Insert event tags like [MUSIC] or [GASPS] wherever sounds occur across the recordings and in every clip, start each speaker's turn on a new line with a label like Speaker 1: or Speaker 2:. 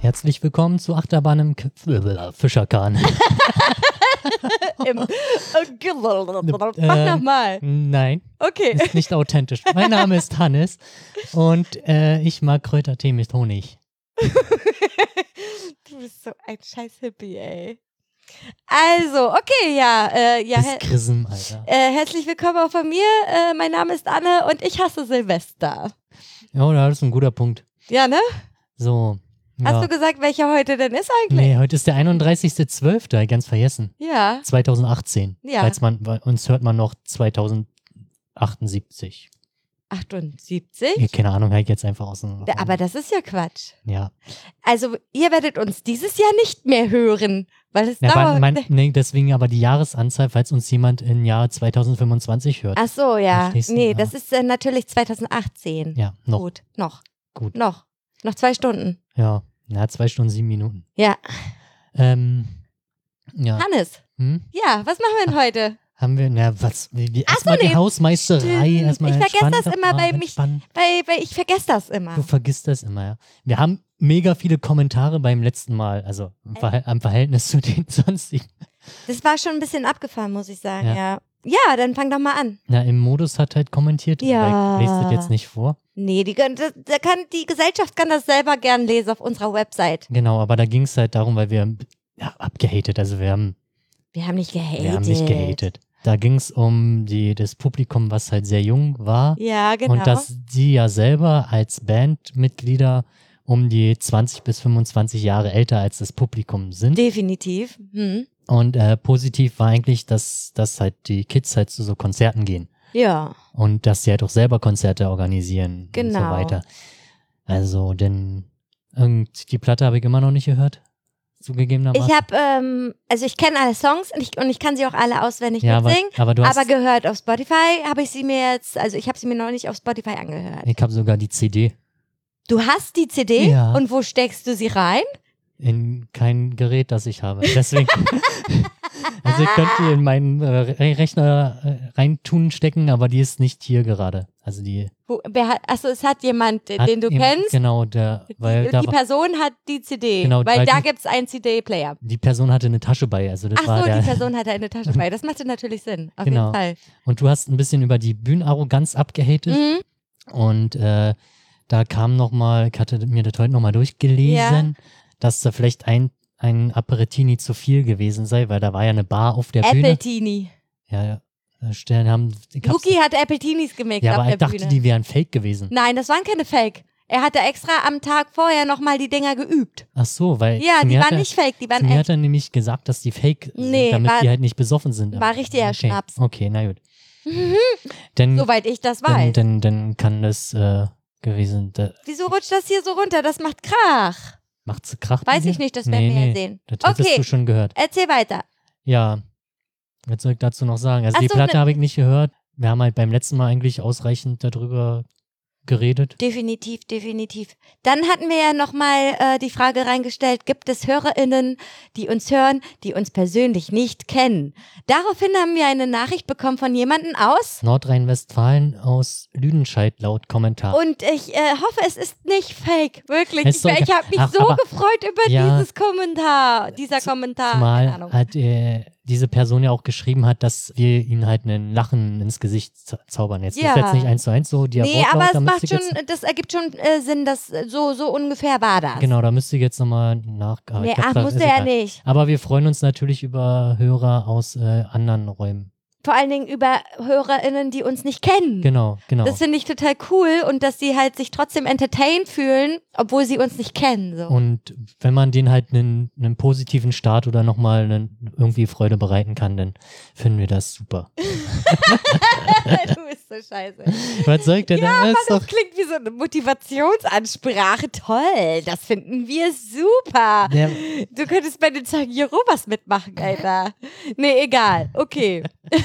Speaker 1: Herzlich willkommen zu Achterbahn im K
Speaker 2: [LAUGHS]
Speaker 1: Fischerkahn.
Speaker 2: Im Mach
Speaker 1: Ähm,
Speaker 2: nochmal.
Speaker 1: Nein,
Speaker 2: Okay. [LAUGHS]
Speaker 1: ist nicht authentisch. Mein Name ist Hannes und äh, ich mag Kräutertee mit Honig.
Speaker 2: Du bist so ein scheiß Hippie, ey. Also, okay, ja. Äh, ja
Speaker 1: Das
Speaker 2: her
Speaker 1: Grism, Alter.
Speaker 2: äh, herzlich willkommen auch von mir. Äh, mein Name ist Anne und ich hasse Silvester.
Speaker 1: Ja, das ist ein guter Punkt.
Speaker 2: Ja, ne?
Speaker 1: So.
Speaker 2: Hast
Speaker 1: Ja.
Speaker 2: du gesagt, welcher heute denn ist eigentlich?
Speaker 1: Nee, heute ist der 31.12., ganz vergessen.
Speaker 2: Ja.
Speaker 1: 2018.
Speaker 2: Ja.
Speaker 1: Falls man, weil uns hört man noch 2078.
Speaker 2: 78?
Speaker 1: Ja, keine Ahnung, halt jetzt einfach aus dem.
Speaker 2: Da- Aber das ist ja Quatsch.
Speaker 1: ja.
Speaker 2: Also, ihr werdet uns dieses Jahr nicht mehr hören, weil es
Speaker 1: ja aber
Speaker 2: dauert.
Speaker 1: mein, nee, deswegen aber die Jahresanzahl, falls uns jemand im Jahr 2025 hört.
Speaker 2: Ach so, ja.
Speaker 1: Im nächsten
Speaker 2: Nee,
Speaker 1: Jahr.
Speaker 2: das ist äh, natürlich 2018.
Speaker 1: Ja, noch.
Speaker 2: Gut, noch.
Speaker 1: Gut.
Speaker 2: Noch. Noch zwei Stunden.
Speaker 1: Ja. Na, zwei Stunden, sieben Minuten.
Speaker 2: Ja.
Speaker 1: Ähm. Ja.
Speaker 2: Hannes,
Speaker 1: Hm?
Speaker 2: ja, was machen wir denn heute?
Speaker 1: Haben wir, na, was? Wie, wie,
Speaker 2: Ach so,
Speaker 1: erstmal die
Speaker 2: nee.
Speaker 1: Hausmeisterei.
Speaker 2: Stimmt.
Speaker 1: Erstmal
Speaker 2: Ich vergesse
Speaker 1: entspannen
Speaker 2: das
Speaker 1: doch
Speaker 2: immer,
Speaker 1: mal,
Speaker 2: weil mich- Ah.
Speaker 1: entspannen.
Speaker 2: Weil, weil ich vergesse das immer.
Speaker 1: Du vergisst das immer, ja. Wir haben mega viele Kommentare beim letzten Mal, also im,
Speaker 2: Äh.
Speaker 1: Verhält- am Verhältnis zu den [LAUGHS] sonstigen.
Speaker 2: Das war schon ein bisschen abgefahren, muss ich sagen,
Speaker 1: Ja.
Speaker 2: ja. Ja, dann fang doch mal an.
Speaker 1: Na, im Modus hat halt kommentiert,
Speaker 2: Ja.
Speaker 1: aber ich lese das jetzt nicht vor.
Speaker 2: Nee, die, gön- das- da kann, die Gesellschaft kann das selber gern lesen auf unserer Website.
Speaker 1: Genau, aber da ging es halt darum, weil wir ja, abgehatet, also wir haben,
Speaker 2: Wir haben nicht gehatet.
Speaker 1: wir haben nicht gehatet. Da ging es um die, das Publikum, was halt sehr jung war.
Speaker 2: Ja, genau.
Speaker 1: Und dass die ja selber als Bandmitglieder um die 20 bis 25 Jahre älter als das Publikum sind.
Speaker 2: Definitiv. Hm.
Speaker 1: Und äh, positiv war eigentlich, dass, dass halt die Kids halt zu so Konzerten gehen.
Speaker 2: Ja.
Speaker 1: Und dass sie halt auch selber Konzerte organisieren und so
Speaker 2: Genau.
Speaker 1: weiter. Also, denn irgend- die Platte habe ich immer noch nicht gehört. Zugegebenermaßen.
Speaker 2: Ich habe, ähm, also ich kenne alle Songs und ich, und ich kann sie auch alle auswendig
Speaker 1: ja, aber,
Speaker 2: mitsingen.
Speaker 1: aber du hast.
Speaker 2: Aber gehört auf Spotify habe ich sie mir jetzt, also ich habe sie mir noch nicht auf Spotify angehört.
Speaker 1: ich habe sogar die CD
Speaker 2: Du hast die CD
Speaker 1: Ja.
Speaker 2: und wo steckst du sie rein?
Speaker 1: in kein Gerät, das ich habe.
Speaker 2: [LAUGHS]
Speaker 1: Deswegen. also, ich könnte die in meinen äh, Re- Rechner äh, reintun stecken, aber die ist nicht hier gerade. Also, die.
Speaker 2: Wo, wer hat, achso, es hat jemand, den
Speaker 1: hat
Speaker 2: du
Speaker 1: eben-
Speaker 2: kennst.
Speaker 1: Genau, der. Weil
Speaker 2: die,
Speaker 1: da
Speaker 2: die
Speaker 1: war-
Speaker 2: Person hat die CD,
Speaker 1: Genau,
Speaker 2: weil
Speaker 1: weil
Speaker 2: da
Speaker 1: die-
Speaker 2: gibt es einen CD-Player.
Speaker 1: die Person hatte eine Tasche bei. Also, das war
Speaker 2: Achso,
Speaker 1: der.
Speaker 2: die Person hat eine Tasche bei. Das macht natürlich Sinn, auf
Speaker 1: Genau.
Speaker 2: jeden Fall.
Speaker 1: [LAUGHS] Und du hast ein bisschen über die Bühnenarroganz abgehatet.
Speaker 2: Mhm.
Speaker 1: Und äh, da kam nochmal, ich hatte mir das heute nochmal durchgelesen, dass da vielleicht ein, ein Aperitini zu viel gewesen sei, weil da war ja eine Bar auf der
Speaker 2: Apple
Speaker 1: Bühne.
Speaker 2: Teenie.
Speaker 1: Ja, ja. Da Stellen haben. ich hab's-
Speaker 2: Luki hat Apple Teenies gemixt
Speaker 1: ja,
Speaker 2: auf
Speaker 1: aber
Speaker 2: der
Speaker 1: ich dachte,
Speaker 2: Bühne.
Speaker 1: die wären fake gewesen.
Speaker 2: Nein, das waren keine Fake. Er hatte extra am Tag vorher nochmal die Dinger geübt.
Speaker 1: Ach so, weil.
Speaker 2: Ja,
Speaker 1: zu
Speaker 2: die
Speaker 1: mir hat
Speaker 2: waren
Speaker 1: er-
Speaker 2: nicht fake, die
Speaker 1: Zu
Speaker 2: waren
Speaker 1: mir
Speaker 2: echt.
Speaker 1: hat er nämlich gesagt, dass die fake
Speaker 2: Nee,
Speaker 1: sind, damit
Speaker 2: war-
Speaker 1: die halt nicht besoffen sind.
Speaker 2: war richtiger
Speaker 1: okay.
Speaker 2: Schnaps. Mhm.
Speaker 1: Okay, na gut. Denn,
Speaker 2: Soweit ich das
Speaker 1: denn,
Speaker 2: weiß.
Speaker 1: denn, dann kann das äh, gewesen. Da,
Speaker 2: Wieso rutscht das hier so runter? Das macht Krach.
Speaker 1: macht's Krach? bei
Speaker 2: Weiß ich
Speaker 1: dir?
Speaker 2: nicht, das werden wir ja sehen.
Speaker 1: Das hättest
Speaker 2: Okay,
Speaker 1: du schon gehört.
Speaker 2: erzähl weiter.
Speaker 1: Ja. Was soll ich dazu noch sagen? Also
Speaker 2: Ach
Speaker 1: die
Speaker 2: so,
Speaker 1: Platte
Speaker 2: ne-
Speaker 1: habe ich nicht gehört. Wir haben halt beim letzten Mal eigentlich ausreichend darüber geredet.
Speaker 2: Definitiv, definitiv. Dann hatten wir ja nochmal äh, die Frage reingestellt, gibt es HörerInnen, die uns hören, die uns persönlich nicht kennen? Daraufhin haben wir eine Nachricht bekommen von jemandem aus
Speaker 1: Nordrhein-Westfalen aus Lüdenscheid laut Kommentar.
Speaker 2: und ich äh, hoffe, es ist nicht fake, wirklich.
Speaker 1: Es ist
Speaker 2: Ich,
Speaker 1: doch
Speaker 2: wär- ich
Speaker 1: egal.
Speaker 2: habe mich
Speaker 1: Ach,
Speaker 2: so
Speaker 1: aber-
Speaker 2: gefreut über
Speaker 1: Ja.
Speaker 2: dieses Kommentar, dieser
Speaker 1: Zu-
Speaker 2: Kommentar. Ah, Keine
Speaker 1: Zumal
Speaker 2: Ahnung.
Speaker 1: hat äh, diese Person ja auch geschrieben hat, dass wir ihnen halt ein Lachen ins Gesicht za- zaubern. Jetzt
Speaker 2: Ja.
Speaker 1: ist jetzt nicht eins zu eins so, die
Speaker 2: Nee,
Speaker 1: Wortlaut,
Speaker 2: aber
Speaker 1: da
Speaker 2: es
Speaker 1: müsste
Speaker 2: macht
Speaker 1: ich
Speaker 2: schon,
Speaker 1: jetzt,
Speaker 2: das ergibt schon äh, Sinn, dass äh, so, so ungefähr war das.
Speaker 1: Genau, da müsste ich jetzt nochmal nach. aber ich
Speaker 2: Nee,
Speaker 1: glaub,
Speaker 2: ach,
Speaker 1: da
Speaker 2: musste
Speaker 1: ist
Speaker 2: er
Speaker 1: egal.
Speaker 2: nicht.
Speaker 1: Aber wir freuen uns natürlich über Hörer aus äh, anderen Räumen.
Speaker 2: Vor allen Dingen über HörerInnen, die uns nicht kennen.
Speaker 1: Genau, genau.
Speaker 2: Hm. Das finde ich total cool und dass sie halt sich trotzdem entertained fühlen, obwohl sie uns nicht kennen. So.
Speaker 1: Und wenn man denen halt einen, einen positiven Start oder nochmal einen, irgendwie Freude bereiten kann, dann finden wir das
Speaker 2: [LAUGHS]
Speaker 1: super.
Speaker 2: du bist so scheiße.
Speaker 1: Was soll ich denn? Ja, ist
Speaker 2: Das
Speaker 1: doch,
Speaker 2: klingt wie so eine Motivationsansprache. Toll, das finden wir super.
Speaker 1: der,
Speaker 2: Du könntest bei den Zeugen Jehovas mitmachen, Alter. Nee, egal. Okay. [LAUGHS]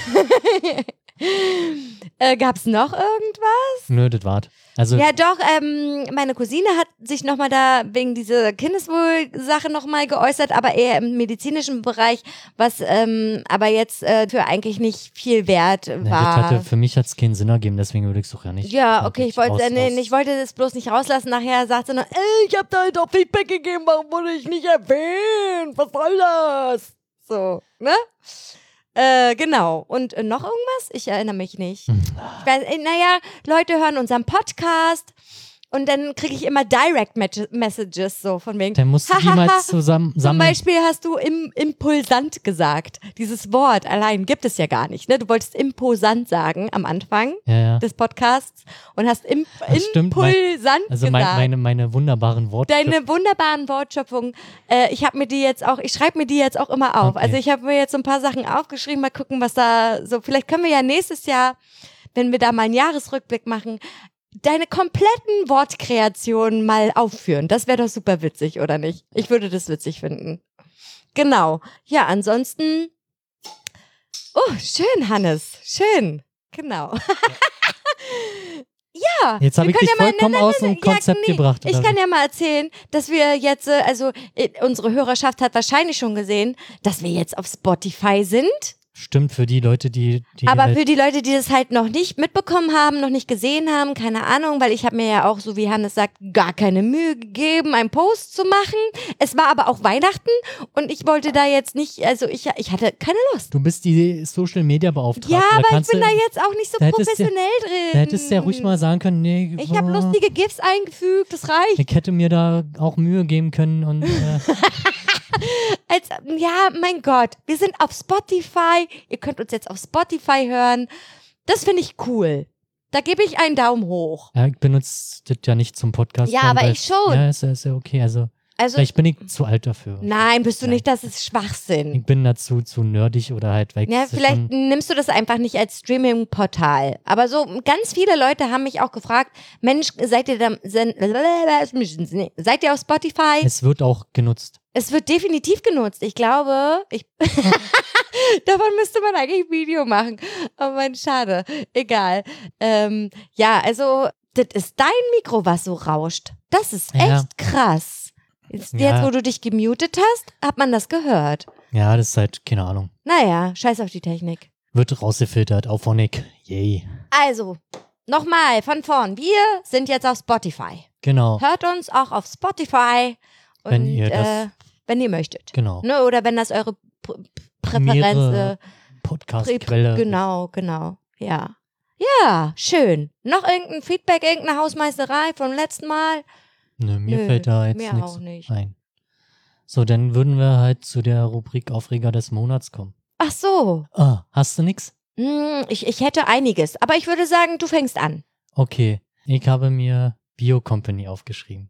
Speaker 2: Äh, gab's noch irgendwas?
Speaker 1: Nö, das war's. Also,
Speaker 2: Ja, doch, ähm, meine Cousine hat sich nochmal da wegen dieser Kindeswohl-Sache nochmal geäußert, aber eher im medizinischen Bereich, was ähm, aber jetzt äh, für eigentlich nicht viel wert
Speaker 1: ne, das
Speaker 2: war.
Speaker 1: hatte, für mich hat es keinen Sinn ergeben, deswegen würde ich es doch ja nicht.
Speaker 2: ja, okay, ich wollte,
Speaker 1: raus-
Speaker 2: äh, nee,
Speaker 1: raus-
Speaker 2: ich wollte das bloß nicht rauslassen. Nachher sagt sie noch, ey, ich habe da halt auch Feedback gegeben, warum wurde ich nicht erwähnt? Was soll das? So, ne? Äh, genau. Und äh, noch irgendwas? Ich erinnere mich nicht.
Speaker 1: Hm.
Speaker 2: Ich weiß, äh, naja, Leute hören unseren Podcast und dann kriege ich immer Direct Match- Messages so von wegen.
Speaker 1: Dann musst
Speaker 2: [LAUGHS]
Speaker 1: du die mal zusammen
Speaker 2: Zum
Speaker 1: sammeln.
Speaker 2: Beispiel hast du im, impulsant gesagt. Dieses Wort allein gibt es ja gar nicht. Ne? Du wolltest imposant sagen am Anfang
Speaker 1: Ja, ja.
Speaker 2: des Podcasts und hast imp
Speaker 1: Das stimmt, mein-
Speaker 2: impulsant
Speaker 1: Also mein,
Speaker 2: gesagt.
Speaker 1: meine, meine wunderbaren Worte.
Speaker 2: Deine wunderbaren Wortschöpfungen, äh, ich habe mir die jetzt auch, ich schreibe mir die jetzt auch immer auf.
Speaker 1: Okay.
Speaker 2: Also ich habe mir jetzt so ein paar Sachen aufgeschrieben, mal gucken, was da so, vielleicht können wir ja nächstes Jahr, wenn wir da mal einen Jahresrückblick machen, deine kompletten Wortkreationen mal aufführen. Das wäre doch super witzig, oder nicht? Ich würde das witzig finden. Genau. Ja, ansonsten, oh, schön, Hannes, schön. Genau. [LAUGHS] ja,
Speaker 1: Jetzt habe
Speaker 2: wir
Speaker 1: ich
Speaker 2: können
Speaker 1: dich
Speaker 2: ja mal
Speaker 1: vollkommen aus dem Konzept
Speaker 2: nee,
Speaker 1: gebracht.
Speaker 2: Ich
Speaker 1: oder
Speaker 2: kann
Speaker 1: wie?
Speaker 2: ja mal erzählen, dass wir jetzt, äh, also äh, unsere Hörerschaft hat wahrscheinlich schon gesehen, dass wir jetzt auf Spotify sind.
Speaker 1: Stimmt, für die Leute, die, die
Speaker 2: Aber
Speaker 1: halt-
Speaker 2: für die Leute, die das halt noch nicht mitbekommen haben, noch nicht gesehen haben, keine Ahnung, weil ich habe mir ja auch, so wie Hannes sagt, gar keine Mühe gegeben, einen Post zu machen. Es war aber auch Weihnachten und ich wollte da jetzt nicht, also ich, ich hatte keine Lust.
Speaker 1: du bist die Social Media Beauftragte.
Speaker 2: Ja,
Speaker 1: da
Speaker 2: aber ich
Speaker 1: kannst
Speaker 2: bin
Speaker 1: du,
Speaker 2: da jetzt auch nicht so
Speaker 1: da hättest du-
Speaker 2: professionell drin.
Speaker 1: Da hättest du ja ruhig mal sagen können, nee, äh,
Speaker 2: Ich habe lustige GIFs eingefügt, das reicht.
Speaker 1: Ich hätte mir da auch Mühe geben können und
Speaker 2: [LAUGHS]
Speaker 1: äh,
Speaker 2: Als, ja, mein Gott, wir sind auf Spotify. Ihr könnt uns jetzt auf Spotify hören. Das finde ich cool. Da gebe ich einen Daumen hoch.
Speaker 1: ja, ich benutze das ja nicht zum Podcast.
Speaker 2: Ja,
Speaker 1: dann,
Speaker 2: aber
Speaker 1: weil-
Speaker 2: ich schon.
Speaker 1: Ja, ist, ja- ist ja okay. Also,
Speaker 2: Also,
Speaker 1: vielleicht bin ich zu alt dafür.
Speaker 2: nein, bist du
Speaker 1: Nein.
Speaker 2: nicht, das ist Schwachsinn.
Speaker 1: Ich bin dazu zu nerdig oder halt weg.
Speaker 2: Ja, vielleicht nimmst du das einfach nicht als Streaming-Portal. Aber so ganz viele Leute haben mich auch gefragt, Mensch, seid ihr da, sen- seid ihr auf Spotify?
Speaker 1: Es wird auch genutzt.
Speaker 2: Es wird definitiv genutzt. Ich glaube, ich [LAUGHS] davon müsste man eigentlich ein Video machen. Aber man, schade. Egal. Ähm, ja, also, das ist dein Mikro, was so rauscht. Das ist echt
Speaker 1: Ja.
Speaker 2: krass. Jetzt, jetzt,
Speaker 1: Ja.
Speaker 2: wo du dich gemutet hast, hat man das gehört.
Speaker 1: Ja, das ist halt, keine Ahnung.
Speaker 2: Naja, scheiß auf die Technik.
Speaker 1: Wird rausgefiltert, auf Honig. Yay.
Speaker 2: Also, nochmal von vorn. Wir sind jetzt auf Spotify.
Speaker 1: Genau.
Speaker 2: Hört uns auch auf Spotify. Und,
Speaker 1: Wenn ihr
Speaker 2: äh,
Speaker 1: das-
Speaker 2: wenn ihr möchtet.
Speaker 1: Genau.
Speaker 2: Ne, oder wenn das eure Pr Präferenz äh,
Speaker 1: Mehrere
Speaker 2: Pri-
Speaker 1: Podcast-Quelle.
Speaker 2: Genau, genau. Ja. Ja, schön. Noch irgendein Feedback, irgendeine Hausmeisterei vom letzten Mal?
Speaker 1: Nö, mir
Speaker 2: Nö,
Speaker 1: fällt da jetzt
Speaker 2: mir
Speaker 1: nichts
Speaker 2: auch nicht.
Speaker 1: ein. So, dann würden wir halt zu der Rubrik Aufreger des Monats kommen.
Speaker 2: Ach so.
Speaker 1: Ah, hast du nix?
Speaker 2: Hm, ich, ich hätte einiges. Aber ich würde sagen, du fängst an.
Speaker 1: Okay. Ich habe mir Bio Company aufgeschrieben.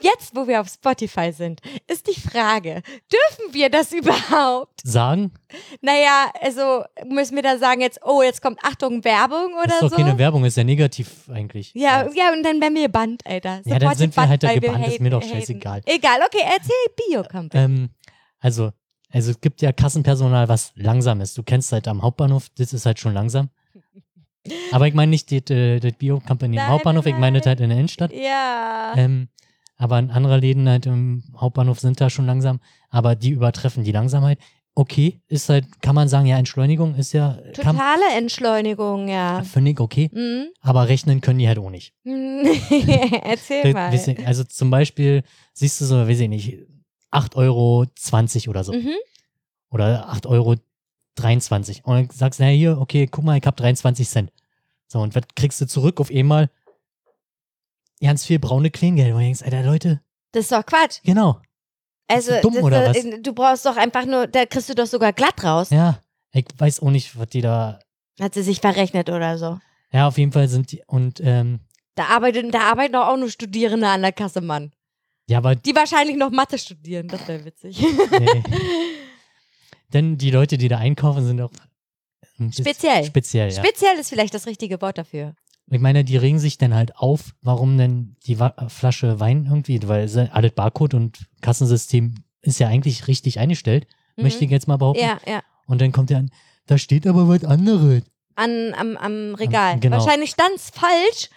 Speaker 2: Jetzt, wo wir auf Spotify sind, ist die Frage, dürfen wir das [LAUGHS] überhaupt?
Speaker 1: Sagen?
Speaker 2: Naja, also müssen wir da sagen jetzt, oh, jetzt kommt Achtung, Werbung
Speaker 1: Das
Speaker 2: oder
Speaker 1: ist doch
Speaker 2: so?
Speaker 1: keine Werbung, ist ja negativ eigentlich.
Speaker 2: ja, ja, und dann werden wir gebannt, Alter.
Speaker 1: Ja, dann
Speaker 2: Sofort
Speaker 1: sind wir halt da
Speaker 2: weil
Speaker 1: gebannt, ist
Speaker 2: haten-
Speaker 1: mir doch
Speaker 2: haten.
Speaker 1: scheißegal.
Speaker 2: Egal, okay, erzähl Biokampf.
Speaker 1: Ähm, also, also es gibt ja Kassenpersonal, was langsam ist. Du kennst halt am Hauptbahnhof, das ist halt schon
Speaker 2: [LAUGHS]
Speaker 1: langsam. Aber ich meine nicht das, äh, das Bio Company
Speaker 2: Nein,
Speaker 1: im Hauptbahnhof, ich meine das
Speaker 2: nein.
Speaker 1: halt in der Innenstadt.
Speaker 2: ja.
Speaker 1: Ähm, aber in andere Läden halt im Hauptbahnhof sind da schon langsam, aber die übertreffen die Langsamheit. Okay, ist halt, kann man sagen, ja, Entschleunigung ist ja, kann-
Speaker 2: Totale Entschleunigung, ja.
Speaker 1: finde ich okay,
Speaker 2: Mhm.
Speaker 1: aber rechnen können die halt auch nicht.
Speaker 2: [LAUGHS] Erzähl
Speaker 1: Das-
Speaker 2: mal.
Speaker 1: weiß ich- Also zum Beispiel siehst du so, weiß ich nicht, 8,20 Euro oder so.
Speaker 2: Mhm.
Speaker 1: Oder 8,23 Euro. Und dann sagst du, naja, hier, okay, guck mal, ich hab 23 Cent. So, und was kriegst du zurück auf einmal? Ganz viel braune Kleingeld. Und du denkst, Alter, Leute,
Speaker 2: Das ist doch Quatsch.
Speaker 1: genau,
Speaker 2: Also,
Speaker 1: du dumm
Speaker 2: das,
Speaker 1: oder
Speaker 2: ist- du brauchst doch einfach nur, da kriegst du doch sogar glatt raus.
Speaker 1: ja. Ich weiß auch nicht, was die da
Speaker 2: Hat sie sich verrechnet oder so.
Speaker 1: Ja, auf jeden Fall sind die und ähm,
Speaker 2: Da arbeiten, da arbeiten doch auch nur Studierende an der Kasse, Mann.
Speaker 1: ja, aber
Speaker 2: Die wahrscheinlich noch Mathe studieren, das wäre witzig. [LAUGHS]
Speaker 1: nee. denn die Leute, die da einkaufen, sind auch ein bisschen
Speaker 2: Speziell.
Speaker 1: Speziell, ja.
Speaker 2: Speziell ist vielleicht das richtige Wort dafür.
Speaker 1: ich meine, die regen sich dann halt auf, warum denn die Wa äh, Flasche Wein irgendwie, weil es ist ja alles Barcode und Kassensystem ist ja eigentlich richtig eingestellt,
Speaker 2: Mhm.
Speaker 1: möchte ich jetzt mal behaupten.
Speaker 2: Ja, ja.
Speaker 1: Und dann kommt der an, Da steht aber was anderes.
Speaker 2: an, am, am Regal.
Speaker 1: Am- genau.
Speaker 2: Wahrscheinlich stand's falsch.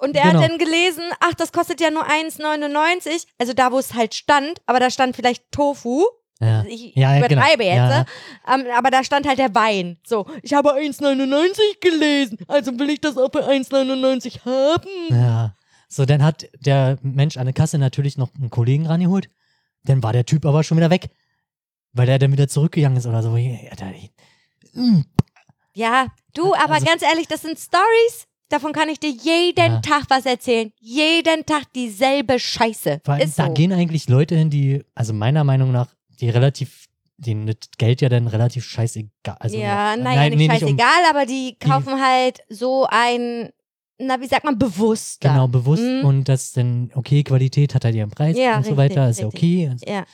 Speaker 2: Und der
Speaker 1: Genau.
Speaker 2: hat dann gelesen, ach, das kostet ja nur 1,99. Also da, wo es halt stand, aber da stand vielleicht Tofu. Also
Speaker 1: Ja.
Speaker 2: Ich
Speaker 1: Ja, ja,
Speaker 2: übertreibe
Speaker 1: genau.
Speaker 2: jetzt.
Speaker 1: Ja,
Speaker 2: ne? Ähm, aber da stand halt der Wein. So, ich habe 1,99 gelesen. Also will ich das auch bei 1,99 haben.
Speaker 1: Ja. So, dann hat der Mensch an der Kasse natürlich noch einen Kollegen rangeholt. Dann war der Typ aber schon wieder weg. Weil der dann wieder zurückgegangen ist oder so. Ja, da- Mm,
Speaker 2: Ja, du, aber
Speaker 1: Also-
Speaker 2: ganz ehrlich, das sind Stories. Davon kann ich dir jeden
Speaker 1: Ja.
Speaker 2: Tag was erzählen. Jeden Tag dieselbe Scheiße.
Speaker 1: Vor allem,
Speaker 2: Ist so.
Speaker 1: da gehen eigentlich Leute hin, die, also meiner Meinung nach, die relativ, denen das Geld ja dann relativ scheißegal. Also,
Speaker 2: ja,
Speaker 1: äh,
Speaker 2: naja, nicht
Speaker 1: nee, um-
Speaker 2: scheißegal, aber die kaufen halt so ein, na, wie sagt man, bewusster.
Speaker 1: Genau, bewusst.
Speaker 2: Mhm.
Speaker 1: Und das dann, okay, Qualität hat halt ihren Preis
Speaker 2: Ja,
Speaker 1: und so
Speaker 2: richtig,
Speaker 1: weiter, ist ja
Speaker 2: richtig.
Speaker 1: okay. also
Speaker 2: Ja,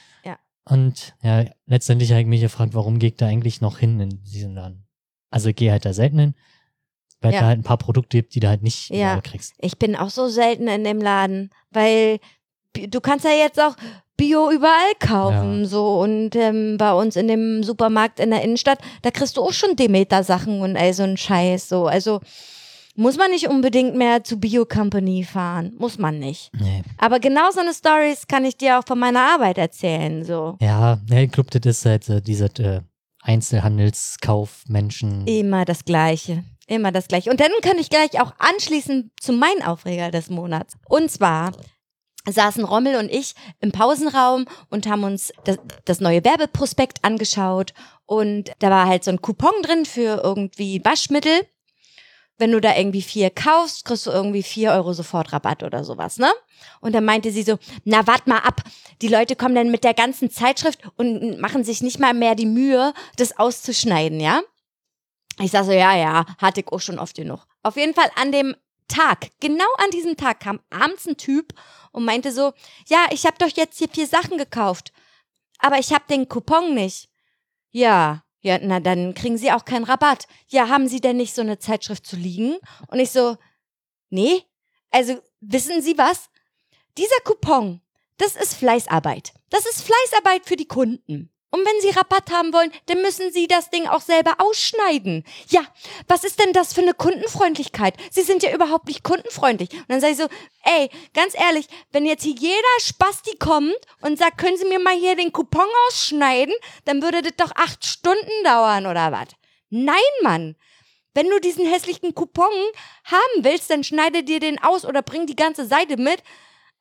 Speaker 1: Und ja, letztendlich habe ich mich gefragt, warum gehe ich da eigentlich noch hin in diesen Laden? Also ich gehe halt da selten hin, weil
Speaker 2: Ja.
Speaker 1: da halt ein paar Produkte gibt, die du halt nicht
Speaker 2: Ja.
Speaker 1: überall kriegst.
Speaker 2: ich bin auch so selten in dem Laden, weil bi- du kannst ja jetzt auch Bio überall kaufen, so und ähm, bei uns in dem Supermarkt in der Innenstadt, da kriegst du auch schon Demeter-Sachen und all so ein Scheiß, so, also muss man nicht unbedingt mehr zu Bio Company fahren, muss man nicht.
Speaker 1: Nee.
Speaker 2: Aber genau so eine Stories kann ich dir auch von meiner Arbeit erzählen, so.
Speaker 1: Ja, nee, Club, das ist halt äh, dieser äh, Einzelhandelskauf, Menschen.
Speaker 2: Immer das Gleiche. Immer das Gleiche. Und dann kann ich gleich auch anschließen zu meinem Aufreger des Monats. Und zwar saßen Rommel und ich im Pausenraum und haben uns das, das neue Werbeprospekt angeschaut. Und da war halt so ein Coupon drin für irgendwie Waschmittel. Wenn du da irgendwie vier kaufst, kriegst du irgendwie vier Euro sofort Rabatt oder sowas, ne? Und dann meinte sie so, na, wart mal ab. Die Leute kommen dann mit der ganzen Zeitschrift und machen sich nicht mal mehr die Mühe, das auszuschneiden, ja? Ich sag so, ja, ja, hatte ich auch schon oft genug. Auf jeden Fall an dem Tag, genau an diesem Tag kam abends ein Typ und meinte so, ja, ich habe doch jetzt hier vier Sachen gekauft, aber ich habe den Coupon nicht. Ja, ja, na dann kriegen Sie auch keinen Rabatt. Ja, haben Sie denn nicht so eine Zeitschrift zu liegen? Und ich so, nee, also wissen Sie was? Dieser Coupon, das ist Fleißarbeit. Das ist Fleißarbeit für die Kunden. Und wenn Sie Rabatt haben wollen, dann müssen Sie das Ding auch selber ausschneiden. Ja, was ist denn das für eine Kundenfreundlichkeit? Sie sind ja überhaupt nicht kundenfreundlich. Und dann sage ich so, ey, ganz ehrlich, wenn jetzt hier jeder Spasti kommt und sagt, können Sie mir mal hier den Coupon ausschneiden, dann würde das doch acht Stunden dauern oder was? Nein, Mann. Wenn du diesen hässlichen Coupon haben willst, dann schneide dir den aus oder bring die ganze Seite mit.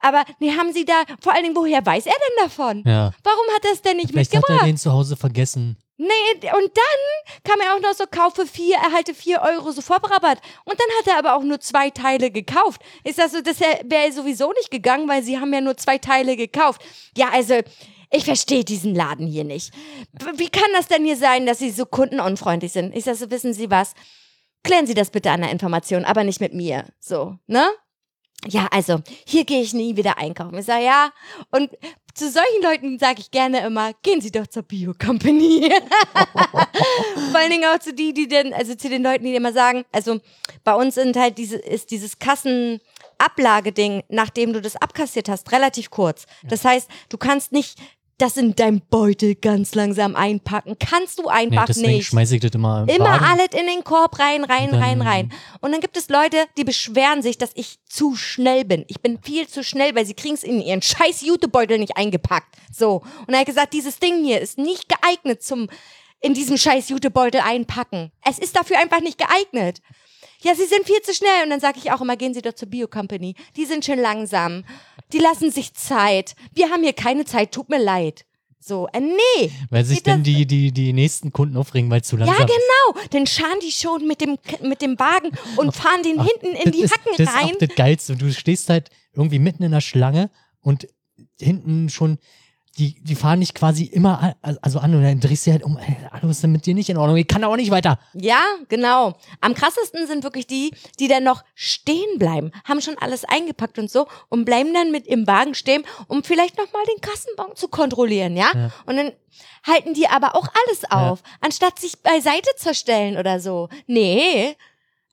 Speaker 2: Aber nee, haben Sie da, vor allen Dingen, woher weiß er denn davon?
Speaker 1: Ja.
Speaker 2: Warum hat er es denn nicht
Speaker 1: Vielleicht hat
Speaker 2: mitgebracht?
Speaker 1: er den zu Hause vergessen.
Speaker 2: Nee, und dann kam er auch noch so, kaufe vier, erhalte vier Euro Sofortrabatt. Und dann hat er aber auch nur zwei Teile gekauft. Ist das so, das wäre sowieso nicht gegangen, weil sie haben ja nur zwei Teile gekauft. Ja, also, ich verstehe diesen Laden hier nicht. W- Wie kann das denn hier sein, dass sie so kundenunfreundlich sind? Ich sag so, wissen Sie was? Klären Sie das bitte an der Information, aber nicht mit mir. So, ne? Ja, also, hier gehe ich nie wieder einkaufen. Ich sage, ja. Und zu solchen Leuten sage ich gerne immer, gehen Sie doch
Speaker 1: [LAUGHS]
Speaker 2: zur Bio-Company. Vor allen Dingen auch zu die, die denn, also zu den Leuten, die immer sagen, also bei uns sind halt diese, ist dieses Kassenablageding, nachdem du das abkassiert hast, relativ kurz. Das heißt, du kannst nicht das in deinem Beutel ganz langsam einpacken. Kannst du
Speaker 1: Nee,
Speaker 2: einfach
Speaker 1: deswegen
Speaker 2: nicht.
Speaker 1: schmeiße ich das immer im
Speaker 2: Immer
Speaker 1: Wagen.
Speaker 2: alles in den Korb rein, rein,
Speaker 1: Und dann-
Speaker 2: rein, rein. Und dann gibt es Leute, die beschweren sich, dass ich zu schnell bin. Ich bin viel zu schnell, weil sie kriegen es in ihren scheiß Jutebeutel nicht eingepackt. So. Und er hat gesagt, dieses Ding hier ist nicht geeignet zum in diesem scheiß Jutebeutel einpacken. Es ist dafür einfach nicht geeignet. Ja, sie sind viel zu schnell. Und dann sage ich auch immer, gehen Sie doch zur Bio-Company. Die sind schon langsam. Die lassen sich Zeit. Wir haben hier keine Zeit, tut mir leid. So, äh, nee.
Speaker 1: Weil sich
Speaker 2: Geht das-
Speaker 1: dann die, die, die nächsten Kunden aufregen, weil es zu langsam
Speaker 2: Ja,
Speaker 1: ist.
Speaker 2: genau. Dann scharen die schon mit dem, mit dem Wagen und fahren den
Speaker 1: Ach,
Speaker 2: hinten in die
Speaker 1: das
Speaker 2: Hacken
Speaker 1: ist, das
Speaker 2: rein.
Speaker 1: Ist auch das Geilste. Du stehst halt irgendwie mitten in der Schlange und hinten schon, die, die fahren dich quasi immer an, also an und dann drehst du halt um, ey, Alter, was ist denn mit dir nicht in Ordnung? Ich kann auch nicht weiter.
Speaker 2: Ja, genau. Am krassesten sind wirklich die, die dann noch stehen bleiben, haben schon alles eingepackt und so und bleiben dann mit im Wagen stehen, um vielleicht nochmal den Kassenbon zu kontrollieren, ja?
Speaker 1: Ja.
Speaker 2: Und dann halten die aber auch alles auf, anstatt sich beiseite zu stellen oder so. Nee,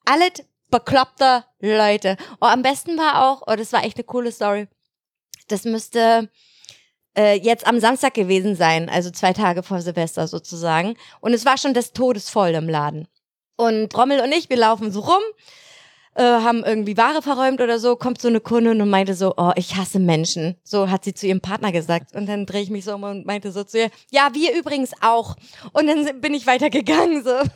Speaker 2: alles bekloppte Leute. Oh, am besten war auch, oh, das war echt eine coole Story. Das müsste äh, jetzt am Samstag gewesen sein, also zwei Tage vor Silvester sozusagen. Und es war schon des Todes voll im Laden. Und Rommel und ich, wir laufen so rum, äh, haben irgendwie Ware verräumt oder so, kommt so eine Kundin und meinte so, oh, ich hasse Menschen. So hat sie zu ihrem Partner gesagt. Und dann drehe ich mich so um und meinte so zu ihr, ja, wir übrigens auch. Und dann sind- bin ich weitergegangen so. [LAUGHS]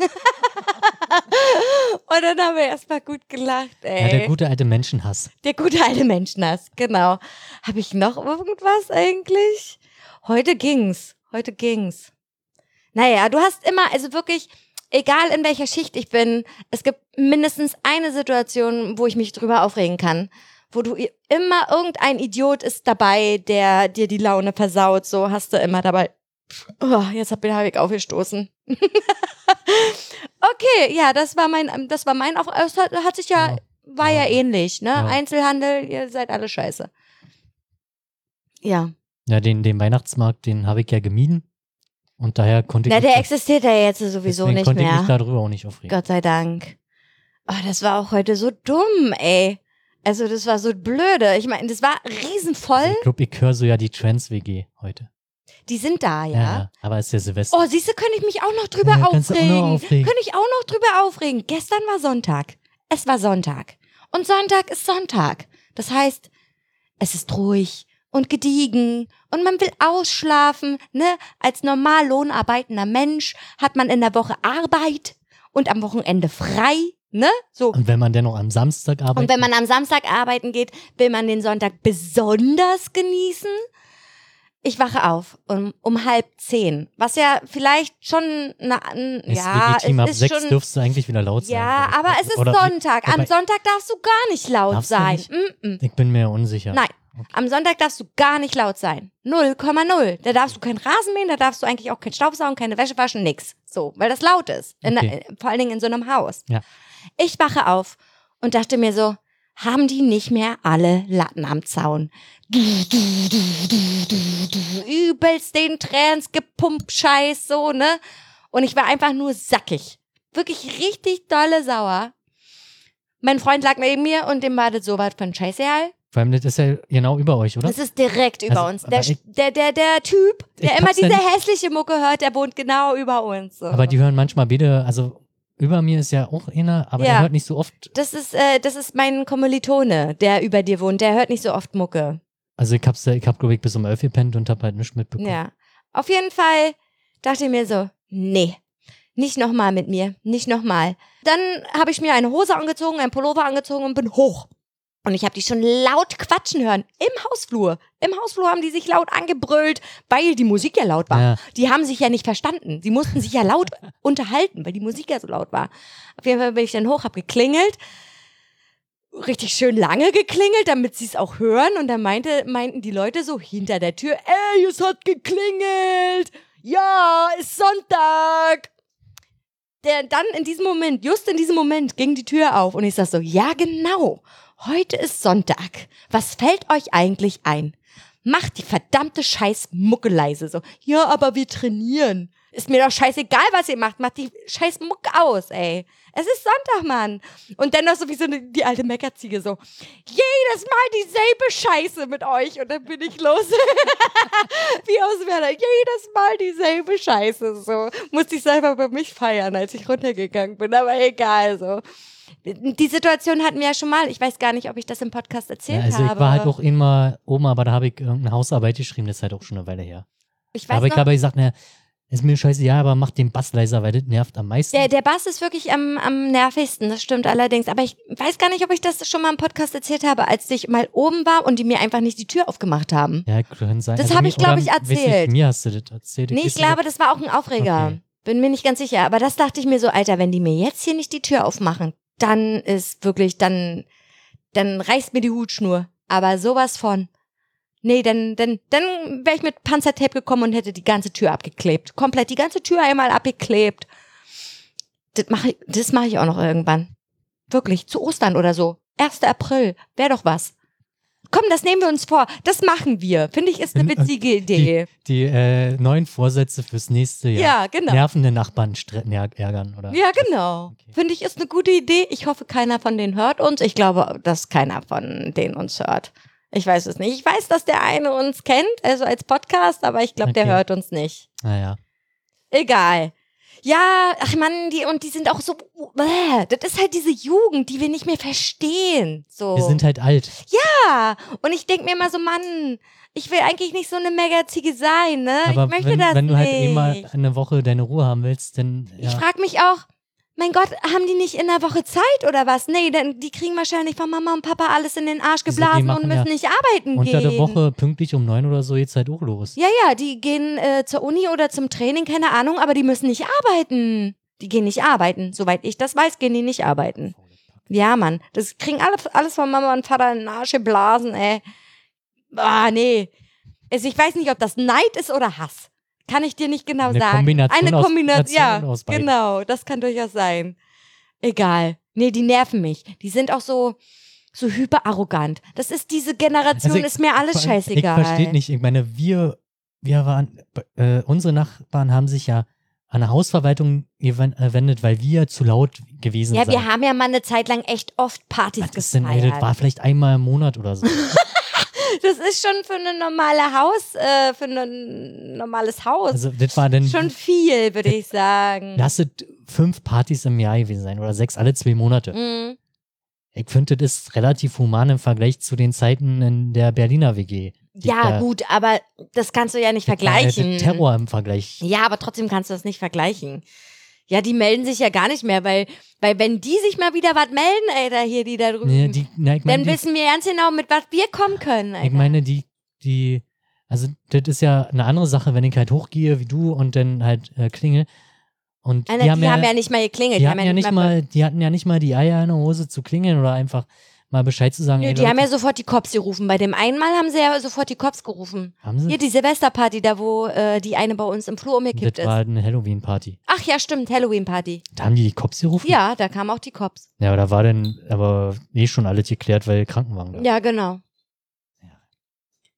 Speaker 2: und dann haben wir erstmal gut gelacht, ey.
Speaker 1: Ja, der gute alte Menschenhass.
Speaker 2: Der gute alte Menschenhass, genau. Habe ich noch irgendwas eigentlich? Heute ging's. Heute ging's. Naja, du hast immer, also wirklich, egal in welcher Schicht ich bin, es gibt mindestens eine Situation, wo ich mich drüber aufregen kann. Wo du i- immer irgendein Idiot ist dabei, der dir die Laune versaut. So hast du immer dabei. Oh, jetzt hab ich halbwegs aufgestoßen. [LAUGHS] okay, ja, das war mein, das war mein, auch, es hat, hat sich ja,
Speaker 1: Ja.
Speaker 2: war ja,
Speaker 1: Ja.
Speaker 2: ähnlich, ne?
Speaker 1: Ja.
Speaker 2: Einzelhandel, ihr seid alle scheiße. Ja.
Speaker 1: Ja, den, den Weihnachtsmarkt, den habe ich ja gemieden. Und daher konnte
Speaker 2: Na,
Speaker 1: ich. mich
Speaker 2: der
Speaker 1: da-
Speaker 2: existiert ja jetzt sowieso
Speaker 1: deswegen
Speaker 2: nicht
Speaker 1: konnte ich
Speaker 2: mehr.
Speaker 1: mich darüber auch nicht aufregen.
Speaker 2: Gott sei Dank. Oh, das war auch heute so dumm, ey. Also, das war so blöde. Ich meine, das war riesenvoll.
Speaker 1: Also, ich glaube, ich höre so ja die Trans-WG heute.
Speaker 2: Die sind da, ja.
Speaker 1: Aber es ist ja Silvester.
Speaker 2: Oh, siehste, könnte ich mich auch noch drüber
Speaker 1: Ja, kannst du auch noch
Speaker 2: aufregen.
Speaker 1: aufregen.
Speaker 2: Könnte ich auch noch drüber aufregen. Gestern war Sonntag. Es war Sonntag. Und Sonntag ist Sonntag. Das heißt, es ist ruhig und gediegen und man will ausschlafen, ne? Als normal lohnarbeitender Mensch hat man in der Woche Arbeit und am Wochenende frei, ne? So.
Speaker 1: Und wenn man dennoch am Samstag arbeitet.
Speaker 2: Und wenn man am Samstag arbeiten geht, will man den Sonntag besonders genießen. Ich wache auf um, um halb zehn, was ja vielleicht schon na, n-
Speaker 1: ist
Speaker 2: ja,
Speaker 1: legitim, ab
Speaker 2: es ist
Speaker 1: sechs
Speaker 2: schon
Speaker 1: dürfst du eigentlich wieder laut sein. glaub
Speaker 2: ja,
Speaker 1: ich.
Speaker 2: aber es ist
Speaker 1: Oder-
Speaker 2: Sonntag. Am
Speaker 1: wobei-
Speaker 2: Sonntag darfst du gar nicht laut
Speaker 1: Darfst du
Speaker 2: sein.
Speaker 1: nicht?
Speaker 2: Mm -mm.
Speaker 1: Ich bin mir unsicher.
Speaker 2: Nein. Am Sonntag darfst du gar nicht laut sein. 0,0. Da darfst du keinen Rasen mähen, da darfst du eigentlich auch keinen Staubsaugen, keine Wäsche waschen, nix. So, weil das laut ist. In, äh,
Speaker 1: Okay.
Speaker 2: Vor allen Dingen in so einem Haus.
Speaker 1: Ja.
Speaker 2: Ich wache auf und dachte mir so, haben die nicht mehr alle Latten am Zaun? Übelst den Trans gepumpt, Scheiß, so, ne? Und ich war einfach nur sackig. Wirklich richtig dolle sauer. Mein Freund lag neben mir und dem war das so was von scheißegal.
Speaker 1: Vor allem, das ist ja genau über euch, oder?
Speaker 2: Das ist direkt über
Speaker 1: Also,
Speaker 2: uns. Der,
Speaker 1: aber ich-
Speaker 2: der, der, der Typ, der
Speaker 1: Ich
Speaker 2: immer
Speaker 1: hab's ja
Speaker 2: diese hässliche Mucke hört, der wohnt genau über uns. So.
Speaker 1: Aber die hören manchmal beide, also über mir ist ja auch einer, aber
Speaker 2: Ja.
Speaker 1: der hört nicht so oft.
Speaker 2: das ist, äh, das ist mein Kommilitone, der über dir wohnt. Der hört nicht so oft Mucke.
Speaker 1: Also ich hab's, ja- ich hab, glaube ich, bis um elf gepennt und hab halt nichts mitbekommen.
Speaker 2: Ja. Auf jeden Fall dachte ich mir so, nee, nicht nochmal mit mir, nicht nochmal. Dann habe ich mir eine Hose angezogen, einen Pullover angezogen und bin hoch. Und ich habe die schon laut quatschen hören im Hausflur. Im Hausflur haben die sich laut angebrüllt, weil die Musik ja laut war.
Speaker 1: Ja.
Speaker 2: Die haben sich ja nicht verstanden. Die mussten sich ja laut unterhalten, weil die Musik ja so laut war. Auf jeden Fall bin ich dann hoch, habe geklingelt. Richtig schön lange geklingelt, damit sie es auch hören. Und dann meinte, meinten die Leute so hinter der Tür, ey, es hat geklingelt. Ja, ist Sonntag. Der, dann in diesem Moment, just in diesem Moment, ging die Tür auf und ich sag so, ja genau, heute ist Sonntag. Was fällt euch eigentlich ein? Macht die verdammte scheiß Mucke leise. So, ja, aber wir trainieren. Ist mir doch scheißegal, was ihr macht. Macht die scheiß Mucke aus, ey. Es ist Sonntag, Mann. Und dann noch so wie so eine, die alte Meckerziege so, jedes Mal dieselbe Scheiße mit euch. Und dann bin ich los. wie aus Werder. Jedes Mal dieselbe Scheiße. So, musste ich selber bei mich feiern, als ich runtergegangen bin. Aber egal, so. Die Situation hatten wir ja schon mal. Ich weiß gar nicht, ob ich das im Podcast
Speaker 1: Ja,
Speaker 2: erzählt
Speaker 1: also
Speaker 2: habe.
Speaker 1: ich war halt
Speaker 2: aber-
Speaker 1: auch immer oben, aber da habe ich irgendeine Hausarbeit geschrieben, das ist halt auch schon eine Weile her.
Speaker 2: ich weiß
Speaker 1: Aber ich
Speaker 2: noch,
Speaker 1: habe gesagt, naja, ist mir scheiße, ja, aber mach den Bass leiser, weil das nervt am meisten.
Speaker 2: Der, der Bass ist wirklich am, am nervigsten, das stimmt allerdings. Aber ich weiß gar nicht, ob ich das schon mal im Podcast erzählt habe, als ich mal oben war und die mir einfach nicht die Tür aufgemacht haben.
Speaker 1: ja, kann sein. Also
Speaker 2: Das hab
Speaker 1: mir-
Speaker 2: ich, glaub
Speaker 1: oder
Speaker 2: ich,
Speaker 1: weiß nicht,
Speaker 2: erzählt.
Speaker 1: Mir hast du das erzählt.
Speaker 2: Nee, ich
Speaker 1: weiß
Speaker 2: glaube,
Speaker 1: nicht,
Speaker 2: das war auch ein Aufreger.
Speaker 1: Okay.
Speaker 2: Bin mir nicht ganz sicher. Aber das dachte ich mir so, Alter, wenn die mir jetzt hier nicht die Tür aufmachen, dann ist wirklich, dann, dann reißt mir die Hutschnur. Aber sowas von. Nee, dann, dann, dann wäre ich mit Panzertape gekommen und hätte die ganze Tür abgeklebt. Komplett die ganze Tür einmal abgeklebt. Das mache ich, das mache ich auch noch irgendwann. Wirklich, zu Ostern oder so. 1. April, wäre doch was. Komm, das nehmen wir uns vor. Das machen wir. Finde ich, ist eine
Speaker 1: Und- und
Speaker 2: witzige Idee.
Speaker 1: äh, die äh, neuen Vorsätze fürs nächste Jahr.
Speaker 2: Ja, genau.
Speaker 1: Nervende Nachbarn stre- ner- ärgern, oder?
Speaker 2: Ja, genau.
Speaker 1: Okay.
Speaker 2: Finde ich ist eine gute Idee. Ich hoffe, keiner von denen hört uns. Ich glaube, dass keiner von denen uns hört. Ich weiß es nicht. Ich weiß, dass der eine uns kennt, also als Podcast, aber ich glaube, der
Speaker 1: Okay.
Speaker 2: hört uns nicht.
Speaker 1: Naja.
Speaker 2: Egal. Ja, ach Mann, die und die sind auch so. Bäh, das ist halt diese Jugend, die wir nicht mehr verstehen. So.
Speaker 1: Wir sind halt alt.
Speaker 2: ja. Und ich denk mir immer so, Mann, ich will eigentlich nicht so eine Mega-Ziege sein, ne?
Speaker 1: Aber
Speaker 2: ich möchte
Speaker 1: wenn,
Speaker 2: das
Speaker 1: wenn du halt
Speaker 2: nicht.
Speaker 1: eh mal eine Woche deine Ruhe haben willst, dann. Ja.
Speaker 2: Ich frage mich auch, mein Gott, haben die nicht in der Woche Zeit oder was? Nee, denn die kriegen wahrscheinlich von Mama und Papa alles in den Arsch
Speaker 1: Die sind- die
Speaker 2: geblasen und
Speaker 1: machen ja
Speaker 2: müssen nicht arbeiten
Speaker 1: unter
Speaker 2: gehen.
Speaker 1: der Woche pünktlich um neun oder so jetzt halt auch los.
Speaker 2: Ja, ja, die gehen äh, zur Uni oder zum Training, keine Ahnung, aber die müssen nicht arbeiten. Die gehen nicht arbeiten. Soweit ich das weiß, gehen die nicht arbeiten. Ja, Mann. Das kriegen alle, alles von Mama und Vater in den Arsch geblasen, ey. Ah, nee. Also ich weiß nicht, ob das Neid ist oder Hass. Kann ich dir nicht genau
Speaker 1: Eine
Speaker 2: sagen.
Speaker 1: Kombination
Speaker 2: Eine
Speaker 1: aus-
Speaker 2: Kombination. Ja,
Speaker 1: Kombination aus beiden.
Speaker 2: genau. Das kann durchaus sein. Egal. Nee, die nerven mich. Die sind auch so, so hyperarrogant. Das ist diese Generation,
Speaker 1: Also ich-
Speaker 2: ist mir alles
Speaker 1: Vor allem,
Speaker 2: scheißegal.
Speaker 1: Ich verstehe nicht. Ich meine, wir, wir waren, äh, unsere Nachbarn haben sich ja an der Hausverwaltung gewen- äh, gewendet, weil wir zu laut gewesen
Speaker 2: Ja,
Speaker 1: sind.
Speaker 2: wir haben ja mal eine Zeit lang echt oft Partys
Speaker 1: das, denn, ey, das war
Speaker 2: gefeiert.
Speaker 1: vielleicht einmal im Monat oder
Speaker 2: [LAUGHS]
Speaker 1: so.
Speaker 2: Das ist schon für ein normale Haus, äh, für ein normales Haus
Speaker 1: Also das war dann,
Speaker 2: schon viel, würde ich sagen.
Speaker 1: lass es fünf Partys im Jahr gewesen sein oder sechs alle zwei Monate.
Speaker 2: Mhm.
Speaker 1: Ich finde, das ist relativ human im Vergleich zu den Zeiten in der Berliner WG. Die
Speaker 2: Ja,
Speaker 1: da-
Speaker 2: gut, aber das kannst du ja nicht
Speaker 1: das war ja
Speaker 2: vergleichen.
Speaker 1: der Äh, Terror im Vergleich.
Speaker 2: Ja, aber trotzdem kannst du das nicht vergleichen. Ja, die melden sich ja gar nicht mehr, weil, weil wenn die sich mal wieder was melden, Alter, hier, die da drüben,
Speaker 1: Nee, die, na, ich meine,
Speaker 2: dann
Speaker 1: die
Speaker 2: wissen wir ganz genau, mit was wir kommen können, Alter.
Speaker 1: Ich meine, die, die, also das ist ja eine andere Sache, wenn ich halt hochgehe wie du und dann halt äh, klingel. Und
Speaker 2: Alter,
Speaker 1: die haben ja,
Speaker 2: nicht mal geklingelt.
Speaker 1: die hatten ja nicht mal, die hatten ja nicht mal die Eier in der Hose zu klingeln oder einfach mal Bescheid zu sagen.
Speaker 2: Nö,
Speaker 1: ey,
Speaker 2: die
Speaker 1: Leute,
Speaker 2: haben ja sofort die Cops gerufen. Bei dem einen Mal haben sie ja sofort die Cops gerufen.
Speaker 1: haben sie?
Speaker 2: Hier die Silvesterparty, da wo äh, die eine bei uns im Flur umgekippt
Speaker 1: das
Speaker 2: ist.
Speaker 1: war eine Halloween-Party.
Speaker 2: Ach ja, stimmt, Halloween-Party.
Speaker 1: Da haben die die Cops gerufen?
Speaker 2: Ja, da kamen auch die Cops.
Speaker 1: Ja, aber da war denn aber eh schon alles geklärt, weil Krankenwagen da.
Speaker 2: Ja, genau.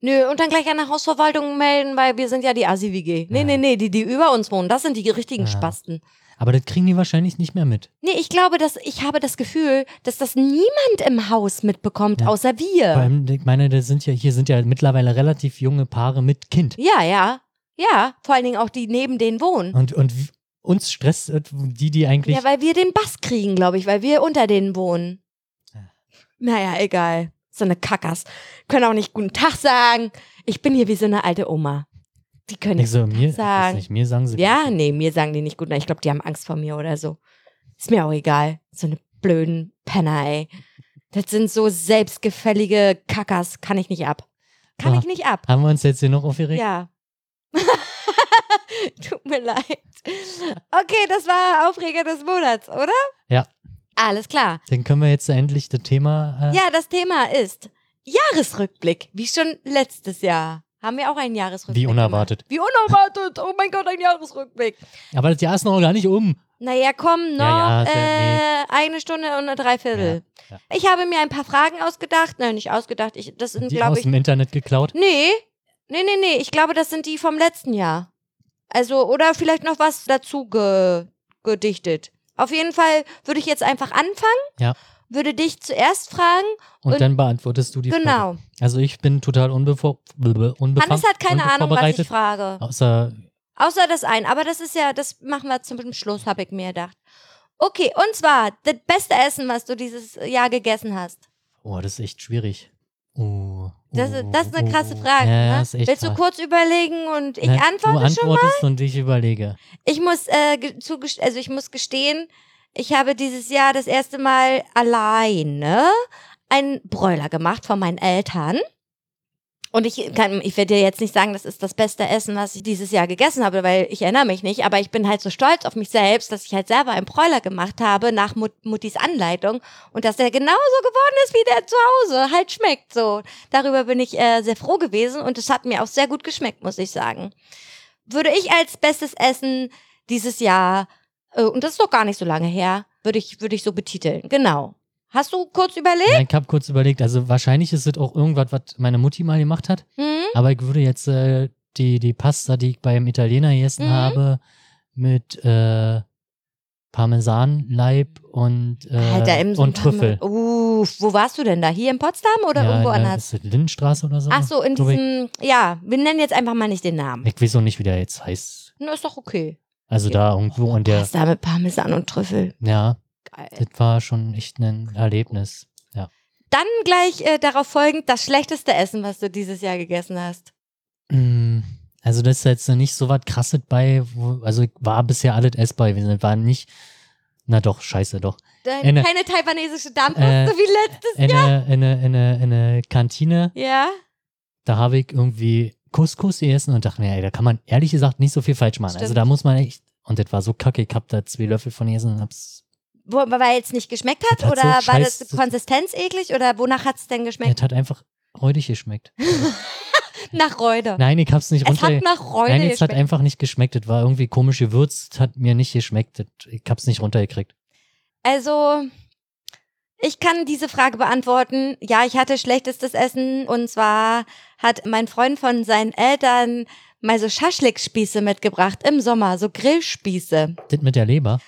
Speaker 2: Nö, und dann gleich an der Hausverwaltung melden, weil wir sind ja die Assi-WG. Nee,
Speaker 1: Ja.
Speaker 2: nee, nee, die, die über uns wohnen, das sind die richtigen
Speaker 1: Ja.
Speaker 2: Spasten.
Speaker 1: Aber das kriegen die wahrscheinlich nicht mehr mit.
Speaker 2: Nee, ich glaube, dass ich habe das Gefühl, dass das niemand im Haus mitbekommt,
Speaker 1: Ja.
Speaker 2: außer
Speaker 1: Vor
Speaker 2: wir.
Speaker 1: allem, ich meine, das sind ja, hier sind ja mittlerweile relativ junge Paare mit Kind.
Speaker 2: Ja, ja. Ja, vor allen Dingen auch die neben denen wohnen.
Speaker 1: Und, und w- uns stresst äh, die, die eigentlich
Speaker 2: Ja, weil wir den Bass kriegen, glaube ich, weil wir unter denen wohnen.
Speaker 1: Ja.
Speaker 2: Naja, egal. So eine Kackers. Können auch nicht guten Tag sagen. Ich bin hier wie so eine alte Oma. Die können
Speaker 1: Ich so, mir, ich weiß
Speaker 2: sagen.
Speaker 1: nicht, mir sagen sie.
Speaker 2: Ja, nee, mir sagen die nicht guten Tag. Ich glaube, die haben Angst vor mir oder so. Ist mir auch egal. So eine blöden Penner, ey. Das sind so selbstgefällige Kackers. Kann ich nicht ab. Kann
Speaker 1: Ah.
Speaker 2: ich nicht ab.
Speaker 1: Haben wir uns jetzt hier noch aufgeregt?
Speaker 2: Ja. [LAUGHS] Tut mir leid. Okay, das war Aufreger des Monats, oder?
Speaker 1: Ja.
Speaker 2: Alles klar.
Speaker 1: Dann können wir jetzt endlich das Thema. Äh,
Speaker 2: Ja, das Thema ist Jahresrückblick. Wie schon letztes Jahr haben wir auch einen Jahresrückblick.
Speaker 1: Wie unerwartet.
Speaker 2: Gemacht. Wie unerwartet. Oh mein Gott, ein Jahresrückblick.
Speaker 1: Aber das Jahr ist noch gar nicht um.
Speaker 2: Naja, komm, noch
Speaker 1: Ja, ja, ist ja-
Speaker 2: äh, eine Stunde und eine Dreiviertel.
Speaker 1: Ja,
Speaker 2: Ich habe mir ein paar Fragen ausgedacht. Nein, nicht ausgedacht. Ich, das sind,
Speaker 1: Die aus
Speaker 2: glaube ich.
Speaker 1: dem Internet geklaut.
Speaker 2: Nee, nee, nee, nee. Ich glaube, das sind die vom letzten Jahr. Also, oder vielleicht noch was dazu ge gedichtet. Auf jeden Fall würde ich jetzt einfach anfangen.
Speaker 1: Ja.
Speaker 2: Würde dich zuerst fragen.
Speaker 1: Und,
Speaker 2: Und-
Speaker 1: dann beantwortest du die Frage.
Speaker 2: Genau.
Speaker 1: Also ich bin total unbevor, unbefangen.
Speaker 2: Hannes hat keine Ahnung, was ich
Speaker 1: unvorbereitet,
Speaker 2: frage.
Speaker 1: Außer,
Speaker 2: Außer das ein. Aber das ist ja, das machen wir zum Schluss, habe ich mir gedacht. Okay, und zwar das beste Essen, was du dieses Jahr gegessen hast.
Speaker 1: oh, das ist echt schwierig. Oh,
Speaker 2: Das,
Speaker 1: oh,
Speaker 2: das ist eine
Speaker 1: oh,
Speaker 2: krasse
Speaker 1: oh.
Speaker 2: Frage.
Speaker 1: Ja, ja,
Speaker 2: ne?
Speaker 1: ist echt
Speaker 2: Willst du
Speaker 1: krass.
Speaker 2: kurz überlegen und ich
Speaker 1: Na,
Speaker 2: antworte
Speaker 1: du
Speaker 2: schon?
Speaker 1: antwortest und ich überlege.
Speaker 2: Ich muss äh, ge- zugest also ich muss gestehen, ich habe dieses Jahr das erste Mal alleine einen Bräuler gemacht von meinen Eltern. Und ich kann, ich werde dir jetzt nicht sagen, das ist das beste Essen, was ich dieses Jahr gegessen habe, weil ich erinnere mich nicht, aber ich bin halt so stolz auf mich selbst, dass ich halt selber einen Bräuler gemacht habe nach Mut Muttis Anleitung und dass der genauso geworden ist, wie der zu Hause halt schmeckt so. Darüber bin ich äh, sehr froh gewesen und es hat mir auch sehr gut geschmeckt, muss ich sagen würde ich als bestes Essen dieses Jahr, äh, und das ist doch gar nicht so lange her, würde ich, würde ich so betiteln. Genau. Hast du kurz überlegt?
Speaker 1: Ja, ich habe kurz überlegt, also wahrscheinlich ist es auch irgendwas, was meine Mutti mal gemacht hat.
Speaker 2: Hm?
Speaker 1: Aber ich würde jetzt äh, die, die Pasta, die ich beim Italiener gegessen
Speaker 2: Mhm.
Speaker 1: habe, mit äh, Parmesanleib und, äh,
Speaker 2: Ah, Alter, im
Speaker 1: und Trüffel.
Speaker 2: Uh, Wo, wo warst du denn da? Hier in Potsdam oder
Speaker 1: ja,
Speaker 2: irgendwo
Speaker 1: in der-
Speaker 2: anders?
Speaker 1: Ist das Lindenstraße oder so?
Speaker 2: Ach so, in
Speaker 1: glaub ich.
Speaker 2: diesem, ja, wir nennen jetzt einfach mal nicht den Namen.
Speaker 1: Ich weiß auch nicht, wie der jetzt heißt.
Speaker 2: Na, ist doch okay.
Speaker 1: Also da irgendwo und der,
Speaker 2: Pasta mit Parmesan und Trüffel.
Speaker 1: ja,
Speaker 2: Geil.
Speaker 1: das war schon echt ein Erlebnis. Ja.
Speaker 2: Dann gleich äh, darauf folgend das schlechteste Essen, was du dieses Jahr gegessen hast.
Speaker 1: Mm, Also das ist jetzt noch nicht so was krasses bei, wo, also ich war bisher alles essbar gewesen. Das war nicht, na doch, scheiße doch.
Speaker 2: Dein,
Speaker 1: Eine-
Speaker 2: keine taiwanesische
Speaker 1: Äh,
Speaker 2: Dampfwurst, so wie letztes.
Speaker 1: In eine, in eine, in eine, in eine Kantine,
Speaker 2: Ja,
Speaker 1: da habe ich irgendwie Couscous gegessen und dachte mir, ey, da kann man ehrlich gesagt nicht so viel falsch machen. Also
Speaker 2: Stimmt.
Speaker 1: da muss man echt, und das war so kacke, ich habe da zwei Löffel von gegessen und hab's
Speaker 2: wo, weil es nicht geschmeckt hat?
Speaker 1: Das hat
Speaker 2: Oder
Speaker 1: so
Speaker 2: war das
Speaker 1: scheiß-
Speaker 2: Konsistenz eklig? Oder wonach hat es denn geschmeckt?
Speaker 1: Es hat einfach räudig geschmeckt.
Speaker 2: Nach Räude.
Speaker 1: Nein, ich hab's nicht
Speaker 2: es
Speaker 1: runter.
Speaker 2: hat nach Räude
Speaker 1: Nein, es
Speaker 2: geschmeckt.
Speaker 1: hat einfach nicht geschmeckt. Es war irgendwie komisch gewürzt, hat mir nicht geschmeckt. Das- Ich hab's nicht runtergekriegt.
Speaker 2: Also, ich kann diese Frage beantworten. Ja, ich hatte schlechtestes Essen und zwar hat mein Freund von seinen Eltern mal so Schaschlikspieße mitgebracht im Sommer, so Grillspieße.
Speaker 1: Das mit der Leber.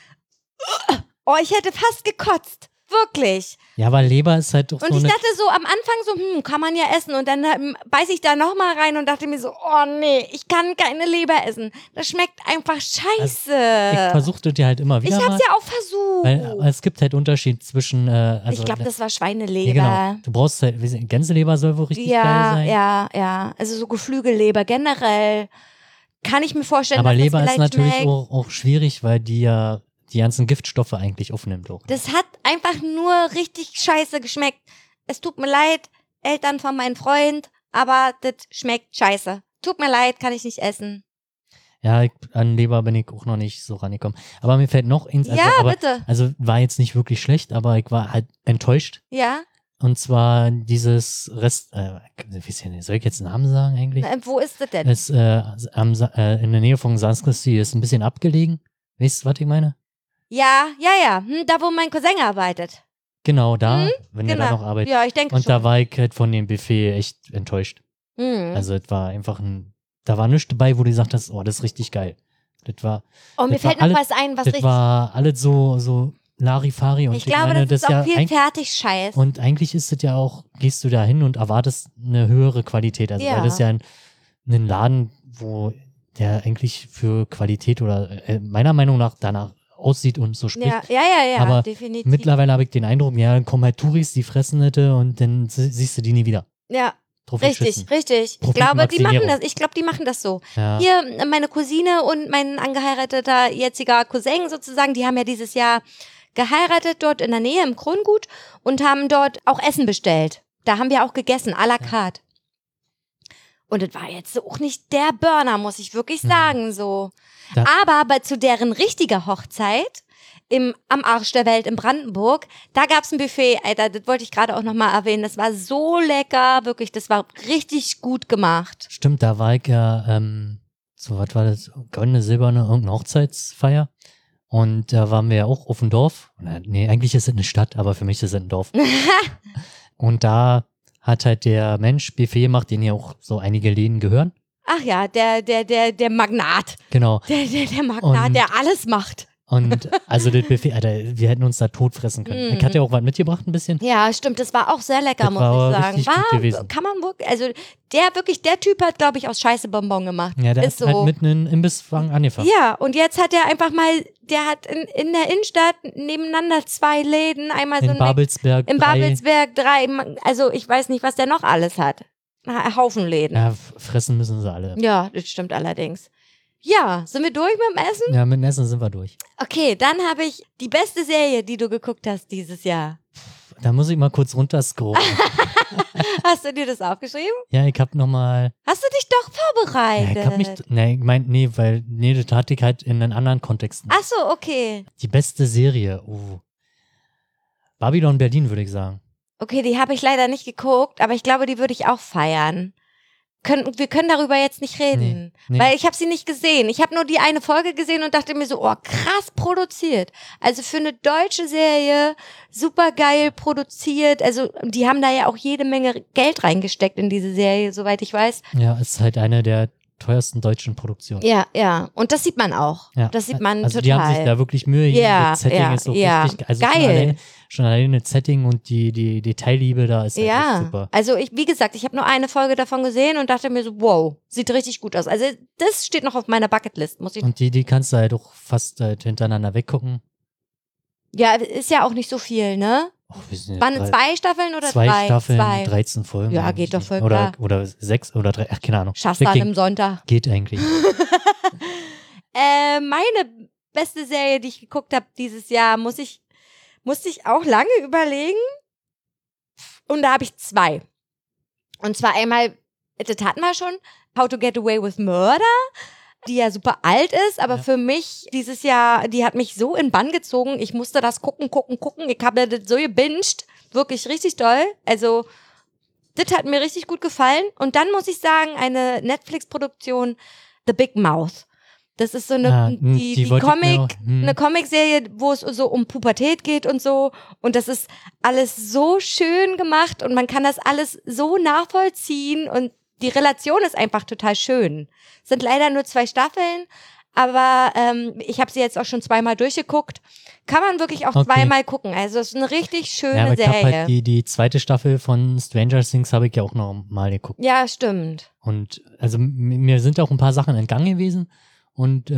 Speaker 2: Oh, ich hätte fast gekotzt. Wirklich.
Speaker 1: Ja, aber Leber ist halt doch
Speaker 2: Und
Speaker 1: so
Speaker 2: ich
Speaker 1: eine.
Speaker 2: dachte so am Anfang so, hm, kann man ja essen. Und dann ähm, beiß ich da nochmal rein und dachte mir so, oh nee, ich kann keine Leber essen. Das schmeckt einfach
Speaker 1: Ich
Speaker 2: scheiße.
Speaker 1: versuchte ja halt immer
Speaker 2: ich
Speaker 1: wieder mal.
Speaker 2: hab's ja auch
Speaker 1: weil, aber
Speaker 2: versucht.
Speaker 1: es gibt halt Unterschied zwischen. Äh, also,
Speaker 2: Ich glaube, das war Schweineleber.
Speaker 1: ja, genau. Du brauchst halt. wie gesagt, Gänseleber soll wohl richtig
Speaker 2: ja,
Speaker 1: geil sein.
Speaker 2: Ja, ja. Also so Geflügelleber generell kann ich mir vorstellen,
Speaker 1: aber
Speaker 2: dass
Speaker 1: Leber
Speaker 2: das
Speaker 1: ist
Speaker 2: vielleicht
Speaker 1: natürlich
Speaker 2: schmeckt.
Speaker 1: auch, auch schwierig, weil die ja die ganzen Giftstoffe eigentlich aufnimmt. Auch.
Speaker 2: Das hat einfach nur richtig scheiße geschmeckt. Es tut mir leid, Eltern von meinem Freund, aber das schmeckt scheiße. Tut mir leid, kann ich nicht essen.
Speaker 1: Ja, ich, an Leber bin ich auch noch nicht so rangekommen. Aber mir fällt noch eins. Also,
Speaker 2: ja,
Speaker 1: aber,
Speaker 2: bitte.
Speaker 1: Also war jetzt nicht wirklich schlecht, aber ich war halt enttäuscht.
Speaker 2: Ja.
Speaker 1: Und zwar dieses Rest, äh, wie ist denn, das? soll ich jetzt einen Namen sagen eigentlich?
Speaker 2: Äh, Wo ist das denn?
Speaker 1: Es, äh, am, Sa- äh, in der Nähe von Sanskristi ist ein bisschen abgelegen. Weißt du, was ich meine?
Speaker 2: Ja, ja, ja. Hm, da, wo mein Cousin arbeitet.
Speaker 1: Genau da,
Speaker 2: Mhm,
Speaker 1: wenn ihr
Speaker 2: genau.
Speaker 1: da noch arbeitet.
Speaker 2: Ja, ich denke
Speaker 1: Und
Speaker 2: schon.
Speaker 1: da war ich halt von dem Buffet echt enttäuscht.
Speaker 2: Hm.
Speaker 1: Also es war einfach ein, da war nichts dabei, wo du gesagt hast, oh, das ist richtig geil. Das war,
Speaker 2: oh, mir
Speaker 1: das war
Speaker 2: fällt noch
Speaker 1: alles-
Speaker 2: was ein, was
Speaker 1: das
Speaker 2: richtig.
Speaker 1: war alles so, so Larifari und
Speaker 2: ich glaube,
Speaker 1: meine,
Speaker 2: das ist
Speaker 1: ja
Speaker 2: auch viel
Speaker 1: eigentlich-
Speaker 2: Fertigscheiß.
Speaker 1: Und eigentlich ist es ja auch, gehst du da hin und erwartest eine höhere Qualität. Also
Speaker 2: Ja.
Speaker 1: weil das ist ja ein, ein Laden, wo der eigentlich für Qualität oder äh, meiner Meinung nach danach aussieht und so spricht.
Speaker 2: Ja, ja, ja, ja,
Speaker 1: Aber
Speaker 2: definitiv.
Speaker 1: Mittlerweile habe ich den Eindruck, ja, dann kommen halt Touris, die fressen hätte und dann sie- siehst du die nie wieder.
Speaker 2: ja,
Speaker 1: Drauf geschissen.
Speaker 2: richtig, richtig. Ich glaube, die machen
Speaker 1: Profitmaximierung.
Speaker 2: das. Ich glaube, die machen das so.
Speaker 1: Ja.
Speaker 2: Hier äh, meine Cousine und mein angeheirateter jetziger Cousin sozusagen, die haben ja dieses Jahr geheiratet dort in der Nähe im Krongut und haben dort auch Essen bestellt. Da haben wir auch gegessen, à la carte. Und das war jetzt auch nicht der Burner, muss ich wirklich
Speaker 1: Mhm.
Speaker 2: sagen, so.
Speaker 1: Da-
Speaker 2: Aber bei, zu deren richtiger Hochzeit im, am Arsch der Welt in Brandenburg, da gab's ein Buffet, Alter, das wollte ich gerade auch nochmal erwähnen. Das war so lecker, wirklich, das war richtig gut gemacht.
Speaker 1: Stimmt, da war ich ja, ähm, so was war das, goldene, silberne, irgendeine Hochzeitsfeier. Und da waren wir ja auch auf dem Dorf. Na, Nee, eigentlich ist es eine Stadt, aber für mich ist es ein
Speaker 2: [LAUGHS]
Speaker 1: Dorf. Und da hat halt der Mensch Buffet gemacht, den ja auch so einige Läden gehören.
Speaker 2: Ach ja, der, der, der, der Magnat.
Speaker 1: Genau.
Speaker 2: Der, der, der Magnat,
Speaker 1: Und-
Speaker 2: der alles macht. [LAUGHS]
Speaker 1: Und also das Buffet, Alter, wir hätten uns da tot fressen können.
Speaker 2: Mhm.
Speaker 1: Ich hatte ja auch was mitgebracht ein bisschen.
Speaker 2: Ja, stimmt, das war auch sehr lecker,
Speaker 1: Das
Speaker 2: muss
Speaker 1: war
Speaker 2: ich sagen.
Speaker 1: richtig gut gewesen.
Speaker 2: kann man wirklich, also der wirklich, der Typ hat, glaube ich, aus Scheiße Bonbon gemacht.
Speaker 1: Ja, der ist
Speaker 2: ist so.
Speaker 1: halt mit einem Imbissfang angefangen.
Speaker 2: Ja, und jetzt hat er einfach mal, der hat in, in der Innenstadt nebeneinander zwei Läden, einmal so
Speaker 1: in
Speaker 2: ein Mac-
Speaker 1: Babelsberg.
Speaker 2: in
Speaker 1: drei-
Speaker 2: Babelsberg drei, also ich weiß nicht, was der noch alles hat. Ha- Haufen Läden.
Speaker 1: Ja, f- fressen müssen sie alle.
Speaker 2: Ja, das stimmt allerdings. Ja, sind wir durch mit dem Essen?
Speaker 1: Ja, mit dem Essen sind wir durch.
Speaker 2: Okay, dann habe ich die beste Serie, die du geguckt hast dieses Jahr.
Speaker 1: Da muss ich mal kurz runterscrollen.
Speaker 2: Hast du dir das aufgeschrieben?
Speaker 1: ja, ich hab nochmal
Speaker 2: Hast du dich doch
Speaker 1: Ja,
Speaker 2: vorbereitet?
Speaker 1: ich hab mich, nee, ich mein, nee, weil, nee, das hatte ich halt in einem anderen Kontext.
Speaker 2: Ach so, okay.
Speaker 1: Die beste Serie, uh. Babylon Berlin, würde ich sagen.
Speaker 2: Okay, die habe ich leider nicht geguckt, aber ich glaube, die würde ich auch feiern. Können, wir können darüber jetzt nicht reden,
Speaker 1: nee.
Speaker 2: weil ich habe sie nicht gesehen. Ich habe nur die eine Folge gesehen und dachte mir so, oh, krass produziert. Also für eine deutsche Serie super geil produziert. Also die haben da ja auch jede Menge Geld reingesteckt in diese Serie, soweit ich weiß.
Speaker 1: Ja, ist halt eine der teuersten deutschen Produktionen.
Speaker 2: Ja, ja. Und das sieht man auch.
Speaker 1: Ja.
Speaker 2: Das sieht man
Speaker 1: also
Speaker 2: total.
Speaker 1: die haben sich da wirklich Mühe gegeben.
Speaker 2: Ja,
Speaker 1: das Setting
Speaker 2: ja,
Speaker 1: ist so
Speaker 2: ja.
Speaker 1: richtig ge- also Schon
Speaker 2: Geil.
Speaker 1: alleine, schon alleine das Setting und die, die Detailliebe da ist ja.
Speaker 2: ja,
Speaker 1: einfach super.
Speaker 2: also ich, wie gesagt, ich habe nur eine Folge davon gesehen und dachte mir so, wow, sieht richtig gut aus. Also das steht noch auf meiner Bucketlist, muss ich.
Speaker 1: Und die, die kannst du halt auch fast halt hintereinander weggucken.
Speaker 2: Ja, ist ja auch nicht so viel, ne?
Speaker 1: Oh, wir sind jetzt
Speaker 2: Waren
Speaker 1: drei-
Speaker 2: zwei Staffeln oder
Speaker 1: zwei
Speaker 2: drei?
Speaker 1: Staffeln,
Speaker 2: zwei.
Speaker 1: 13 Folgen.
Speaker 2: Ja,
Speaker 1: eigentlich.
Speaker 2: geht doch voll
Speaker 1: oder,
Speaker 2: klar.
Speaker 1: oder sechs oder drei, ach, keine Ahnung.
Speaker 2: Schaffst du
Speaker 1: Das
Speaker 2: an
Speaker 1: Ding
Speaker 2: einem Sonntag.
Speaker 1: Geht
Speaker 2: [LAUGHS]
Speaker 1: eigentlich.
Speaker 2: Äh, meine beste Serie, die ich geguckt habe dieses Jahr, muss ich, musste ich auch lange überlegen. Und da habe ich zwei. Und zwar einmal, das hatten wir schon, How to Get Away with Murder, die ja super alt ist, aber
Speaker 1: Ja.
Speaker 2: für mich dieses Jahr, die hat mich so in Bann gezogen. Ich musste das gucken, gucken, gucken. Ich habe das so gebinged. Wirklich richtig toll. Also, das hat mir richtig gut gefallen. Und dann muss ich sagen, eine Netflix-Produktion, The Big Mouth. Das ist so eine,
Speaker 1: Ah, hm,
Speaker 2: die, die,
Speaker 1: wollte ich mir
Speaker 2: Comic,
Speaker 1: auch- hm.
Speaker 2: eine Comicserie, wo es so um Pubertät geht und so. Und das ist alles so schön gemacht und man kann das alles so nachvollziehen und die Relation ist einfach total schön. Es sind leider nur zwei Staffeln, aber ähm, ich habe sie jetzt auch schon zweimal durchgeguckt. Kann man wirklich auch
Speaker 1: Okay.
Speaker 2: zweimal gucken. Also es ist eine richtig schöne
Speaker 1: ja, aber ich
Speaker 2: Serie.
Speaker 1: habe halt die, die zweite Staffel von Stranger Things habe ich ja auch noch mal geguckt.
Speaker 2: ja, stimmt.
Speaker 1: Und also m- mir sind auch ein paar Sachen entgangen gewesen. Und äh,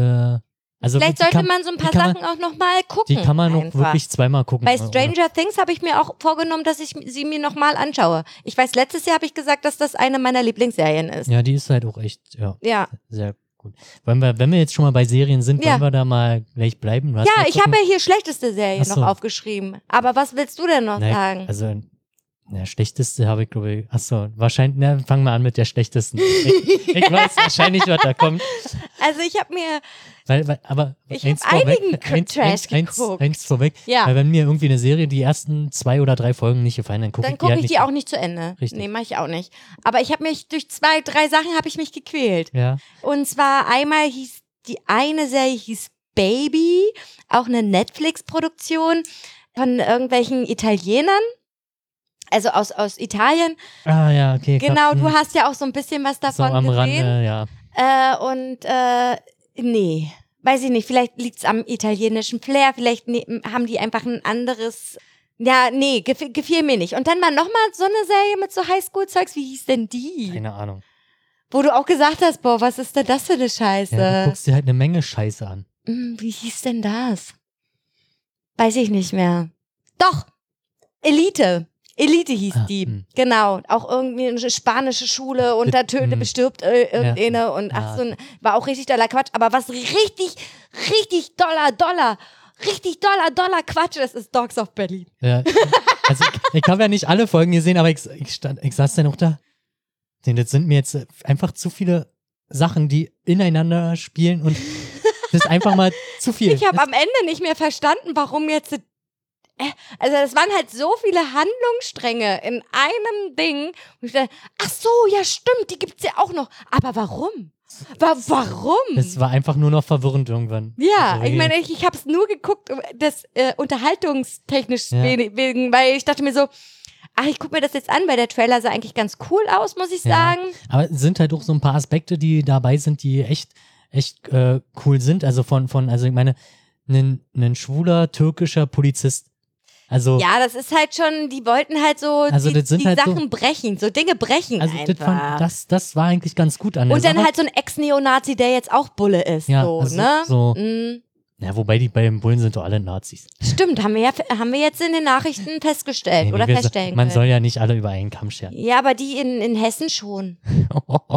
Speaker 1: also
Speaker 2: Vielleicht
Speaker 1: die
Speaker 2: sollte
Speaker 1: kann,
Speaker 2: man so ein paar
Speaker 1: die kann
Speaker 2: Sachen auch nochmal gucken.
Speaker 1: Die kann man auch
Speaker 2: einfach.
Speaker 1: wirklich zweimal gucken.
Speaker 2: Bei
Speaker 1: äh, ohne-
Speaker 2: Stranger Things habe ich mir auch vorgenommen, dass ich sie mir nochmal anschaue. Ich weiß, letztes Jahr habe ich gesagt, dass das eine meiner Lieblingsserien ist.
Speaker 1: Ja, die ist halt auch echt, ja,
Speaker 2: Ja,
Speaker 1: sehr gut. Wollen wir, wenn wir jetzt schon mal bei Serien sind,
Speaker 2: Ja.
Speaker 1: wollen wir da mal gleich bleiben? Du hast
Speaker 2: ja
Speaker 1: mal
Speaker 2: ich
Speaker 1: gucken-
Speaker 2: habe ja hier schlechteste Serie
Speaker 1: Ach so.
Speaker 2: noch aufgeschrieben. Aber was willst du denn noch
Speaker 1: Nein,
Speaker 2: sagen?
Speaker 1: Also, der schlechteste habe ich, glaube ich. Achso, wahrscheinlich, na, fangen wir an mit der schlechtesten. Ich,
Speaker 2: [LAUGHS]
Speaker 1: ich weiß wahrscheinlich, was da kommt.
Speaker 2: Also ich habe mir,
Speaker 1: Weil, weil, aber
Speaker 2: Ich
Speaker 1: eins
Speaker 2: hab
Speaker 1: vorweg,
Speaker 2: einigen K-
Speaker 1: eins,
Speaker 2: Trash
Speaker 1: eins, eins,
Speaker 2: geguckt.
Speaker 1: eins vorweg.
Speaker 2: Ja.
Speaker 1: Weil wenn mir irgendwie eine Serie die ersten zwei oder drei Folgen nicht gefallen, dann gucke
Speaker 2: dann
Speaker 1: ich, die
Speaker 2: gucke
Speaker 1: halt
Speaker 2: ich
Speaker 1: nicht.
Speaker 2: die auch nicht zu Ende.
Speaker 1: Richtig.
Speaker 2: Nee, mache ich auch nicht. Aber ich habe mich durch zwei, drei Sachen habe ich mich gequält.
Speaker 1: Ja,
Speaker 2: Und zwar einmal hieß die eine Serie hieß Baby, auch eine Netflix-Produktion von irgendwelchen Italienern, also aus, aus Italien.
Speaker 1: ah ja, okay. klar.
Speaker 2: Genau, du
Speaker 1: Hm,
Speaker 2: hast ja auch so ein bisschen was
Speaker 1: so
Speaker 2: davon
Speaker 1: am
Speaker 2: gesehen.
Speaker 1: Rande, ja.
Speaker 2: Äh, und äh, nee, weiß ich nicht. Vielleicht liegt's am italienischen Flair. Vielleicht ne haben die einfach ein anderes. Ja, nee, gef gefiel mir nicht. Und dann war noch mal so eine Serie mit so Highschool-Zeugs. Wie hieß denn die?
Speaker 1: Keine Ahnung.
Speaker 2: Wo du auch gesagt hast, boah, was ist denn das für eine Scheiße?
Speaker 1: Ja, du guckst dir halt eine Menge Scheiße an.
Speaker 2: Hm, Wie hieß denn das? Weiß ich nicht mehr. Doch, Elite. Elite hieß
Speaker 1: Ah,
Speaker 2: die.
Speaker 1: hm.
Speaker 2: Genau. Auch irgendwie eine spanische Schule und da töte
Speaker 1: hm.
Speaker 2: bestirbt äh, irgendeine und
Speaker 1: Ja.
Speaker 2: ach so, ein- war auch richtig doller Quatsch. Aber was richtig, richtig doller, doller, richtig doller, doller Quatsch ist, ist Dogs of Berlin.
Speaker 1: Ja. Also ich, ich habe ja nicht alle Folgen gesehen, aber ich, ich, stand, ich saß dann auch da. Denn das sind mir jetzt äh, einfach zu viele Sachen, die ineinander spielen und das ist einfach mal zu viel.
Speaker 2: Ich habe am Ende nicht mehr verstanden, warum jetzt. äh, Also das waren halt so viele Handlungsstränge in einem Ding. Und ich dachte, ach so, ja stimmt, die gibt's ja auch noch. Aber warum? Wa warum?
Speaker 1: das war einfach nur noch verwirrend irgendwann.
Speaker 2: ja,
Speaker 1: Also,
Speaker 2: ich meine, ich, ich habe es nur geguckt, um das äh, unterhaltungstechnisch
Speaker 1: Ja.
Speaker 2: we- wegen, weil ich dachte mir so, ach, ich gucke mir das jetzt an, weil der Trailer sah eigentlich ganz cool aus, muss ich
Speaker 1: Ja.
Speaker 2: sagen.
Speaker 1: Aber es sind halt auch so ein paar Aspekte, die dabei sind, die echt, echt äh, cool sind. Also von, von, also ich meine, ein, ein schwuler türkischer Polizist. Also,
Speaker 2: Ja, das ist halt schon, die wollten halt so
Speaker 1: Also
Speaker 2: die,
Speaker 1: das sind
Speaker 2: die
Speaker 1: halt so-
Speaker 2: Sachen brechen, so Dinge brechen
Speaker 1: also
Speaker 2: einfach.
Speaker 1: das, fand, das, das war eigentlich ganz gut an der
Speaker 2: Und dann
Speaker 1: Sache.
Speaker 2: halt so ein Ex-Neonazi, der jetzt auch Bulle ist,
Speaker 1: Mhm. Ja,
Speaker 2: so,
Speaker 1: also
Speaker 2: ne?
Speaker 1: so-
Speaker 2: Mm.
Speaker 1: ja, wobei die bei den Bullen sind doch alle Nazis.
Speaker 2: Stimmt, haben wir, ja, haben wir jetzt in den Nachrichten festgestellt
Speaker 1: Nee, nee,
Speaker 2: oder
Speaker 1: wir-
Speaker 2: feststellen
Speaker 1: Man
Speaker 2: können.
Speaker 1: soll ja nicht alle über einen Kamm scheren.
Speaker 2: Ja, aber die in, in Hessen schon. [LAUGHS]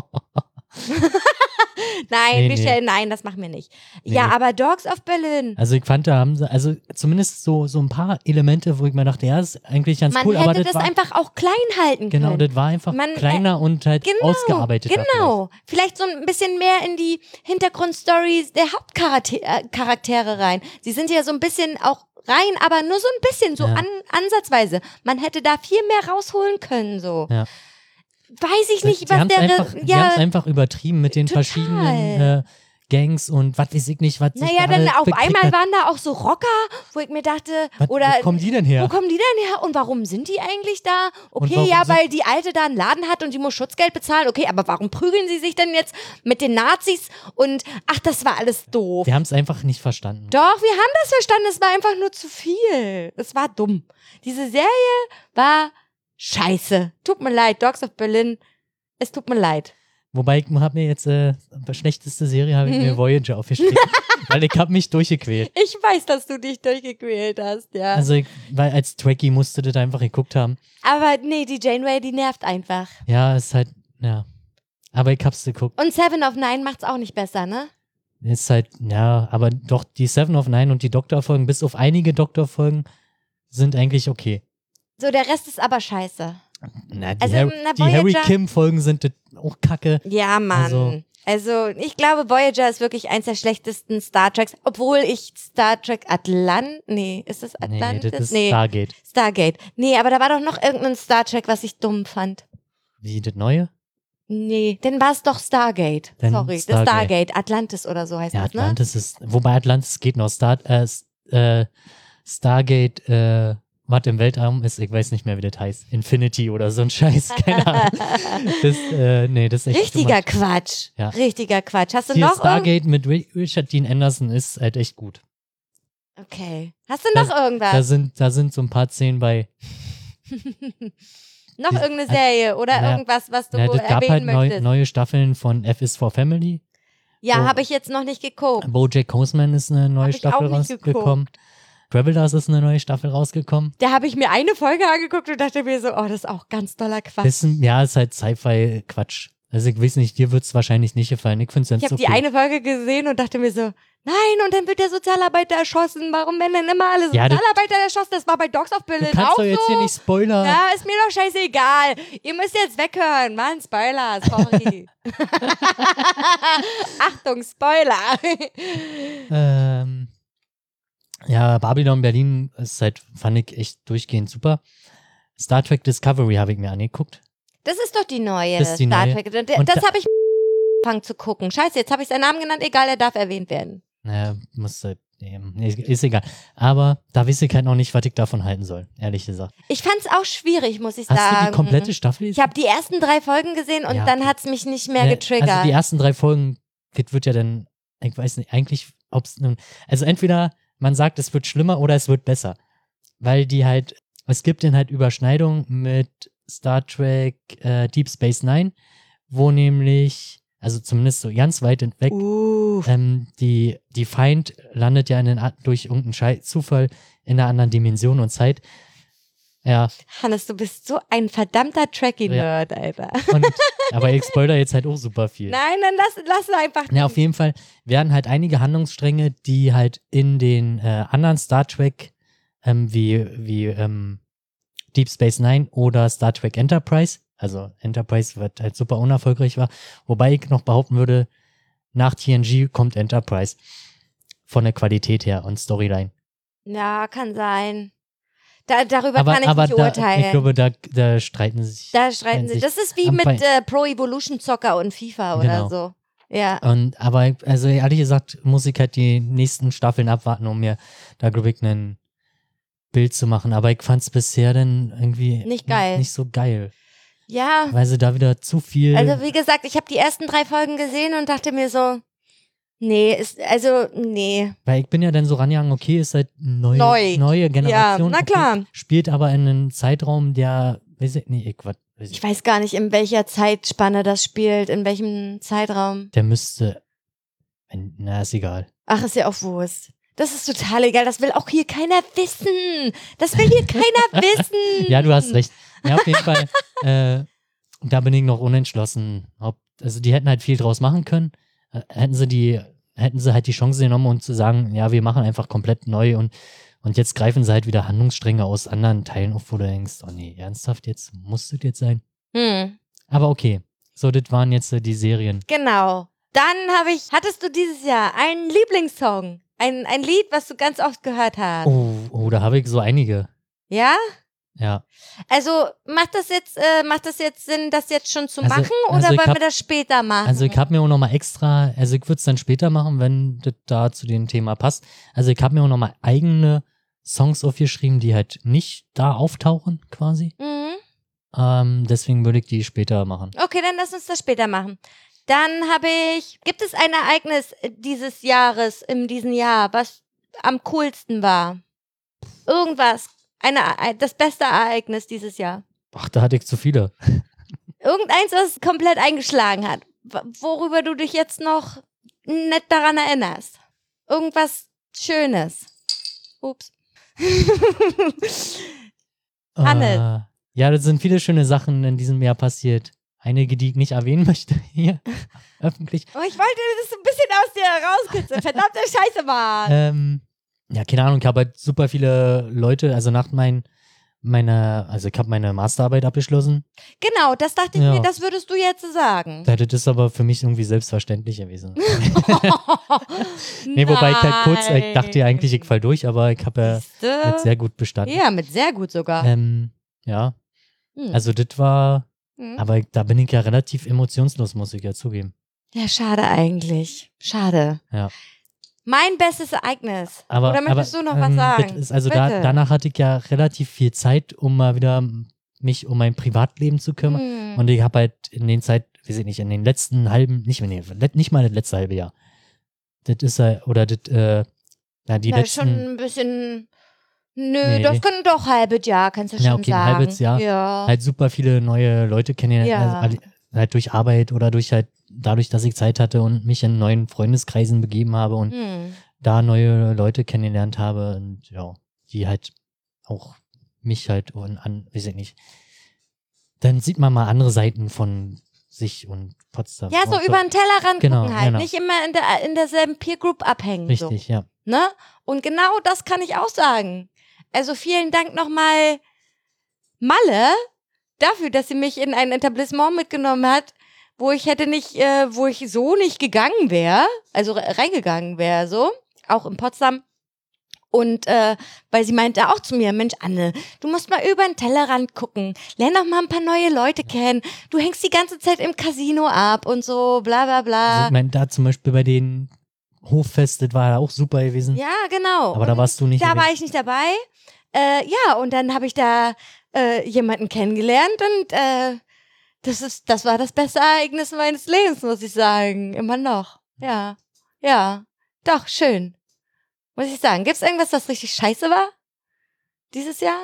Speaker 2: Nein,
Speaker 1: Nee,
Speaker 2: wir
Speaker 1: nee.
Speaker 2: stellen, nein, das machen wir nicht.
Speaker 1: Nee,
Speaker 2: Ja,
Speaker 1: nee.
Speaker 2: aber Dogs of Berlin.
Speaker 1: [LAUGHS] also ich fand, da haben sie, also zumindest so, so ein paar Elemente, wo ich mir dachte, ja, ist eigentlich ganz
Speaker 2: Man
Speaker 1: cool, aber
Speaker 2: hätte
Speaker 1: das,
Speaker 2: das
Speaker 1: war,
Speaker 2: einfach auch klein halten
Speaker 1: genau,
Speaker 2: können.
Speaker 1: das war einfach
Speaker 2: Man, äh,
Speaker 1: kleiner und halt
Speaker 2: genau,
Speaker 1: ausgearbeitet.
Speaker 2: Genau. Vielleicht. so ein bisschen mehr in die Hintergrundstories der Hauptcharaktere rein. Sie sind ja so ein bisschen auch rein, aber nur so ein bisschen, so
Speaker 1: Ja.
Speaker 2: an, ansatzweise. Man hätte da viel mehr rausholen können, so.
Speaker 1: Ja.
Speaker 2: Weiß ich nicht,
Speaker 1: Äh, die
Speaker 2: was
Speaker 1: haben es
Speaker 2: der, ne-
Speaker 1: einfach, die haben's
Speaker 2: ja,
Speaker 1: einfach übertrieben mit den
Speaker 2: Total.
Speaker 1: verschiedenen äh, Gangs und was weiß ich nicht, was. sich
Speaker 2: Naja,
Speaker 1: da
Speaker 2: dann
Speaker 1: alles
Speaker 2: auf
Speaker 1: bekriegt
Speaker 2: einmal
Speaker 1: hat.
Speaker 2: waren da auch so Rocker, wo ich mir dachte,
Speaker 1: Was,
Speaker 2: oder
Speaker 1: wo kommen die denn her?
Speaker 2: Wo kommen die denn her und warum sind die eigentlich da?
Speaker 1: Und
Speaker 2: Okay,
Speaker 1: warum
Speaker 2: ja,
Speaker 1: sind-
Speaker 2: weil die Alte da einen Laden hat und die muss Schutzgeld bezahlen. Okay, aber warum prügeln sie sich denn jetzt mit den Nazis? Und ach, das war alles doof.
Speaker 1: Wir haben es einfach nicht verstanden.
Speaker 2: Doch, wir haben das verstanden. Es war einfach nur zu viel. Es war dumm. Diese Serie war scheiße. Tut mir leid, Dogs of Berlin. Es tut mir leid.
Speaker 1: Wobei ich habe mir jetzt, äh, schlechteste Serie habe ich
Speaker 2: Mhm.
Speaker 1: mir Voyager
Speaker 2: [LAUGHS]
Speaker 1: aufgeschrieben. weil ich habe mich durchgequält.
Speaker 2: Ich weiß, dass du dich durchgequält hast, ja.
Speaker 1: Also, ich, weil als Trekkie musste das einfach geguckt haben.
Speaker 2: aber nee, die Janeway, die nervt einfach.
Speaker 1: Ja, ist halt, ja. Aber ich hab's geguckt.
Speaker 2: Und Seven of Nine macht's auch nicht besser, ne?
Speaker 1: Ist halt, ja, aber doch die Seven of Nine und die Doktorfolgen, bis auf einige Doktorfolgen, sind eigentlich okay.
Speaker 2: So, der Rest ist aber scheiße.
Speaker 1: Na, die,
Speaker 2: Also,
Speaker 1: Harry,
Speaker 2: na,
Speaker 1: die Harry
Speaker 2: Voyager-
Speaker 1: Kim-Folgen sind das auch kacke.
Speaker 2: Ja, Mann. Also,
Speaker 1: Also-
Speaker 2: ich glaube, Voyager ist wirklich eins der schlechtesten Star Treks, obwohl ich Star Trek Atlant, nee, ist es
Speaker 1: Nee,
Speaker 2: Atlantis?
Speaker 1: das ist
Speaker 2: nee,
Speaker 1: Stargate.
Speaker 2: Stargate. Nee, aber da war doch noch irgendein Star Trek, was ich dumm fand.
Speaker 1: Wie das neue?
Speaker 2: Nee, dann war es doch Stargate.
Speaker 1: Dann
Speaker 2: Sorry, das
Speaker 1: Stargate.
Speaker 2: Stargate, Atlantis oder so heißt
Speaker 1: Ja,
Speaker 2: das, ne?
Speaker 1: Atlantis ist, wobei Atlantis geht noch. Star, äh, S- äh, Stargate, äh, was im Weltraum ist, ich weiß nicht mehr, wie das heißt. Infinity oder so ein Scheiß, keine
Speaker 2: [LAUGHS]
Speaker 1: Ahnung. Das, äh, nee, das ist echt too
Speaker 2: Richtiger
Speaker 1: much.
Speaker 2: Quatsch.
Speaker 1: Ja.
Speaker 2: Richtiger Quatsch. Hast du
Speaker 1: Hier
Speaker 2: noch irgend-
Speaker 1: Stargate mit Ri- Richard Dean Anderson ist halt echt gut.
Speaker 2: Okay. Hast du
Speaker 1: Da-
Speaker 2: noch irgendwas?
Speaker 1: Da sind, da sind so ein paar Szenen bei.
Speaker 2: noch
Speaker 1: die-
Speaker 2: irgendeine Serie oder
Speaker 1: na,
Speaker 2: irgendwas, was du
Speaker 1: Na, das gab
Speaker 2: erwähnen
Speaker 1: halt neu,
Speaker 2: möchtest?
Speaker 1: neue Staffeln von F is for Family.
Speaker 2: ja,
Speaker 1: so-
Speaker 2: habe ich jetzt noch nicht geguckt.
Speaker 1: BoJack Horseman ist eine
Speaker 2: Oh. Hab
Speaker 1: neue
Speaker 2: ich
Speaker 1: Staffel
Speaker 2: auch nicht geguckt.
Speaker 1: rausgekommen. Travelers ist eine neue Staffel rausgekommen.
Speaker 2: Da habe ich mir eine Folge angeguckt und dachte mir so, oh, das ist auch ganz doller Quatsch.
Speaker 1: Bisschen, ja, ist halt Sci-Fi-Quatsch. Also ich weiß nicht, dir wird's wahrscheinlich nicht gefallen. Ich finde es
Speaker 2: ich
Speaker 1: ganz
Speaker 2: habe
Speaker 1: okay.
Speaker 2: die eine Folge gesehen und dachte mir so, nein, und dann wird der Sozialarbeiter erschossen. Warum werden denn immer alle
Speaker 1: Ja, das-
Speaker 2: Sozialarbeiter erschossen? Das war bei Dogs of
Speaker 1: du
Speaker 2: Berlin
Speaker 1: kannst
Speaker 2: auch
Speaker 1: doch jetzt
Speaker 2: so.
Speaker 1: hier nicht spoilern.
Speaker 2: ja, ist mir doch scheißegal. Ihr müsst jetzt weghören. Mann, Spoiler,
Speaker 1: [LAUGHS]
Speaker 2: sorry. [LAUGHS] Achtung, Spoiler.
Speaker 1: Ähm, ja, Babylon Berlin ist halt, fand ich echt durchgehend super. Star Trek Discovery habe ich mir angeguckt.
Speaker 2: Das ist doch die neue
Speaker 1: Das ist die
Speaker 2: Star
Speaker 1: neue.
Speaker 2: Trek. Und der-
Speaker 1: Und
Speaker 2: das
Speaker 1: da-
Speaker 2: habe ich angefangen zu gucken. Scheiße, jetzt habe ich seinen Namen genannt. Egal, er darf erwähnt werden.
Speaker 1: Naja, muss halt, ähm, nee, ist egal. Aber da weiß ich halt noch nicht, was ich davon halten soll, ehrlich gesagt.
Speaker 2: Ich fand es auch schwierig, muss ich
Speaker 1: Hast
Speaker 2: sagen.
Speaker 1: du die komplette Staffel?
Speaker 2: Ich habe die ersten drei Folgen gesehen und
Speaker 1: Ja.
Speaker 2: dann hat's mich nicht mehr
Speaker 1: Ne,
Speaker 2: getriggert.
Speaker 1: Also die ersten drei Folgen, das wird ja dann, ich weiß nicht, eigentlich, ob es nun, also entweder man sagt, es wird schlimmer oder es wird besser. Weil die halt, es gibt dann halt Überschneidungen mit Star Trek äh, Deep Space Nine, wo nämlich, also zumindest so ganz weit weg,
Speaker 2: Uff.
Speaker 1: ähm, die, die Feind landet ja in den, A- durch irgendeinen Schei Zufall in einer anderen Dimension und Zeit. Ja,
Speaker 2: Hannes, du bist so ein verdammter Trekkie-Nerd, Alter.
Speaker 1: und, aber ich spoiler jetzt halt auch super viel.
Speaker 2: [LAUGHS] Nein, dann lass, lass einfach.
Speaker 1: Na, auf jeden Fall werden halt einige Handlungsstränge, die halt in den äh, anderen Star Trek, ähm, wie, wie ähm, Deep Space Nine oder Star Trek Enterprise, also Enterprise wird halt super unerfolgreich war, wobei ich noch behaupten würde, nach TNG kommt Enterprise. Von der Qualität her und Storyline.
Speaker 2: Ja, kann sein. Da, darüber
Speaker 1: aber
Speaker 2: kann ich
Speaker 1: aber
Speaker 2: nicht
Speaker 1: da,
Speaker 2: urteilen.
Speaker 1: ich glaube, da, da streiten sie sich.
Speaker 2: da streiten
Speaker 1: wenn
Speaker 2: sie.
Speaker 1: sich-
Speaker 2: Das ist wie
Speaker 1: am
Speaker 2: mit
Speaker 1: Feind-
Speaker 2: äh, Pro Evolution Soccer und FIFA oder
Speaker 1: Genau.
Speaker 2: so. Ja.
Speaker 1: Und, aber also ehrlich gesagt, muss ich halt die nächsten Staffeln abwarten, um mir da, glaube ich, ein Bild zu machen. Aber ich fand es bisher dann irgendwie
Speaker 2: Nicht geil.
Speaker 1: nicht so geil.
Speaker 2: Ja.
Speaker 1: Weil sie da wieder zu viel.
Speaker 2: Also wie gesagt, ich habe die ersten drei Folgen gesehen und dachte mir so, nee, ist, also nee.
Speaker 1: weil ich bin ja dann so rangegangen, okay, ist halt neue,
Speaker 2: Neu.
Speaker 1: neue Generation.
Speaker 2: na
Speaker 1: okay,
Speaker 2: klar.
Speaker 1: spielt aber in einem Zeitraum, der, weiß ich nicht, ich, was, weiß
Speaker 2: Ich
Speaker 1: ich,
Speaker 2: weiß gar nicht, in welcher Zeitspanne das spielt, in welchem Zeitraum.
Speaker 1: der müsste. wenn- Na, ist egal.
Speaker 2: Ach, ist ja auch Wurst. Das ist total egal. Das will auch hier keiner wissen. Das will hier
Speaker 1: [LAUGHS]
Speaker 2: keiner wissen.
Speaker 1: Ja, du hast recht. Ja, auf jeden Fall. Äh, da bin ich noch unentschlossen. Ob, also die hätten halt viel draus machen können. Äh, Hätten sie die, hätten sie halt die Chance genommen und zu sagen, ja, wir machen einfach komplett neu und, und jetzt greifen sie halt wieder Handlungsstränge aus anderen Teilen auf, wo du denkst, oh nee, ernsthaft, jetzt muss das jetzt sein.
Speaker 2: Hm,
Speaker 1: Aber okay. So, das waren jetzt äh, die Serien.
Speaker 2: genau. Dann habe ich, hattest du dieses Jahr einen Lieblingssong? Ein, ein Lied, was du ganz oft gehört hast.
Speaker 1: Oh, oh da habe ich so einige.
Speaker 2: Ja?
Speaker 1: Ja.
Speaker 2: Also macht das jetzt, äh, macht das jetzt Sinn, das jetzt schon zu
Speaker 1: Also-
Speaker 2: machen
Speaker 1: also
Speaker 2: oder
Speaker 1: ich
Speaker 2: wollen
Speaker 1: hab-
Speaker 2: wir das später machen?
Speaker 1: Also ich habe mir auch nochmal extra, also ich würde es dann später machen, wenn das da zu dem Thema passt. Also ich habe mir auch nochmal eigene Songs aufgeschrieben, die halt nicht da auftauchen quasi.
Speaker 2: mhm.
Speaker 1: Ähm, deswegen würde ich die später machen.
Speaker 2: Okay, dann lass uns das später machen. Dann habe ich, gibt es ein Ereignis dieses Jahres, in diesem Jahr, was am coolsten war? Irgendwas, eine, äh, das beste Ereignis dieses Jahr.
Speaker 1: Ach, da hatte ich zu viele.
Speaker 2: Irgendeins, was komplett eingeschlagen hat, w- worüber du dich jetzt noch nett daran erinnerst. Irgendwas Schönes. Ups. [LAUGHS] Oh,
Speaker 1: Äh,
Speaker 2: Anne.
Speaker 1: ja, das sind viele schöne Sachen in diesem Jahr passiert. Einige, die ich nicht erwähnen [LAUGHS] möchte hier öffentlich.
Speaker 2: Oh, ich wollte das ein bisschen aus dir rauskitzeln. Verdammte Scheiße, Mann.
Speaker 1: Ähm, ja, keine Ahnung, ich habe halt super viele Leute, also nach mein, meiner, also ich habe meine Masterarbeit abgeschlossen.
Speaker 2: Genau, das dachte ich
Speaker 1: Ja.
Speaker 2: mir, das würdest du jetzt sagen.
Speaker 1: Das ist aber für mich irgendwie selbstverständlich gewesen. Nee, wobei ich halt kurz, ich dachte ja eigentlich, ich fall durch, aber ich habe ja halt
Speaker 2: Siehste?
Speaker 1: sehr gut bestanden.
Speaker 2: Ja, mit sehr gut sogar.
Speaker 1: Ähm, ja,
Speaker 2: Hm.
Speaker 1: also das war,
Speaker 2: Hm.
Speaker 1: aber ich- da bin ich ja relativ emotionslos, muss ich ja zugeben.
Speaker 2: ja, schade eigentlich. Schade.
Speaker 1: Ja.
Speaker 2: Mein bestes Ereignis.
Speaker 1: Aber,
Speaker 2: Oder möchtest
Speaker 1: aber,
Speaker 2: du noch was
Speaker 1: ähm,
Speaker 2: sagen?
Speaker 1: Das ist, also da,
Speaker 2: Bitte.
Speaker 1: danach hatte ich ja relativ viel Zeit, um mal wieder mich um mein Privatleben zu kümmern.
Speaker 2: Hm.
Speaker 1: Und ich habe halt in den Zeit, weiß ich nicht, in den letzten halben, nicht, nee, let- nicht mal das letzte halbe Jahr. Das ist ja, oder das, äh, na, die
Speaker 2: Na,
Speaker 1: letzten.
Speaker 2: schon ein bisschen. Nö,
Speaker 1: Nee,
Speaker 2: das
Speaker 1: nee.
Speaker 2: können doch halbes Jahr, kannst du
Speaker 1: Ja,
Speaker 2: schon
Speaker 1: okay, ein
Speaker 2: sagen.
Speaker 1: halbes Jahr.
Speaker 2: Ja.
Speaker 1: halt super viele neue Leute kennengelernt,
Speaker 2: Ja.
Speaker 1: also, alle- halt durch Arbeit oder durch halt dadurch, dass ich Zeit hatte und mich in neuen Freundeskreisen begeben habe und
Speaker 2: Hm.
Speaker 1: da neue Leute kennengelernt habe und ja, die halt auch mich halt und an, weiß ich nicht. Dann sieht man mal andere Seiten von sich und Potsdam.
Speaker 2: Ja, so
Speaker 1: Und
Speaker 2: über den Tellerrand
Speaker 1: also- Genau,
Speaker 2: gucken halt.
Speaker 1: genau.
Speaker 2: Nicht immer in, der, in derselben Peer Group abhängen. So.
Speaker 1: Richtig, ja.
Speaker 2: Ne? Und genau das kann ich auch sagen. Also vielen Dank nochmal Malle dafür, dass sie mich in ein Etablissement mitgenommen hat, wo ich hätte nicht, äh, wo ich so nicht gegangen wäre, also re- reingegangen wäre, so, auch in Potsdam. Und äh, weil sie meinte auch zu mir, Mensch, Anne, du musst mal über den Tellerrand gucken, lern doch mal ein paar neue Leute kennen. Du hängst die ganze Zeit im Casino ab und so, bla bla
Speaker 1: Also,
Speaker 2: bla.
Speaker 1: ich meine, da zum Beispiel bei den Hoffest, das war ja auch super gewesen.
Speaker 2: Ja, genau.
Speaker 1: aber da
Speaker 2: Und-
Speaker 1: warst du nicht.
Speaker 2: Da war
Speaker 1: gewesen.
Speaker 2: ich nicht dabei. Äh, ja, und dann habe ich da äh, jemanden kennengelernt und äh, das, ist, das war das beste Ereignis meines Lebens, muss ich sagen. Immer noch.
Speaker 1: Hm.
Speaker 2: Ja. Ja. Doch, schön. Muss ich sagen. Gibt es irgendwas, was richtig scheiße war? Dieses Jahr?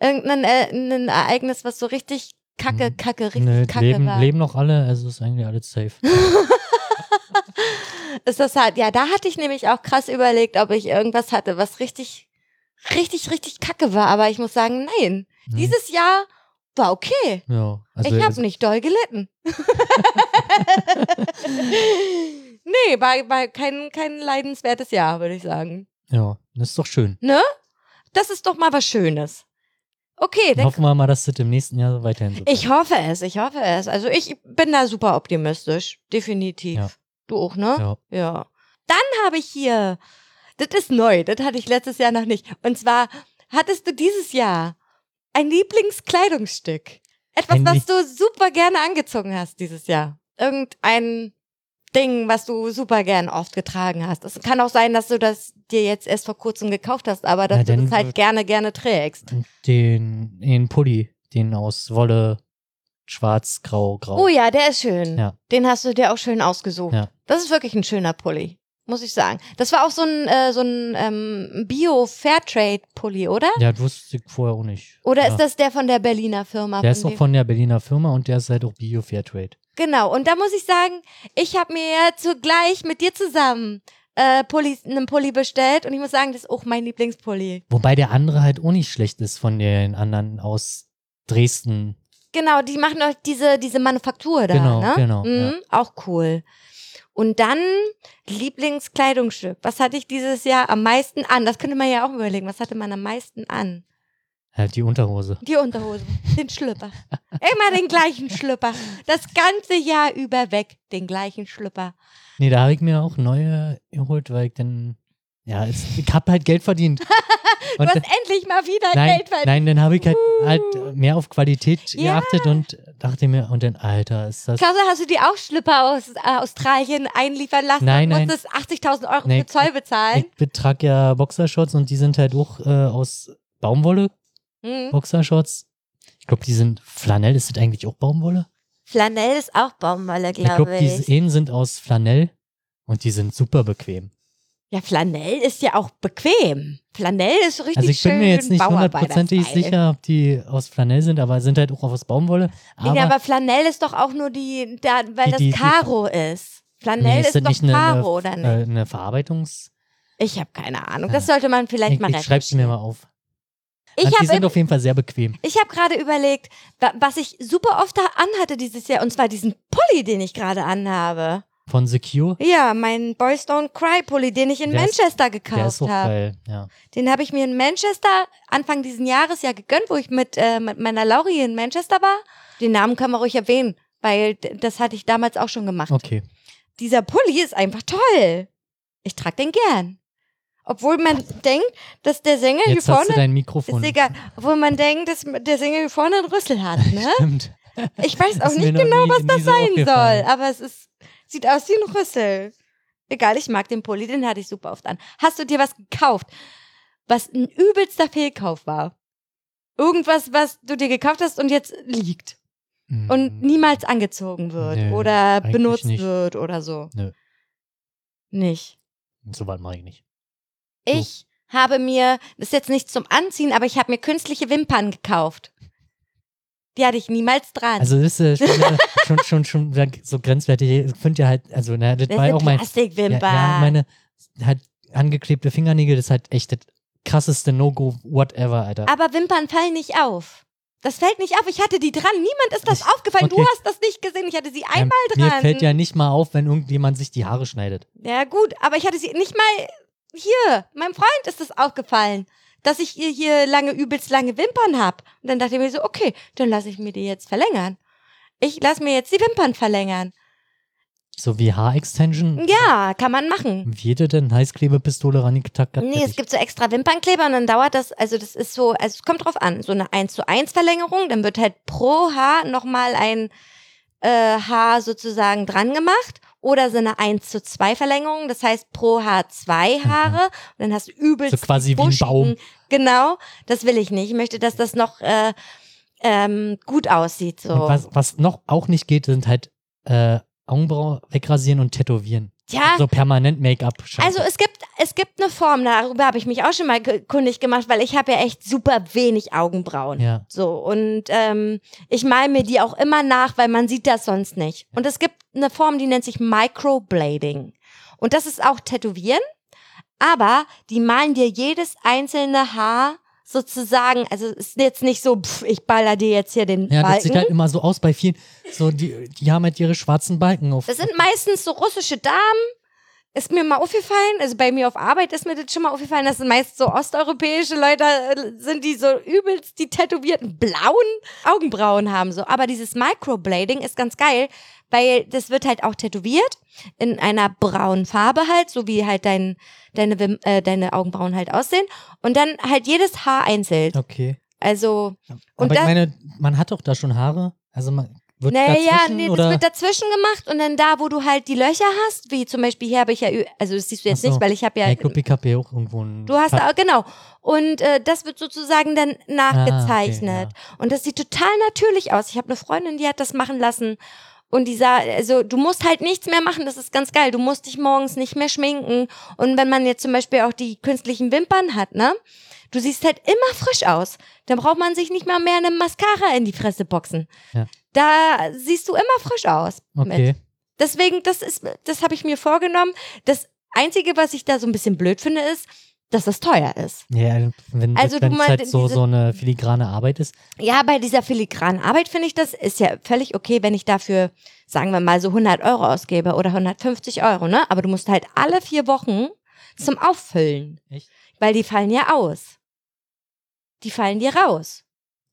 Speaker 2: Irgendein äh, ein Ereignis, was so richtig kacke,
Speaker 1: Hm.
Speaker 2: kacke, richtig
Speaker 1: Nö,
Speaker 2: kacke
Speaker 1: leben,
Speaker 2: war?
Speaker 1: leben noch alle, also ist eigentlich alles
Speaker 2: [LAUGHS]
Speaker 1: safe.
Speaker 2: ist das halt, ja, da hatte ich nämlich auch krass überlegt, ob ich irgendwas hatte, was richtig, richtig, richtig kacke war. Aber ich muss sagen, nein.
Speaker 1: Nee.
Speaker 2: Dieses Jahr war okay.
Speaker 1: Ja, Hm. also
Speaker 2: ich habe
Speaker 1: also-
Speaker 2: nicht doll gelitten. [LAUGHS] nee, war, war kein, kein leidenswertes Jahr, würde ich sagen.
Speaker 1: Ja, das ist doch schön.
Speaker 2: Das ist doch mal was Schönes. Okay,
Speaker 1: Dann
Speaker 2: dann.
Speaker 1: hoffen wir mal, dass das im nächsten Jahr weiterhin so
Speaker 2: Ich hoffe es, ich hoffe es. Also ich bin da super optimistisch, definitiv.
Speaker 1: Ja.
Speaker 2: Du auch, ne?
Speaker 1: bleibt. ja.
Speaker 2: Ja. Dann habe ich hier, das ist neu, das hatte ich letztes Jahr noch nicht. Und zwar hattest du dieses Jahr ein Lieblingskleidungsstück. Etwas,
Speaker 1: Ein
Speaker 2: was
Speaker 1: Lie-
Speaker 2: du super gerne angezogen hast dieses Jahr. Irgendein Ding, was du super gern oft getragen hast. Es kann auch sein, dass du das dir jetzt erst vor kurzem gekauft hast, aber dass
Speaker 1: Na,
Speaker 2: du
Speaker 1: dann
Speaker 2: das halt
Speaker 1: wird-
Speaker 2: gerne, gerne trägst.
Speaker 1: Und Den, den Pulli, den aus Wolle, schwarz, grau, grau.
Speaker 2: Oh ja, der ist schön.
Speaker 1: Ja.
Speaker 2: Den hast du dir auch schön ausgesucht.
Speaker 1: Ja.
Speaker 2: Das ist wirklich ein schöner Pulli, muss ich sagen. Das war auch so ein, äh, so ein ähm, Bio-Fairtrade-Pulli, oder?
Speaker 1: Ja, das wusste ich vorher auch nicht.
Speaker 2: Oder
Speaker 1: ja.
Speaker 2: ist das der von der Berliner Firma?
Speaker 1: Der ist
Speaker 2: von
Speaker 1: doch
Speaker 2: dem-
Speaker 1: von der Berliner Firma und der ist halt auch Bio Fairtrade.
Speaker 2: genau, und da muss ich sagen, ich habe mir ja zugleich mit dir zusammen äh, Pullis, einen Pulli bestellt und ich muss sagen, das ist auch mein Lieblingspulli.
Speaker 1: Wobei der andere halt auch nicht schlecht ist von den anderen aus Dresden.
Speaker 2: Genau, die machen auch diese, diese Manufaktur da,
Speaker 1: Genau,
Speaker 2: ne?
Speaker 1: genau,
Speaker 2: Mhm, Auch cool. Und dann Lieblingskleidungsstück. Was hatte ich dieses Jahr am meisten an? Das könnte man ja auch überlegen. Was hatte man am meisten an?
Speaker 1: Halt die Unterhose.
Speaker 2: Die Unterhose, den Schlüpper. Immer den gleichen Schlüpper. Das ganze Jahr über weg den gleichen Schlüpper.
Speaker 1: Nee, da habe ich mir auch neue geholt, weil ich dann Ja, es, ich habe halt Geld
Speaker 2: [LAUGHS]
Speaker 1: verdient.
Speaker 2: Du hast endlich mal wieder
Speaker 1: nein,
Speaker 2: Geld verdient.
Speaker 1: nein, dann habe ich halt, halt mehr auf Qualität
Speaker 2: Uh. Ja.
Speaker 1: geachtet und dachte mir, und dann, Alter, ist das.
Speaker 2: Kasa, hast du dir auch Schlipper aus äh, Australien einliefern lassen?
Speaker 1: Nein,
Speaker 2: und
Speaker 1: nein.
Speaker 2: musstest 80.000 Euro
Speaker 1: Nee,
Speaker 2: für Zoll bezahlen?
Speaker 1: Ich betrag ja Boxershorts und die sind halt auch äh, aus Baumwolle,
Speaker 2: Hm.
Speaker 1: Boxershorts. Ich glaube, die sind Flanell, ist das eigentlich auch Baumwolle?
Speaker 2: Flanell ist auch Baumwolle,
Speaker 1: ich glaube,
Speaker 2: glaube
Speaker 1: die
Speaker 2: ich.
Speaker 1: Seen sind aus Flanell und die sind super bequem.
Speaker 2: Ja, Flanell ist ja auch bequem. Flanell ist richtig
Speaker 1: Also ich
Speaker 2: schön
Speaker 1: bin mir jetzt nicht hundertprozentig
Speaker 2: Bauarbeiterfrei.
Speaker 1: sicher, ob die aus Flanell sind, aber sind halt auch aus Baumwolle.
Speaker 2: Nee,
Speaker 1: Aber,
Speaker 2: aber, Flanell ist doch auch nur die, da, weil
Speaker 1: Die- die- die-
Speaker 2: das Karo ist. Flanell
Speaker 1: Nee,
Speaker 2: ist,
Speaker 1: ist das
Speaker 2: doch
Speaker 1: nicht eine-
Speaker 2: Karo, oder nicht?
Speaker 1: äh, eine Verarbeitungs...
Speaker 2: ich habe keine Ahnung.
Speaker 1: Ja.
Speaker 2: Das sollte man vielleicht
Speaker 1: Ich,
Speaker 2: mal
Speaker 1: ich schreib's mir mal auf. Also die
Speaker 2: Ich
Speaker 1: sind
Speaker 2: habe
Speaker 1: auf jeden Fall sehr bequem.
Speaker 2: ich hab gerade überlegt, wa- was ich super oft da anhatte dieses Jahr, und zwar diesen Pulli, den ich gerade anhabe.
Speaker 1: Von Secure.
Speaker 2: Ja, meinen Boys Don't Cry Pulli, den ich in
Speaker 1: Der ist-
Speaker 2: Manchester
Speaker 1: Der ist
Speaker 2: gekauft
Speaker 1: auch
Speaker 2: habe.
Speaker 1: geil. Ja.
Speaker 2: Den habe ich mir in Manchester Anfang diesen Jahres ja gegönnt, wo ich mit, äh, mit meiner Lauri in Manchester war. Den Namen können wir ruhig erwähnen, weil d- das hatte ich damals auch schon gemacht.
Speaker 1: Okay.
Speaker 2: Dieser Pulli ist einfach toll. Ich trage den gern. Obwohl man denkt, dass der Sänger hier
Speaker 1: Jetzt hast du
Speaker 2: vorne.
Speaker 1: dein Mikrofon.
Speaker 2: Ist egal. Obwohl man denkt, dass der Sänger hier vorne einen Rüssel hat, ne?
Speaker 1: [LAUGHS] Stimmt.
Speaker 2: Ich weiß auch
Speaker 1: Ist mir
Speaker 2: nicht
Speaker 1: noch
Speaker 2: genau,
Speaker 1: nie-
Speaker 2: was
Speaker 1: nie
Speaker 2: das
Speaker 1: so
Speaker 2: sein
Speaker 1: aufgefallen.
Speaker 2: soll, aber es ist, sieht aus wie ein Rüssel. Egal, ich mag den Pulli, den hatte ich super oft an. Hast du dir was gekauft, was ein übelster Fehlkauf war? Irgendwas, was du dir gekauft hast und jetzt liegt
Speaker 1: Mhm.
Speaker 2: und niemals angezogen wird
Speaker 1: Nö,
Speaker 2: oder
Speaker 1: eigentlich
Speaker 2: benutzt
Speaker 1: nicht.
Speaker 2: wird oder so?
Speaker 1: Nö.
Speaker 2: Nicht.
Speaker 1: So weit mache ich nicht. So.
Speaker 2: Ich habe mir, das ist jetzt nicht zum Anziehen, aber ich habe mir künstliche Wimpern gekauft. Die hatte ich niemals dran.
Speaker 1: Also das ist [LAUGHS] äh, schon, äh, schon, schon, schon wieder so grenzwertig. Ich finde ja halt, also na, das
Speaker 2: das
Speaker 1: war ja
Speaker 2: sind
Speaker 1: auch mein, ja,
Speaker 2: Plastikwimpern.
Speaker 1: ja, meine halt angeklebte Fingernägel, das ist halt echt das krasseste No-Go, whatever, Alter.
Speaker 2: Aber Wimpern fallen nicht auf. Das fällt nicht auf. Ich hatte die dran. Niemand ist das aufgefallen. Du
Speaker 1: okay.
Speaker 2: hast das nicht gesehen. Ich hatte sie
Speaker 1: Ja,
Speaker 2: einmal
Speaker 1: Ähm, Mir
Speaker 2: dran.
Speaker 1: fällt ja nicht mal auf, wenn irgendjemand sich die Haare schneidet.
Speaker 2: ja, gut, aber ich hatte sie nicht mal hier. Meinem Freund ist das aufgefallen, dass ich ihr hier lange, übelst lange Wimpern habe. Und dann dachte ich mir so, okay, dann lasse ich mir die jetzt verlängern. Ich lasse mir jetzt die Wimpern verlängern.
Speaker 1: So wie Haarextension.
Speaker 2: Ja, kann man machen.
Speaker 1: Wie hätte denn Heißklebepistole rangetackert?
Speaker 2: Nee, es gibt so extra Wimpernkleber und dann dauert das, also das ist so, also es kommt drauf an, so eine 1 zu 1 Verlängerung, dann wird halt pro Haar nochmal ein äh, Haar sozusagen dran gemacht oder so eine 1 zu 2 Verlängerung, das heißt pro Haar zwei Haare und dann hast du übelst
Speaker 1: Mhm. So quasi wie ein
Speaker 2: buschigen-
Speaker 1: Baum.
Speaker 2: Genau, das will ich nicht. Ich möchte, dass das noch äh, ähm, gut aussieht. So.
Speaker 1: Und was, was noch auch nicht geht, sind halt äh, Augenbrauen wegrasieren und tätowieren.
Speaker 2: Tja,
Speaker 1: So permanent Make-up. Scheiße.
Speaker 2: Ah. Also es gibt, es gibt eine Form, darüber habe ich mich auch schon mal ge- kundig gemacht, weil ich habe ja echt super wenig Augenbrauen.
Speaker 1: Ja.
Speaker 2: So, und ähm, ich male mir die auch immer nach, weil man sieht das sonst nicht. Und es gibt eine Form, die nennt sich Microblading. Und das ist auch Tätowieren, aber die malen dir jedes einzelne Haar sozusagen, also es ist jetzt nicht so, pff, ich baller dir jetzt hier den
Speaker 1: ja, das
Speaker 2: Balken.
Speaker 1: sieht halt immer so aus bei vielen. So, die, die haben halt ihre schwarzen Balken auf.
Speaker 2: Das sind meistens so russische Damen. Ist mir mal aufgefallen, also bei mir auf Arbeit ist mir das schon mal aufgefallen, dass es meist so osteuropäische Leute äh, sind, die so übelst die tätowierten blauen Augenbrauen haben. so. Aber dieses Microblading ist ganz geil, weil das wird halt auch tätowiert in einer braunen Farbe halt, so wie halt dein, deine, Wim- äh, deine Augenbrauen halt aussehen. Und dann halt jedes Haar einzeln.
Speaker 1: okay.
Speaker 2: Also,
Speaker 1: Aber ich
Speaker 2: dann-
Speaker 1: meine, man hat doch da schon Haare. Also man wird
Speaker 2: naja,
Speaker 1: dazwischen
Speaker 2: nee, das
Speaker 1: oder
Speaker 2: wird dazwischen gemacht und dann da, wo du halt die Löcher hast, wie zum Beispiel hier habe ich ja, ü- also das siehst du jetzt
Speaker 1: Ach so.
Speaker 2: nicht, weil ich habe ja,
Speaker 1: ja, ich glaube, ich hab hier auch irgendwo einen
Speaker 2: du hast
Speaker 1: Cut.
Speaker 2: auch, genau. Und äh, das wird sozusagen dann
Speaker 1: Ah,
Speaker 2: nachgezeichnet.
Speaker 1: okay,
Speaker 2: Und das sieht total natürlich aus. Ich habe eine Freundin, die hat das machen lassen. Und die sah, also du musst halt nichts mehr machen, das ist ganz geil. Du musst dich morgens nicht mehr schminken. Und wenn man jetzt zum Beispiel auch die künstlichen Wimpern hat, ne? Du siehst halt immer frisch aus. Dann braucht man sich nicht mal mehr eine Mascara in die Fresse boxen.
Speaker 1: Ja.
Speaker 2: Da siehst du immer frisch aus.
Speaker 1: ja.
Speaker 2: mit.
Speaker 1: Okay.
Speaker 2: Deswegen, das ist, das habe ich mir vorgenommen. Das Einzige, was ich da so ein bisschen blöd finde, ist, dass das teuer ist.
Speaker 1: Ja, wenn
Speaker 2: Also
Speaker 1: also
Speaker 2: du
Speaker 1: es
Speaker 2: meinst
Speaker 1: halt so,
Speaker 2: diese-
Speaker 1: so eine filigrane Arbeit ist.
Speaker 2: Ja, bei dieser filigranen Arbeit finde ich das ist ja völlig okay, wenn ich dafür, sagen wir mal, so 100 Euro ausgebe oder 150 Euro, ne? Aber du musst halt alle vier Wochen zum Auffüllen,
Speaker 1: Echt?
Speaker 2: weil die fallen ja aus. Die fallen dir raus.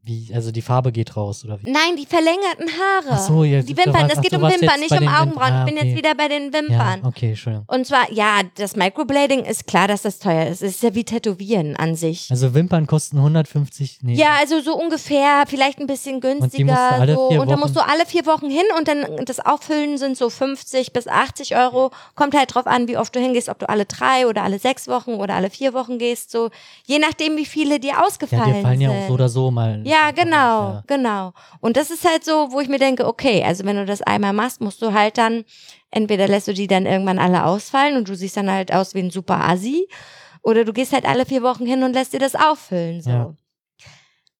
Speaker 1: Wie, also die Farbe geht raus, oder wie?
Speaker 2: Nein, die verlängerten Haare.
Speaker 1: Ach so, jetzt-
Speaker 2: die
Speaker 1: du
Speaker 2: Wimpern,
Speaker 1: warst-
Speaker 2: es
Speaker 1: ach,
Speaker 2: geht
Speaker 1: du
Speaker 2: um
Speaker 1: warst
Speaker 2: Wimpern,
Speaker 1: jetzt
Speaker 2: nicht
Speaker 1: bei
Speaker 2: um
Speaker 1: den Wimpern.
Speaker 2: Augenbrauen.
Speaker 1: Ah,
Speaker 2: Ich bin jetzt
Speaker 1: okay.
Speaker 2: wieder bei den Wimpern.
Speaker 1: Ja, okay, Entschuldigung.
Speaker 2: Und zwar, ja, das Microblading ist klar, dass das teuer ist. Es ist ja wie Tätowieren an sich.
Speaker 1: Also Wimpern kosten 150, nee.
Speaker 2: ja, also so ungefähr, vielleicht ein bisschen
Speaker 1: musst du
Speaker 2: günstiger.
Speaker 1: alle
Speaker 2: so.
Speaker 1: vier
Speaker 2: und da musst du
Speaker 1: Wochen-
Speaker 2: alle vier Wochen hin und dann das Auffüllen sind so 50 bis 80 Euro. Kommt halt drauf an, wie oft du hingehst, ob du alle drei oder alle sechs Wochen oder alle vier Wochen gehst. So, je nachdem, wie viele dir
Speaker 1: ja,
Speaker 2: ausgefallen
Speaker 1: dir fallen
Speaker 2: sind.
Speaker 1: ja auch so oder so mal.
Speaker 2: Ja, genau,
Speaker 1: Ja.
Speaker 2: genau. Und das ist halt so, wo ich mir denke, okay, also wenn du das einmal machst, musst du halt dann, entweder lässt du die dann irgendwann alle ausfallen und du siehst dann halt aus wie ein super Asi, oder du gehst halt alle vier Wochen hin und lässt dir das auffüllen, so.
Speaker 1: Ja.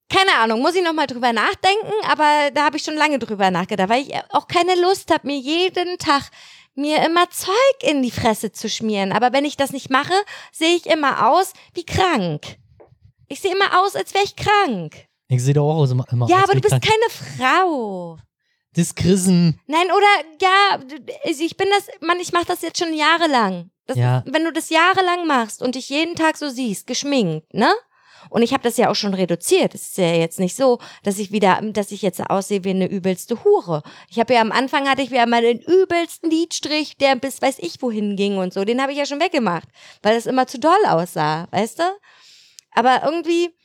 Speaker 2: Keine Ahnung, muss ich nochmal drüber nachdenken, aber da habe ich schon lange drüber nachgedacht, weil ich auch keine Lust habe, mir jeden Tag mir immer Zeug in die Fresse zu schmieren. Aber wenn ich das nicht mache, sehe ich immer aus wie krank. Ich sehe immer aus, als wäre ich krank.
Speaker 1: Ich sehe doch auch aus, immer immer
Speaker 2: Ja,
Speaker 1: aus
Speaker 2: aber
Speaker 1: wie
Speaker 2: du bist
Speaker 1: krank.
Speaker 2: keine Frau.
Speaker 1: Das Grissen.
Speaker 2: Nein, oder ja, d- also ich bin das, Mann, ich mache das jetzt schon jahrelang. Das
Speaker 1: Ja.
Speaker 2: ist, wenn du das jahrelang machst und dich jeden Tag so siehst, geschminkt, ne? Und ich habe das ja auch schon reduziert. Es ist ja jetzt nicht so, dass ich wieder, dass ich jetzt aussehe wie eine übelste Hure. Ich habe ja am Anfang hatte ich ja mal den übelsten Lidstrich, der bis weiß ich wohin ging und so. Den habe ich ja schon weggemacht, weil das immer zu doll aussah, weißt du? Aber irgendwie,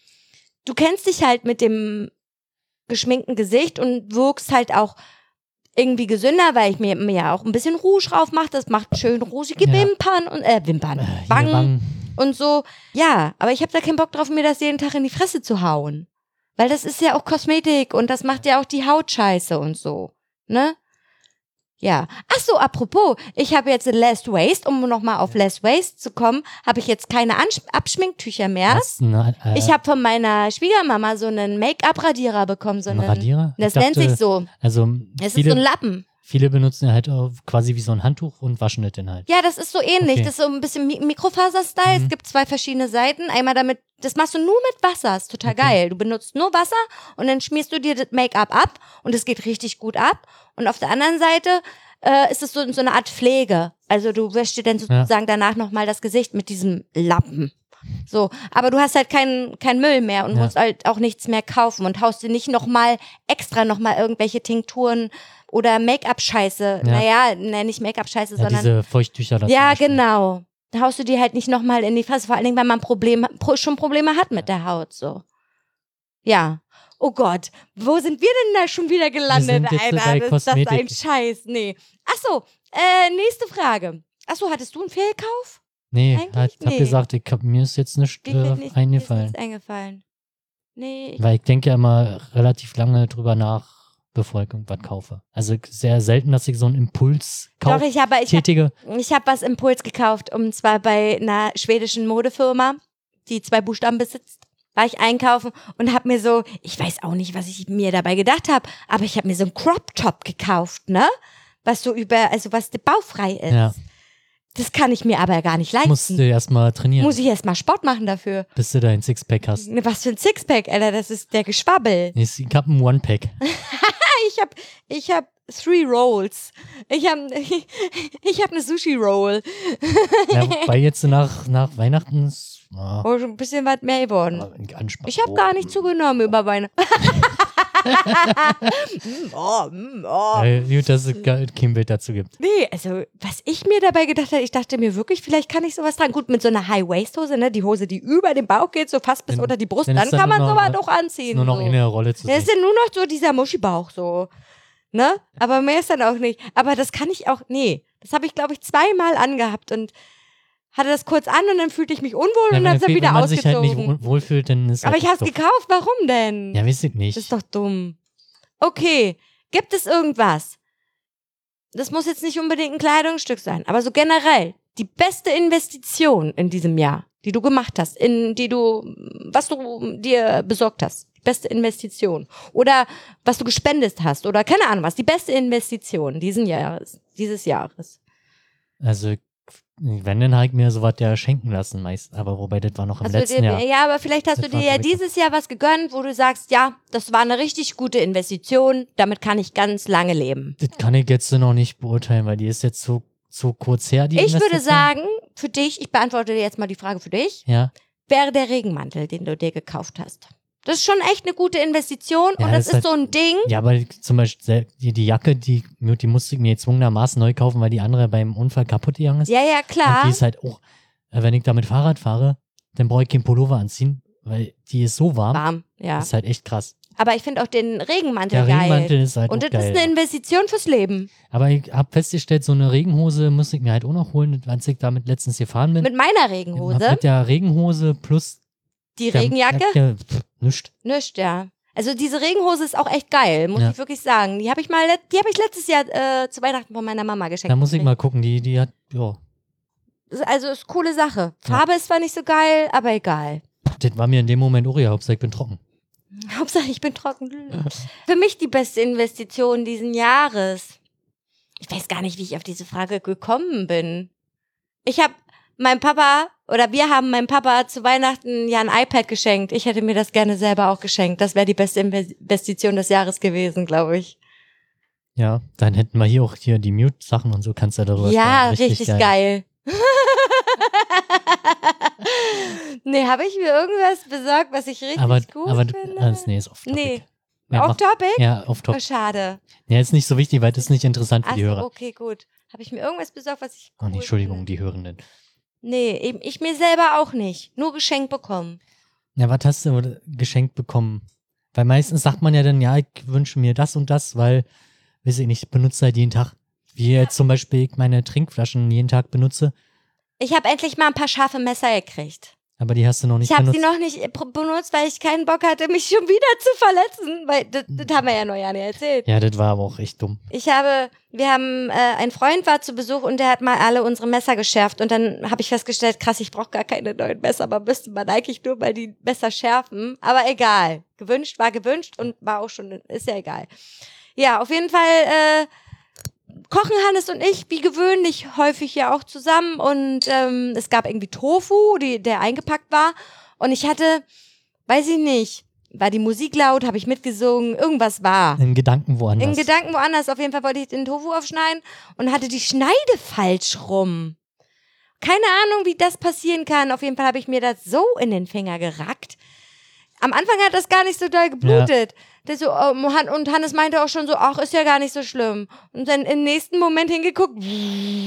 Speaker 2: du kennst dich halt mit dem geschminkten Gesicht und wirkst halt auch irgendwie gesünder, weil ich mir, mir ja auch ein bisschen Rouge drauf mache. Das macht schön rosige
Speaker 1: Ja.
Speaker 2: Wimpern und äh, Wimpern,
Speaker 1: Äh, hier
Speaker 2: Wangen
Speaker 1: Wangen.
Speaker 2: und so. Ja, aber ich habe da keinen Bock drauf, mir das jeden Tag in die Fresse zu hauen. Weil das ist ja auch Kosmetik und das macht ja auch die Haut scheiße und so. Ne? Ja. Ach so, apropos, ich habe jetzt Less Waste, um nochmal auf Less Waste zu kommen, habe ich jetzt keine Ansch Abschminktücher mehr.
Speaker 1: Was? Na, äh,
Speaker 2: Ich habe von meiner Schwiegermama so einen Make-up-Radierer bekommen, so
Speaker 1: einen
Speaker 2: einen.
Speaker 1: Radierer?
Speaker 2: Das
Speaker 1: Ich
Speaker 2: nennt
Speaker 1: dachte,
Speaker 2: sich so.
Speaker 1: Also
Speaker 2: Es ist
Speaker 1: viele,
Speaker 2: so ein Lappen.
Speaker 1: viele benutzen ja halt auch quasi wie so ein Handtuch und waschen das dann halt.
Speaker 2: Ja, das ist so ähnlich.
Speaker 1: Okay.
Speaker 2: Das ist so ein bisschen Mi Mikrofaser-Style.
Speaker 1: Mhm.
Speaker 2: Es gibt zwei verschiedene Seiten. Einmal damit, das machst du nur mit Wasser. Ist total
Speaker 1: Okay.
Speaker 2: geil. Du benutzt nur Wasser und dann schmierst du dir das Make-up ab und es geht richtig gut ab. Und auf der anderen Seite äh, ist es so, so eine Art Pflege. Also du wäschst dir dann sozusagen danach nochmal das Gesicht mit diesem Lappen. So, aber du hast halt keinen keinen Müll mehr und
Speaker 1: Ja.
Speaker 2: musst halt auch nichts mehr kaufen und haust dir nicht nochmal extra nochmal irgendwelche Tinkturen oder Make-up-Scheiße.
Speaker 1: Ja.
Speaker 2: Naja, nee, nicht Make-up-Scheiße,
Speaker 1: Ja,
Speaker 2: sondern
Speaker 1: diese Feuchttücher da zum
Speaker 2: ja,
Speaker 1: Beispiel.
Speaker 2: genau. Da haust du die halt nicht nochmal in die Fresse, vor allen Dingen, weil man Probleme, pro- schon Probleme hat mit der Haut, so. Ja. Oh Gott, wo sind wir denn da schon wieder gelandet,
Speaker 1: sind jetzt
Speaker 2: Alter?
Speaker 1: bei
Speaker 2: das ist das ein
Speaker 1: Kosmetik.
Speaker 2: Scheiß, nee. Ach so, äh, nächste Frage. Ach so, hattest du einen Fehlkauf?
Speaker 1: Nee,
Speaker 2: Eigentlich
Speaker 1: halt, ich hab
Speaker 2: nee.
Speaker 1: gesagt, ich hab, mir ist jetzt nichts
Speaker 2: Mir fällt
Speaker 1: äh,
Speaker 2: nicht- Mir ist
Speaker 1: eingefallen.
Speaker 2: nichts eingefallen. Nee, ich,
Speaker 1: Weil ich denke ja immer relativ lange drüber nach, bevor ich irgendwas kaufe. Also sehr selten, dass ich so einen Impuls
Speaker 2: doch,
Speaker 1: kaufe.
Speaker 2: ich habe, ich habe
Speaker 1: Tätige.
Speaker 2: Ich habe was Impuls gekauft und zwar bei einer schwedischen Modefirma, die zwei Buchstaben besitzt. War ich einkaufen und habe mir so, ich weiß auch nicht, was ich mir dabei gedacht habe, aber ich habe mir so einen Crop Top gekauft, ne? Was so über, also was baufrei ist.
Speaker 1: Ja,
Speaker 2: Das kann ich mir aber gar nicht leisten.
Speaker 1: musst du erstmal trainieren,
Speaker 2: Muss ich erstmal Sport machen dafür.
Speaker 1: bis du dein Sixpack hast.
Speaker 2: Was für ein Sixpack, Alter, das ist der Geschwabbel.
Speaker 1: Ich ich hab ein One-Pack.
Speaker 2: Ich habe ich hab three Rolls. Ich habe [LAUGHS] ich hab eine Sushi Roll.
Speaker 1: ja,
Speaker 2: [LAUGHS]
Speaker 1: wobei jetzt nach, nach Weihnachten ist ah,
Speaker 2: Oh, schon ein bisschen was mehr geworden.
Speaker 1: anspannend.
Speaker 2: Ich habe gar nicht zugenommen über Weihnachten. [LAUGHS] Mm, oh, mm, oh.
Speaker 1: Ja, gut, dass es gar kein Bild dazu gibt.
Speaker 2: Nee, also was ich mir dabei gedacht habe, ich dachte mir wirklich, vielleicht kann ich sowas dran. Gut, mit so einer High-Waist-Hose, ne? Die Hose, die über den Bauch geht, so fast bis
Speaker 1: Dann-
Speaker 2: unter die Brust,
Speaker 1: dann
Speaker 2: dann,
Speaker 1: ist da
Speaker 2: kann
Speaker 1: nur
Speaker 2: man
Speaker 1: noch-
Speaker 2: sowas doch
Speaker 1: Ist
Speaker 2: anziehen.
Speaker 1: nur noch
Speaker 2: so.
Speaker 1: in der Rolle zu
Speaker 2: Da
Speaker 1: sehen.
Speaker 2: ist ja nur noch so dieser Muschibauch so. Ne? Aber mehr ist dann auch nicht. Aber das kann ich auch, nee. Das habe ich, glaube ich, zweimal angehabt und hatte das kurz an und dann fühlte ich mich unwohl und
Speaker 1: wenn,
Speaker 2: dann ist er
Speaker 1: wenn
Speaker 2: wieder
Speaker 1: man sich halt
Speaker 2: ausgezogen.
Speaker 1: nicht wohl- wohlfühlt, dann ist
Speaker 2: Aber
Speaker 1: halt
Speaker 2: ich habe es
Speaker 1: doof.
Speaker 2: gekauft, warum denn?
Speaker 1: Ja, weiß ich nicht.
Speaker 2: Das ist doch dumm. Okay, gibt es irgendwas? Das muss jetzt nicht unbedingt ein Kleidungsstück sein, aber so generell die beste Investition in diesem Jahr, die du gemacht hast, in die du, was du mm, dir besorgt hast, die beste Investition oder was du gespendet hast oder keine Ahnung was, die beste Investition diesen Jahres, dieses Jahres.
Speaker 1: also, wenn, dann habe ich mir sowas ja schenken lassen meist. Aber wobei, das war noch im
Speaker 2: Hast
Speaker 1: letzten
Speaker 2: du dir,
Speaker 1: Jahr.
Speaker 2: ja, aber vielleicht hast
Speaker 1: Das
Speaker 2: du dir
Speaker 1: war
Speaker 2: ja
Speaker 1: verrückt.
Speaker 2: dieses Jahr was gegönnt, wo du sagst, ja, das war eine richtig gute Investition, damit kann ich ganz lange leben.
Speaker 1: Das kann ich jetzt so noch nicht beurteilen, weil die ist jetzt so, so kurz her, die
Speaker 2: Ich würde
Speaker 1: Investition.
Speaker 2: sagen, für dich, ich beantworte dir jetzt mal die Frage für dich,
Speaker 1: Ja,
Speaker 2: wäre der Regenmantel, den du dir gekauft hast. Das ist schon echt eine gute Investition
Speaker 1: Ja,
Speaker 2: und
Speaker 1: das
Speaker 2: das
Speaker 1: ist halt-
Speaker 2: ist so ein Ding.
Speaker 1: Ja, aber zum Beispiel sel- die, die Jacke, die, die musste ich mir gezwungenermaßen neu kaufen, weil die andere beim Unfall kaputt gegangen ist.
Speaker 2: Ja, ja,
Speaker 1: Und die
Speaker 2: klar.
Speaker 1: ist halt auch, äh, wenn ich damit Fahrrad fahre, dann brauche ich keinen Pullover anziehen, weil die ist so warm.
Speaker 2: Warm, ja.
Speaker 1: Ist halt echt krass.
Speaker 2: Aber ich finde auch den Regenmantel
Speaker 1: Der
Speaker 2: geil.
Speaker 1: Regenmantel ist halt
Speaker 2: Und
Speaker 1: auch
Speaker 2: das ist
Speaker 1: geil.
Speaker 2: eine Investition fürs Leben.
Speaker 1: Aber ich habe festgestellt, so eine Regenhose muss ich mir halt auch noch holen, als ich damit letztens gefahren bin.
Speaker 2: Mit meiner
Speaker 1: Hab
Speaker 2: Regenhose,
Speaker 1: Mit der Regenhose plus
Speaker 2: die
Speaker 1: der
Speaker 2: Regenjacke,
Speaker 1: Jacke, pff, nischt.
Speaker 2: Nicht, ja. Also diese Regenhose ist auch echt geil, muss
Speaker 1: Ja.
Speaker 2: ich wirklich sagen. Die habe ich mal, let- die habe ich letztes Jahr äh, zu Weihnachten von meiner Mama geschenkt.
Speaker 1: Da muss ich mal gucken, die, die hat, ja,
Speaker 2: gekriegt. Also ist coole Sache. Farbe ist zwar nicht so geil, aber egal.
Speaker 1: das war mir in dem Moment auch ja, Hauptsache ich bin trocken.
Speaker 2: Hauptsache ich bin trocken. Für mich die beste Investition diesen Jahres. Ich weiß gar nicht, wie ich auf diese Frage gekommen bin. Ich habe mein Papa oder wir haben meinem Papa zu Weihnachten ja ein iPad geschenkt. Ich hätte mir das gerne selber auch geschenkt. Das wäre die beste Inve- Investition des Jahres gewesen, glaube ich.
Speaker 1: Ja, dann hätten wir hier auch hier die Mute-Sachen und so, kannst du darüber
Speaker 2: Ja,
Speaker 1: schreiben.
Speaker 2: richtig, geil. [LAUGHS] nee, habe ich mir irgendwas besorgt, was ich richtig
Speaker 1: Aber,
Speaker 2: gut
Speaker 1: aber, du-
Speaker 2: finde?
Speaker 1: ah, nee, ist off topic.
Speaker 2: Nee.
Speaker 1: Ja,
Speaker 2: Off
Speaker 1: mach,
Speaker 2: Topic?
Speaker 1: ja, off
Speaker 2: Oh,
Speaker 1: topic.
Speaker 2: schade.
Speaker 1: Ja, ist nicht so wichtig, weil das ist nicht interessant für
Speaker 2: Ach,
Speaker 1: die Hörer.
Speaker 2: okay, gut. Habe ich mir irgendwas besorgt, was ich.
Speaker 1: Oh nee,
Speaker 2: cool
Speaker 1: Entschuldigung,
Speaker 2: finde?
Speaker 1: die Hörenden.
Speaker 2: Nee, eben, ich mir selber auch nicht. Nur geschenkt bekommen.
Speaker 1: Na, was hast du oder- geschenkt bekommen? Weil meistens sagt man ja dann, ja, ich wünsche mir das und das, weil, weiß ich nicht, ich benutze halt jeden Tag. Wie jetzt zum Beispiel ich meine Trinkflaschen jeden Tag benutze,
Speaker 2: Ich habe endlich mal ein paar scharfe Messer gekriegt.
Speaker 1: aber die hast du noch nicht
Speaker 2: ich habe
Speaker 1: benutzt.
Speaker 2: sie noch nicht äh, pro- benutzt, weil ich keinen Bock hatte, mich schon wieder zu verletzen. Weil das, das haben wir ja noch ja nicht erzählt.
Speaker 1: ja, das war aber auch echt dumm.
Speaker 2: Ich habe, wir haben, äh, ein Freund war zu Besuch und der hat mal alle unsere Messer geschärft und dann habe ich festgestellt, krass, ich brauche gar keine neuen Messer, man müsste man eigentlich nur mal die Messer schärfen. Aber egal, gewünscht war gewünscht und war auch schon, ist ja egal. Ja, auf jeden Fall äh, kochen Hannes und ich wie gewöhnlich häufig ja auch zusammen und ähm, es gab irgendwie Tofu, die, der eingepackt war und ich hatte, weiß ich nicht, war die Musik laut, habe ich mitgesungen, irgendwas war.
Speaker 1: In Gedanken woanders.
Speaker 2: In Gedanken woanders. Auf jeden Fall wollte ich den Tofu aufschneiden und hatte die Schneide falsch rum. Keine Ahnung, wie das passieren kann. Auf jeden Fall habe ich mir das so in den Finger gerackt. Am Anfang hat das gar nicht so doll geblutet. Das so, ähm, Han- und Hannes meinte auch schon so, ach, ist ja gar nicht so schlimm. Und dann im nächsten Moment hingeguckt,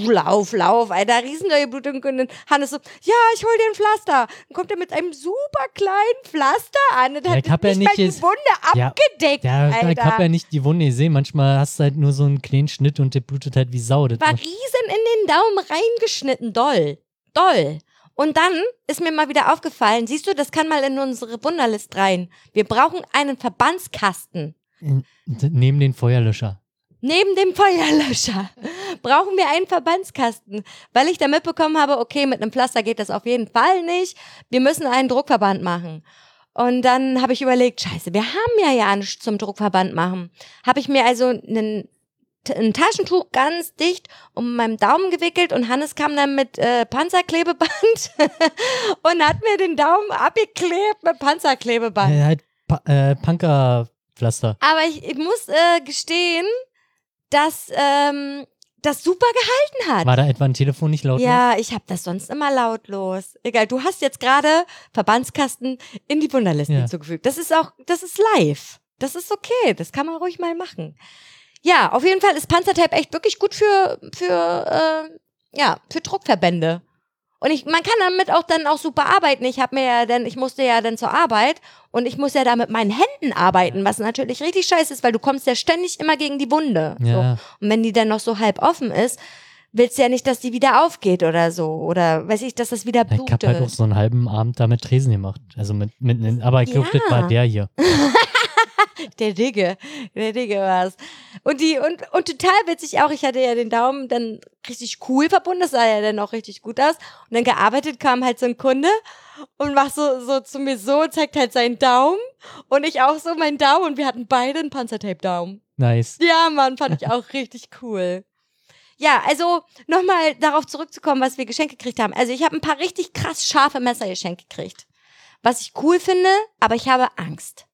Speaker 2: lauf, lauf, Alter, riesendolle Blutung. Und dann Hannes so, ja, ich hol dir ein Pflaster. Dann kommt er mit einem super kleinen Pflaster an. Das
Speaker 1: Ja,
Speaker 2: hat
Speaker 1: ich hab ja
Speaker 2: nicht
Speaker 1: nicht
Speaker 2: mal die
Speaker 1: jetzt-
Speaker 2: Wunde
Speaker 1: Ja,
Speaker 2: abgedeckt,
Speaker 1: ja,
Speaker 2: Alter.
Speaker 1: ich hab ja nicht die Wunde gesehen. Manchmal hast du halt nur so einen kleinen Schnitt und der blutet halt wie Sau. Das
Speaker 2: war riesen in den Daumen reingeschnitten, doll, doll. Und dann ist mir mal wieder aufgefallen, siehst du, das kann mal in unsere Wunderlist rein. Wir brauchen einen Verbandskasten.
Speaker 1: neben den Feuerlöscher.
Speaker 2: Neben dem Feuerlöscher brauchen wir einen Verbandskasten, weil ich da mitbekommen habe, okay, mit einem Pflaster geht das auf jeden Fall nicht. Wir müssen einen Druckverband machen. Und dann habe ich überlegt, scheiße, wir haben ja ja nichts zum Druckverband machen. Habe ich mir also einen, T- ein Taschentuch ganz dicht um meinen Daumen gewickelt und Hannes kam dann mit äh, Panzerklebeband [LAUGHS] und hat mir den Daumen abgeklebt mit Panzerklebeband.
Speaker 1: Äh, halt pa äh, Punkerpflaster.
Speaker 2: Aber ich, ich muss äh, gestehen, dass ähm, das super gehalten hat.
Speaker 1: War da etwa ein Telefon nicht laut? noch?
Speaker 2: Ja, ich habe das sonst immer lautlos. Egal, du hast jetzt gerade Verbandskasten in die Wunderliste
Speaker 1: Ja.
Speaker 2: hinzugefügt. Das ist auch, das ist live. Das ist okay, das kann man ruhig mal machen. Ja, auf jeden Fall ist Panzertape echt wirklich gut für, für, äh, ja, für Druckverbände. Und ich, man kann damit auch dann auch super arbeiten. Ich habe mir ja dann, ich musste ja dann zur Arbeit und ich muss ja da mit meinen Händen arbeiten, was natürlich richtig scheiße ist, weil du kommst ja ständig immer gegen die Wunde. So.
Speaker 1: Ja,
Speaker 2: Und wenn die dann noch so halb offen ist, willst du ja nicht, dass die wieder aufgeht oder so. Oder weiß ich, dass das wieder
Speaker 1: ich hab
Speaker 2: blutet.
Speaker 1: halt auch so einen halben Abend damit Tresen gemacht. Also mit, mit, mit aber ich glaube, das
Speaker 2: Ja.
Speaker 1: war der hier.
Speaker 2: [LAUGHS] der Digge, der Digge war's. Und die, und, und total witzig auch, ich hatte ja den Daumen dann richtig cool verbunden, das sah ja dann auch richtig gut aus. Und dann gearbeitet kam halt so ein Kunde und macht so, so zu mir so, zeigt halt seinen Daumen und ich auch so meinen Daumen und wir hatten beide einen Panzertape-Daumen.
Speaker 1: Nice.
Speaker 2: Ja, Mann, fand ich auch richtig cool. Ja, also nochmal darauf zurückzukommen, was wir geschenkt gekriegt haben. Also ich habe ein paar richtig krass scharfe Messer geschenkt gekriegt. Was ich cool finde, aber ich habe Angst.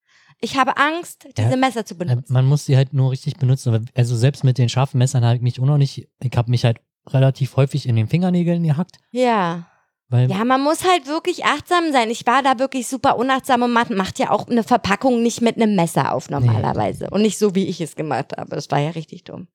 Speaker 2: Ich habe Angst, diese
Speaker 1: Ja,
Speaker 2: Messer zu
Speaker 1: Äh,
Speaker 2: benutzen.
Speaker 1: Man muss die halt nur richtig benutzen. Aber- Also selbst mit den scharfen Messern habe ich mich auch noch nicht. Ich habe mich halt relativ häufig in den Fingernägeln gehackt.
Speaker 2: ja.
Speaker 1: Weil,
Speaker 2: Ja, man muss halt wirklich achtsam sein. Ich war da wirklich super unachtsam und man macht ja auch eine Verpackung nicht mit einem Messer auf normalerweise. Und nicht so, wie ich es gemacht habe. Das war ja richtig dumm.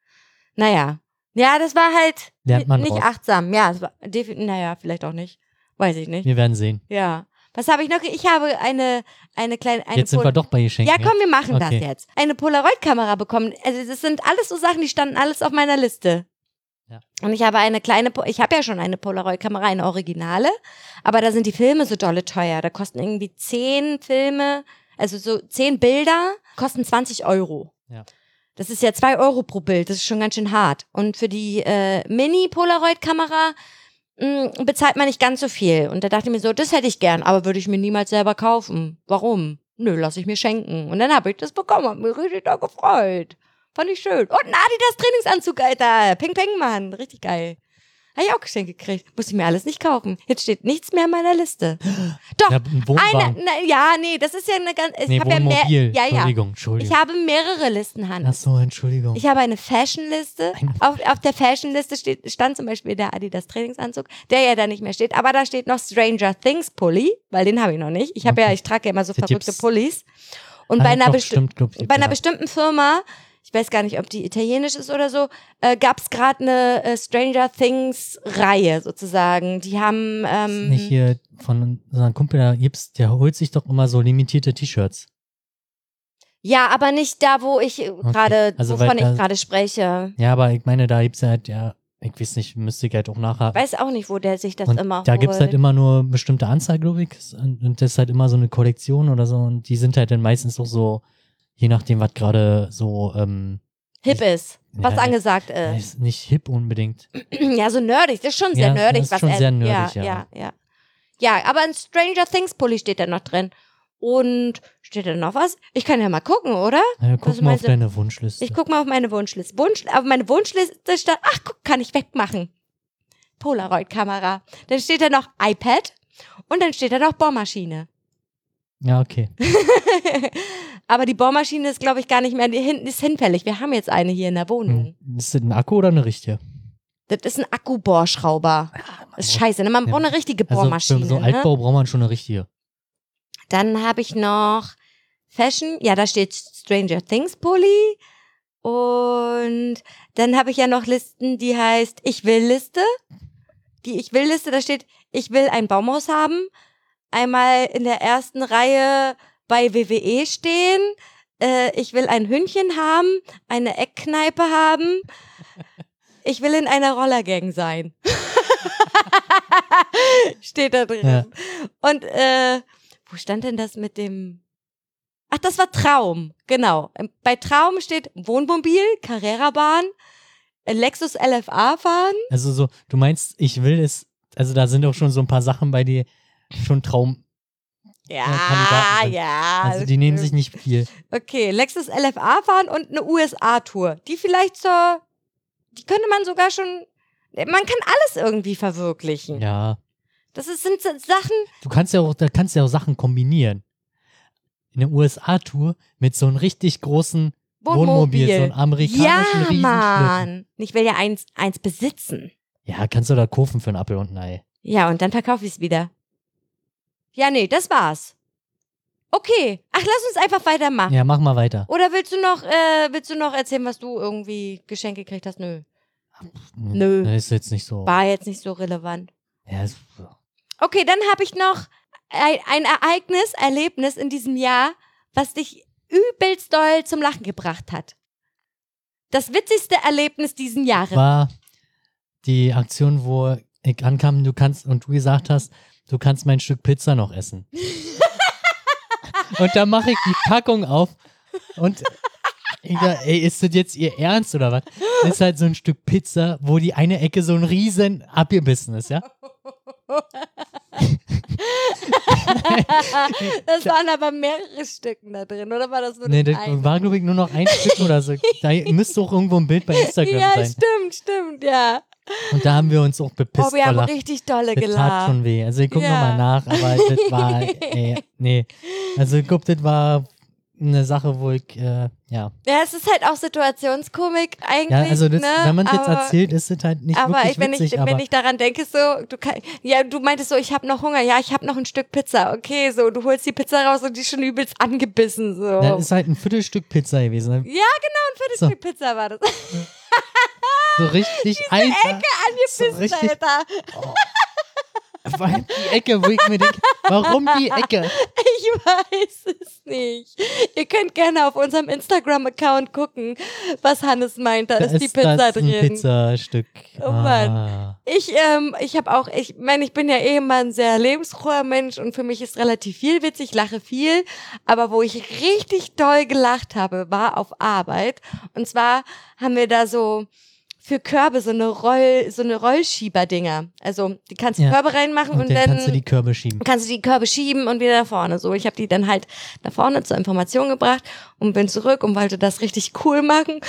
Speaker 2: Naja. Ja, das war halt
Speaker 1: Lernt man
Speaker 2: nicht
Speaker 1: draus.
Speaker 2: achtsam. Ja, es war defi- naja, vielleicht auch nicht. Weiß ich nicht.
Speaker 1: wir werden sehen.
Speaker 2: Ja. Was habe ich noch? Ich habe eine, eine kleine. Eine
Speaker 1: Jetzt sind wir
Speaker 2: Pol-
Speaker 1: doch bei Geschenken.
Speaker 2: ja, komm, wir machen das
Speaker 1: Okay.
Speaker 2: jetzt. Eine Polaroid-Kamera bekommen. Also, das sind alles so Sachen, die standen alles auf meiner Liste.
Speaker 1: Ja.
Speaker 2: Und ich habe eine kleine, Po- ich habe ja schon eine Polaroid-Kamera, eine Originale, aber da sind die Filme so dolle teuer. Da kosten irgendwie zehn Filme, also so zehn Bilder, kosten 20 Euro.
Speaker 1: Ja.
Speaker 2: Das ist ja zwei Euro pro Bild, das ist schon ganz schön hart. Und für die äh, Mini-Polaroid-Kamera mh, bezahlt man nicht ganz so viel. Und da dachte ich mir so, das hätte ich gern, aber würde ich mir niemals selber kaufen. Warum? Nö, lass ich mir schenken. Und dann habe ich das bekommen, hab mich richtig da gefreut. Fand ich schön. Und ein Adidas Trainingsanzug, Alter. Ping, ping, Mann. Richtig geil. Habe ich auch geschenkt gekriegt. Musste ich mir alles nicht kaufen. Jetzt steht nichts mehr in
Speaker 1: [GASPS]
Speaker 2: meiner Liste. Doch,
Speaker 1: Ja, ein
Speaker 2: eine,
Speaker 1: Wohnwagen.
Speaker 2: na, ja, nee, das ist ja eine ganz, ich
Speaker 1: nee,
Speaker 2: habe ja mehr,
Speaker 1: Wohnmobil.
Speaker 2: ja, ja.
Speaker 1: Entschuldigung, Entschuldigung.
Speaker 2: Ich habe mehrere Listen,
Speaker 1: Ach
Speaker 2: Hannes.
Speaker 1: so, Entschuldigung.
Speaker 2: Ich habe eine Fashionliste.
Speaker 1: Ein-
Speaker 2: Auf, auf der Fashionliste steht, stand zum Beispiel der Adidas Trainingsanzug, der ja da nicht mehr steht. Aber da steht noch Stranger Things Pulli, weil den habe ich noch nicht. Ich habe ja, ich trage ja immer so
Speaker 1: Die
Speaker 2: verrückte
Speaker 1: gibt's-
Speaker 2: Pullis. Und
Speaker 1: Ah,
Speaker 2: bei einer,
Speaker 1: doch,
Speaker 2: besti
Speaker 1: stimmt, glaub ich,
Speaker 2: bei einer
Speaker 1: ja.
Speaker 2: bestimmten Firma, ich weiß gar nicht, ob die italienisch ist oder so, äh, gab es gerade eine äh, Stranger Things Reihe sozusagen. Die haben ähm,
Speaker 1: nicht hier von unserem Kumpel, da gibt's, der holt sich doch immer so limitierte T-Shirts.
Speaker 2: ja, aber nicht da, wo ich äh, gerade,
Speaker 1: Also, weil
Speaker 2: wovon ich
Speaker 1: da-
Speaker 2: gerade spreche.
Speaker 1: Ja, aber ich meine, da gibt's halt, ja, ich weiß nicht, müsste ich halt auch nachhaken.
Speaker 2: Weiß auch nicht, wo der sich das
Speaker 1: und
Speaker 2: immer
Speaker 1: da gibt's
Speaker 2: holt.
Speaker 1: halt immer nur bestimmte Anzahl, glaube ich. Und, und das ist halt immer so eine Kollektion oder so. Und die sind halt dann meistens auch so, je nachdem, was gerade so, ähm,
Speaker 2: hip ist, was
Speaker 1: Ja,
Speaker 2: angesagt ist.
Speaker 1: ist nicht hip unbedingt.
Speaker 2: Äh. [CLEARS THROAT] Ja, so nerdig, das ist schon sehr
Speaker 1: Ja,
Speaker 2: nerdig.
Speaker 1: das ist
Speaker 2: was
Speaker 1: schon
Speaker 2: er-
Speaker 1: sehr nerdig,
Speaker 2: ja.
Speaker 1: ja.
Speaker 2: Ja, ja. ja aber ein Stranger Things Pulli steht da noch drin. Und steht da noch was? Ich kann ja mal gucken, oder?
Speaker 1: Ja, guck mal auf
Speaker 2: Was also meinst du?
Speaker 1: deine Wunschliste.
Speaker 2: Ich guck mal auf meine Wunschliste. Wunsch, auf meine Wunschliste stand, ach guck, kann ich wegmachen. Polaroid-Kamera. Dann steht da noch iPad und dann steht da noch Bohrmaschine. [LAUGHS]
Speaker 1: ja, okay.
Speaker 2: aber die Bohrmaschine ist, glaube ich, gar nicht mehr, die hinten ist hinfällig. Wir haben jetzt eine hier in der Wohnung.
Speaker 1: Hm. Ist das ein Akku oder eine richtige?
Speaker 2: Das ist ein Akkubohrschrauber. ist scheiße, ne? Man
Speaker 1: Ja.
Speaker 2: braucht eine richtige
Speaker 1: Also
Speaker 2: Bohrmaschine.
Speaker 1: für so
Speaker 2: ne?
Speaker 1: Altbau braucht man schon eine richtige.
Speaker 2: Dann habe ich noch Fashion. Ja, da steht Stranger Things Pulli. Und dann habe ich ja noch Listen, die heißt Ich will Liste. Die Ich will Liste, da steht Ich will ein Baumhaus haben. Einmal in der ersten Reihe bei WWE stehen. Äh, ich will ein Hündchen haben, eine Eckkneipe haben. Ich will in einer Rollergang sein. [LAUGHS] steht da drin.
Speaker 1: Ja.
Speaker 2: Und äh, wo stand denn das mit dem? Ach, das war Traum, genau. Bei Traum steht Wohnmobil, Carrera-Bahn, Lexus LFA fahren.
Speaker 1: Also so, du meinst, ich will es, also da sind auch schon so ein paar Sachen bei dir schon Traum.
Speaker 2: Ja,
Speaker 1: Kandidaten sind.
Speaker 2: ja.
Speaker 1: Also die nehmen sich nicht
Speaker 2: [LAUGHS]
Speaker 1: viel.
Speaker 2: Okay, Lexus LFA fahren und eine USA-Tour. Die vielleicht zur, die könnte man sogar schon, man kann alles irgendwie verwirklichen.
Speaker 1: Ja.
Speaker 2: Das ist, sind so Sachen,
Speaker 1: Du kannst ja auch, da kannst ja auch Sachen kombinieren. In der USA-Tour mit so einem richtig großen
Speaker 2: Wohnmobil.
Speaker 1: Wohnmobil, so einem amerikanischen
Speaker 2: ja,
Speaker 1: Riesenschlitten.
Speaker 2: Mann. Ich will ja eins, eins besitzen.
Speaker 1: Ja, kannst du da kaufen für einen Apfel und ein Ei.
Speaker 2: Ja, und dann verkaufe ich es wieder. Ja, nee, das war's. Okay. Ach, lass uns einfach weitermachen.
Speaker 1: Ja, mach mal weiter.
Speaker 2: Oder willst du noch, äh, willst du noch erzählen, was du irgendwie Geschenke gekriegt hast? Nö. Nö.
Speaker 1: Das ist jetzt nicht so.
Speaker 2: War jetzt nicht so relevant.
Speaker 1: Ja, ist,
Speaker 2: Okay, dann habe ich noch ein, ein Ereignis, Erlebnis in diesem Jahr, was dich übelst doll zum Lachen gebracht hat. Das witzigste Erlebnis diesen Jahres.
Speaker 1: war die Aktion, wo ich ankam, du kannst und du gesagt
Speaker 2: Mhm.
Speaker 1: hast, du kannst mein Stück Pizza noch essen. und da mache ich die Packung auf und ich sag, ey, ist das jetzt ihr Ernst oder was? Das ist halt so ein Stück Pizza, wo die eine Ecke so ein riesen abgebissen ist, ja?
Speaker 2: [LAUGHS] Das waren aber mehrere Stücken da drin, oder war das nur
Speaker 1: Nee,
Speaker 2: das
Speaker 1: das
Speaker 2: eine?
Speaker 1: war glaube ich nur noch ein Stück oder so. Da müsste auch irgendwo ein Bild bei Instagram
Speaker 2: ja,
Speaker 1: sein.
Speaker 2: stimmt, stimmt, ja.
Speaker 1: Und da haben wir uns auch bepisst
Speaker 2: Oh, wir haben
Speaker 1: vor Lachen.
Speaker 2: richtig dolle
Speaker 1: Das tat
Speaker 2: gelacht.
Speaker 1: schon weh. Also ich guck
Speaker 2: Ja. [LAUGHS]
Speaker 1: nochmal nach, aber das war, ey, nee. Also ich guck, das war, eine Sache, wo ich, äh, ja.
Speaker 2: Ja, es ist halt auch Situationskomik eigentlich.
Speaker 1: Ja, also das,
Speaker 2: ne?
Speaker 1: wenn man es jetzt
Speaker 2: aber,
Speaker 1: erzählt, ist es halt nicht
Speaker 2: aber
Speaker 1: wirklich
Speaker 2: ich, wenn,
Speaker 1: witzig,
Speaker 2: ich,
Speaker 1: aber
Speaker 2: wenn ich daran denke, so, du kann, ja, du meintest so, ich habe noch Hunger, ja, ich habe noch ein Stück Pizza, okay, so, du holst die Pizza raus und die ist schon übelst angebissen, so.
Speaker 1: das ist halt ein Viertelstück Pizza gewesen.
Speaker 2: ja, genau, ein Viertelstück Pizza war das. [LAUGHS]
Speaker 1: So richtig Alter, so
Speaker 2: Angebissen,
Speaker 1: richtig,
Speaker 2: Alter.
Speaker 1: [LAUGHS] Vor allem die Ecke, wo ich mir denke, warum die Ecke?
Speaker 2: Ich weiß es nicht. Ihr könnt gerne auf unserem Instagram-Account gucken, was Hannes meint. Da, ist die Pizza
Speaker 1: das
Speaker 2: drin.
Speaker 1: ein Pizzastück.
Speaker 2: Oh Mann.
Speaker 1: Ah.
Speaker 2: Ich, ähm, ich habe auch, ich meine, ich bin ja eh immer ein sehr lebensfroher Mensch und für mich ist relativ viel Witz, ich lache viel, aber wo ich richtig doll gelacht habe, war auf Arbeit. Und zwar haben wir da so für Körbe so eine Roll, so eine Rollschieber-Dinger. Also die kannst du
Speaker 1: Ja.
Speaker 2: Körbe reinmachen
Speaker 1: Und,
Speaker 2: und,
Speaker 1: dann
Speaker 2: dann
Speaker 1: kannst du die Körbe schieben.
Speaker 2: kannst du die Körbe schieben und wieder nach vorne. So, ich habe die dann halt nach vorne zur Information gebracht und bin zurück und wollte das richtig cool machen.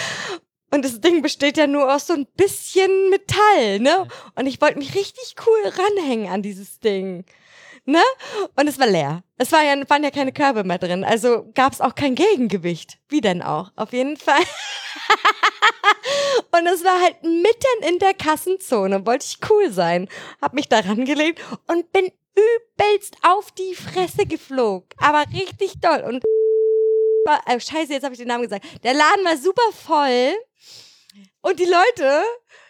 Speaker 2: Und das Ding besteht ja nur aus so ein bisschen Metall, ne? Und ich wollte mich richtig cool ranhängen an dieses Ding. Ne? Und es war leer. Es war ja, waren ja keine Körbe mehr drin. Also gab es auch kein Gegengewicht. Wie denn auch? Auf jeden Fall. [LAUGHS] Und es war halt mitten in der Kassenzone. Wollte ich cool sein. Hab mich da rangelegt und bin übelst auf die Fresse geflogen. Aber richtig doll. Und [LAUGHS] war, äh, scheiße, jetzt habe ich den Namen gesagt. Der Laden war super voll. Und die Leute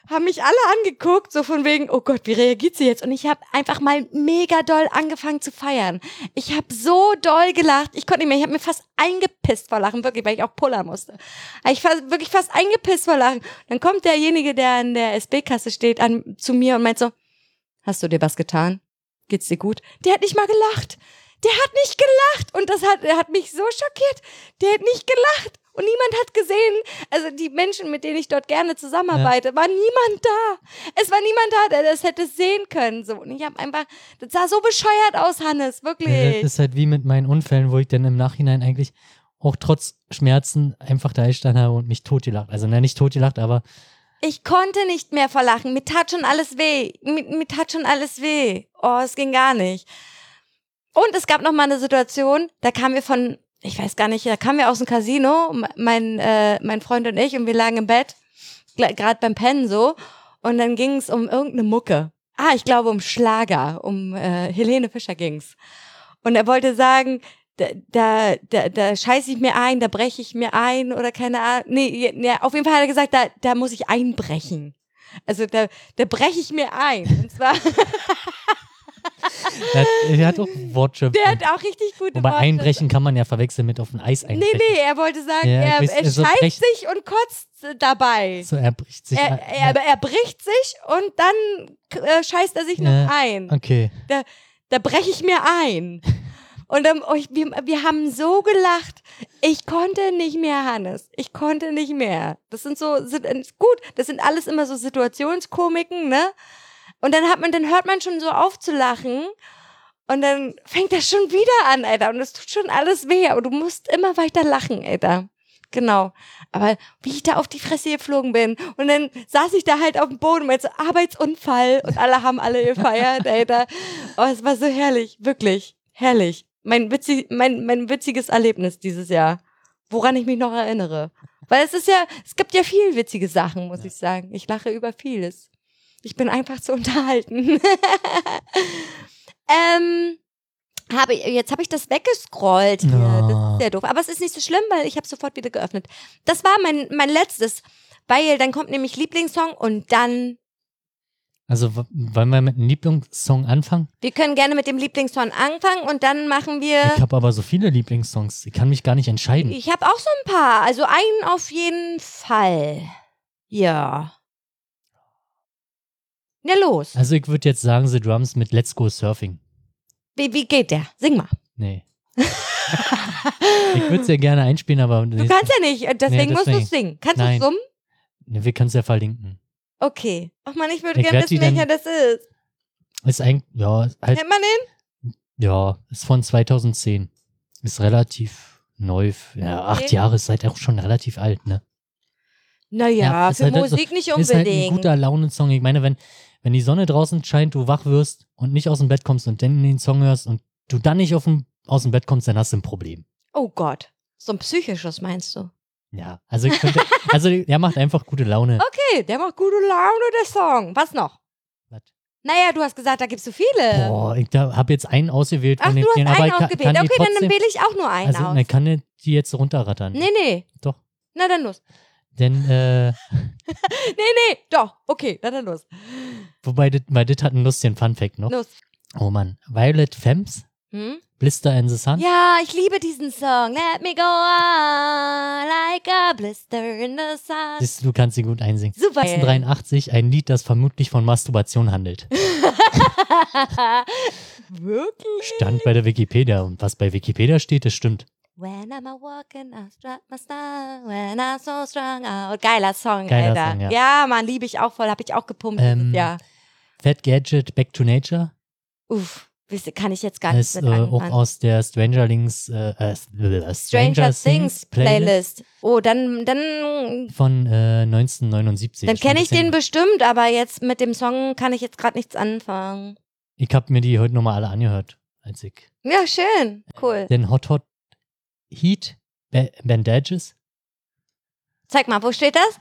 Speaker 2: haben mich alle angeguckt, so von wegen, oh Gott, wie reagiert sie jetzt? Und ich habe einfach mal mega doll angefangen zu feiern. Ich habe so doll gelacht. Ich konnte nicht mehr, ich habe mir fast eingepisst vor Lachen, wirklich, weil ich auch pullern musste. Hab Ah, Ich war wirklich fast eingepisst vor Lachen. Dann kommt derjenige, der an der SB-Kasse steht, an, zu mir und meint so, hast du dir was getan? Geht's dir gut? Der hat nicht mal gelacht. Der hat nicht gelacht. Und das hat, er hat mich so schockiert. Der hat nicht gelacht. Und niemand hat gesehen, also die Menschen, mit denen ich dort gerne zusammenarbeite, war niemand da. Es war niemand da, der das hätte sehen können. So. Und ich habe einfach, das sah so bescheuert aus,
Speaker 1: Ja,
Speaker 2: Hannes,
Speaker 1: Das
Speaker 2: wirklich.
Speaker 1: ist halt wie mit meinen Unfällen, wo ich dann im Nachhinein eigentlich auch trotz Schmerzen einfach da gestanden habe und mich totgelacht. Also, ne, nicht totgelacht, aber
Speaker 2: Ich konnte nicht mehr verlachen. Mir tat schon alles weh. Mir, mir tat schon alles weh. Oh, es ging gar nicht. Und es gab noch mal eine Situation, da kamen wir von, ich weiß gar nicht, da kamen wir aus dem Casino, m- mein, äh, mein Freund und ich, und wir lagen im Bett, gerade beim Pennen so. Und dann ging es um irgendeine Mucke. Ah, ich glaube um Schlager, um äh, Helene Fischer ging's. Und er wollte sagen, da, da, da, da scheiße ich mir ein, da breche ich mir ein oder keine Ahnung. Nee, ja, auf jeden Fall hat er gesagt, da, da muss ich einbrechen. Also da, da breche ich mir ein. Und zwar, [LAUGHS]
Speaker 1: er hat, er hat auch Wortschöpfung.
Speaker 2: der hat auch richtig gute
Speaker 1: Wobei
Speaker 2: Worte.
Speaker 1: einbrechen kann man ja verwechseln mit auf ein Eis
Speaker 2: Nee,
Speaker 1: einbrechen.
Speaker 2: nee, er wollte sagen,
Speaker 1: Ja, ich
Speaker 2: er,
Speaker 1: weiß,
Speaker 2: er
Speaker 1: also
Speaker 2: scheißt
Speaker 1: brech-
Speaker 2: sich und kotzt dabei.
Speaker 1: So, er bricht sich.
Speaker 2: er,
Speaker 1: ein. ne?
Speaker 2: er, er bricht sich und dann äh, scheißt er sich
Speaker 1: Ja.
Speaker 2: noch ein.
Speaker 1: okay.
Speaker 2: da breche ich mir ein. Und dann, oh, ich, wir, wir haben so gelacht. Ich konnte nicht mehr, Hannes. Ich konnte nicht mehr. Das sind so, sind, gut, das sind alles immer so Situationskomiken, ne? Und dann hat man, dann hört man schon so auf zu lachen. Und dann fängt das schon wieder an, Alter. Und es tut schon alles weh. Aber du musst immer weiter lachen, Alter. Genau. Aber wie ich da auf die Fresse geflogen bin. Und dann saß ich da halt auf dem Boden mit so Arbeitsunfall und alle haben alle gefeiert, Alter. Oh, es war so herrlich. Wirklich. Herrlich. Mein, witzig, mein, mein witziges Erlebnis dieses Jahr. Woran ich mich noch erinnere. Weil es ist ja, es gibt ja viel witzige Sachen, muss
Speaker 1: Ja.
Speaker 2: ich sagen. Ich lache über vieles. Ich bin einfach zu unterhalten. [LAUGHS] ähm, habe, jetzt habe ich das weggescrollt hier. Das
Speaker 1: Ah.
Speaker 2: ist sehr doof. Aber es ist nicht so schlimm, weil ich habe sofort wieder geöffnet. Das war mein, mein letztes, weil dann kommt nämlich Lieblingssong und dann,
Speaker 1: Also, w- wollen wir mit einem Lieblingssong anfangen?
Speaker 2: wir können gerne mit dem Lieblingssong anfangen und dann machen wir,
Speaker 1: Ich habe aber so viele Lieblingssongs. Ich kann mich gar nicht entscheiden.
Speaker 2: Äh. ich habe auch so ein paar, also einen auf jeden Fall. Ja. Na los,
Speaker 1: also, ich würde jetzt sagen, The Drums mit Let's Go Surfing.
Speaker 2: wie, wie geht der? Sing mal.
Speaker 1: Nee. ich würde es ja gerne einspielen, aber
Speaker 2: [LAUGHS] Du kannst ja nicht, Äh, deswegen,
Speaker 1: Nee,
Speaker 2: musst du
Speaker 1: deswegen.
Speaker 2: singen. Kannst
Speaker 1: Nein.
Speaker 2: du summen?
Speaker 1: nee, wir können es ja verlinken.
Speaker 2: Okay. Ach man, ich würde
Speaker 1: Ich
Speaker 2: gerne
Speaker 1: werd die
Speaker 2: wissen, welcher
Speaker 1: dann-
Speaker 2: das ist.
Speaker 1: Ist eigentlich, ja, halt,
Speaker 2: Kennt man den?
Speaker 1: ja, ist von 2010. Ist relativ neu. f- Ja, acht
Speaker 2: Okay.
Speaker 1: Jahre ist halt auch schon relativ alt, ne?
Speaker 2: Naja,
Speaker 1: Ja, ist
Speaker 2: für
Speaker 1: halt halt so-
Speaker 2: Musik nicht
Speaker 1: Ist halt ein
Speaker 2: unbedingt.
Speaker 1: guter Launensong. Ich meine, wenn, wenn die Sonne draußen scheint, du wach wirst und nicht aus dem Bett kommst und dann den Song hörst und du dann nicht auf dem, aus dem Bett kommst, dann hast du ein Problem.
Speaker 2: oh Gott. So ein psychisches meinst du?
Speaker 1: Ja, also ich
Speaker 2: [LAUGHS]
Speaker 1: könnte, also der macht einfach gute Laune.
Speaker 2: Okay, der macht gute Laune, der Song. Was noch?
Speaker 1: Was?
Speaker 2: Naja, du hast gesagt, da gibt's so viele.
Speaker 1: Boah, ich habe jetzt einen ausgewählt von
Speaker 2: Ach, du
Speaker 1: den
Speaker 2: hast
Speaker 1: vielen, aber
Speaker 2: einen
Speaker 1: ich kann, kann
Speaker 2: ausgewählt.
Speaker 1: die
Speaker 2: Okay, dann
Speaker 1: trotzdem,
Speaker 2: wähle ich auch nur einen
Speaker 1: also,
Speaker 2: aus.
Speaker 1: na, kann ich die jetzt runterrattern.
Speaker 2: Nee, nee.
Speaker 1: Doch.
Speaker 2: Na dann los.
Speaker 1: Denn, äh,
Speaker 2: Nee, nee, doch. Okay, na dann los.
Speaker 1: wobei, das- weil das hat einen lustigen Funfact noch.
Speaker 2: Los.
Speaker 1: Oh Mann, Violet Femmes,
Speaker 2: Hm?
Speaker 1: Blister in the Sun.
Speaker 2: Ja, ich liebe diesen Song. Let me go on like a blister in the sun.
Speaker 1: Siehst du, du kannst sie gut einsingen.
Speaker 2: Super.
Speaker 1: 1983, ein Lied, das vermutlich von Masturbation handelt.
Speaker 2: [LAUGHS] Wirklich?
Speaker 1: Stand bei der Wikipedia. Und was bei Wikipedia steht, das stimmt.
Speaker 2: When I'm a walking, I strut my style. When I'm so strung out. Geiler Song,
Speaker 1: Geiler
Speaker 2: Alter.
Speaker 1: Song,
Speaker 2: ja. Mann, liebe ich auch voll. Hab ich auch gepumpt.
Speaker 1: Ähm,
Speaker 2: ja.
Speaker 1: Fat Gadget, Back to Nature.
Speaker 2: Uff, wisst ihr, kann ich jetzt gar nicht
Speaker 1: Das
Speaker 2: mit
Speaker 1: äh, auch
Speaker 2: anfangen.
Speaker 1: aus der Strangerlings, äh, äh, Stranger,
Speaker 2: Stranger Things
Speaker 1: Things Playlist
Speaker 2: Playlist. Oh, dann, dann,
Speaker 1: von äh, 1979.
Speaker 2: dann
Speaker 1: Schon ein
Speaker 2: kenne ich
Speaker 1: bisschen-
Speaker 2: den bestimmt, aber jetzt mit dem Song kann ich jetzt gerade nichts anfangen.
Speaker 1: Ich habe mir die heute nochmal alle angehört, als ich.
Speaker 2: Ja, schön. Cool.
Speaker 1: Denn Hot Hot Heat, Ba- Bandages,
Speaker 2: Zeig mal, wo steht das?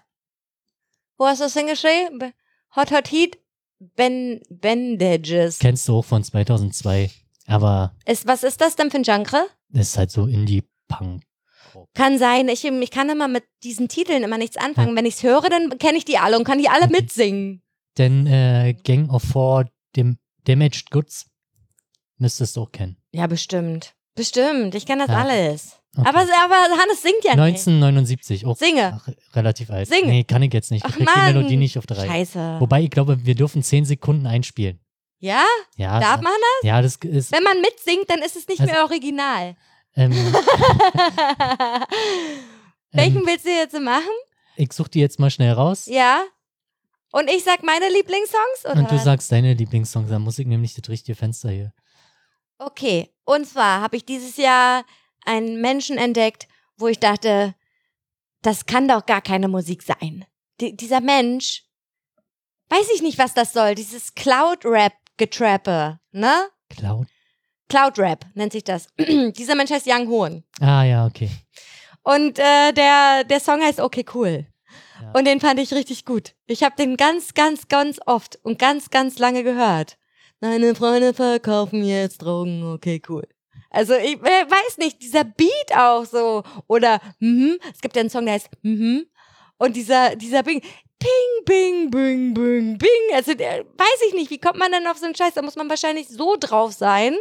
Speaker 2: Wo hast du es hingeschrieben? Be- Hot Hot Heat ben Bandages.
Speaker 1: kennst du auch von 2002. Aber
Speaker 2: Ist, was ist das denn für ein Genre?
Speaker 1: das ist halt so Indie-Punk.
Speaker 2: Kann sein. Ich, ich kann immer mit diesen Titeln immer nichts anfangen. Wenn ich es höre, dann kenne ich die alle und kann die alle
Speaker 1: Mhm.
Speaker 2: mitsingen.
Speaker 1: Denn äh, Gang of Four, Dam Damaged Goods, müsstest du auch kennen.
Speaker 2: Ja, bestimmt. Bestimmt. Ich kenne das
Speaker 1: Ja.
Speaker 2: alles.
Speaker 1: Okay.
Speaker 2: Aber, aber Hannes singt ja nicht.
Speaker 1: 1979, auch
Speaker 2: Singe.
Speaker 1: ach, relativ alt.
Speaker 2: Sing.
Speaker 1: Nee, kann ich jetzt nicht. Ich
Speaker 2: Ach,
Speaker 1: krieg die
Speaker 2: Mann.
Speaker 1: Melodie nicht auf drei.
Speaker 2: Scheiße.
Speaker 1: Wobei, ich glaube, wir dürfen 10 Sekunden einspielen.
Speaker 2: Ja?
Speaker 1: Ja,
Speaker 2: Darf man das?
Speaker 1: ja das ist.
Speaker 2: Wenn man mitsingt, dann ist es nicht
Speaker 1: Also-
Speaker 2: mehr
Speaker 1: [LAUGHS]
Speaker 2: original.
Speaker 1: Ähm,
Speaker 2: [LAUGHS] Welchen
Speaker 1: ähm,
Speaker 2: willst du jetzt machen?
Speaker 1: ich suche die jetzt mal schnell raus.
Speaker 2: Ja. Und ich sag meine Lieblingssongs? Oder
Speaker 1: Und du
Speaker 2: was?
Speaker 1: sagst deine Lieblingssongs, dann muss ich nämlich das richtige Fenster hier.
Speaker 2: Okay, und zwar habe ich dieses Jahr einen Menschen entdeckt, wo ich dachte, das kann doch gar keine Musik sein. Di- dieser Mensch, weiß ich nicht, was das soll, dieses Cloud-Rap-Getrappe, ne?
Speaker 1: Cloud.
Speaker 2: Cloud-Rap nennt sich das. [CLEARS THROAT] dieser Mensch heißt Young Hoon.
Speaker 1: Ah ja, okay.
Speaker 2: Und äh, der, der Song heißt Okay Cool.
Speaker 1: Ja.
Speaker 2: Und den fand ich richtig gut. Ich habe den ganz, ganz, ganz oft und ganz, ganz lange gehört. Meine Freunde verkaufen jetzt Drogen, okay, cool. Also ich äh, weiß nicht, dieser Beat auch so. Oder mhm, es gibt ja einen Song, der heißt mhm. Und dieser, dieser Bing, Ping, Bing, Bing, Bing, Bing. Also der, weiß ich nicht, wie kommt man denn auf so einen Scheiß? Da muss man wahrscheinlich so drauf sein.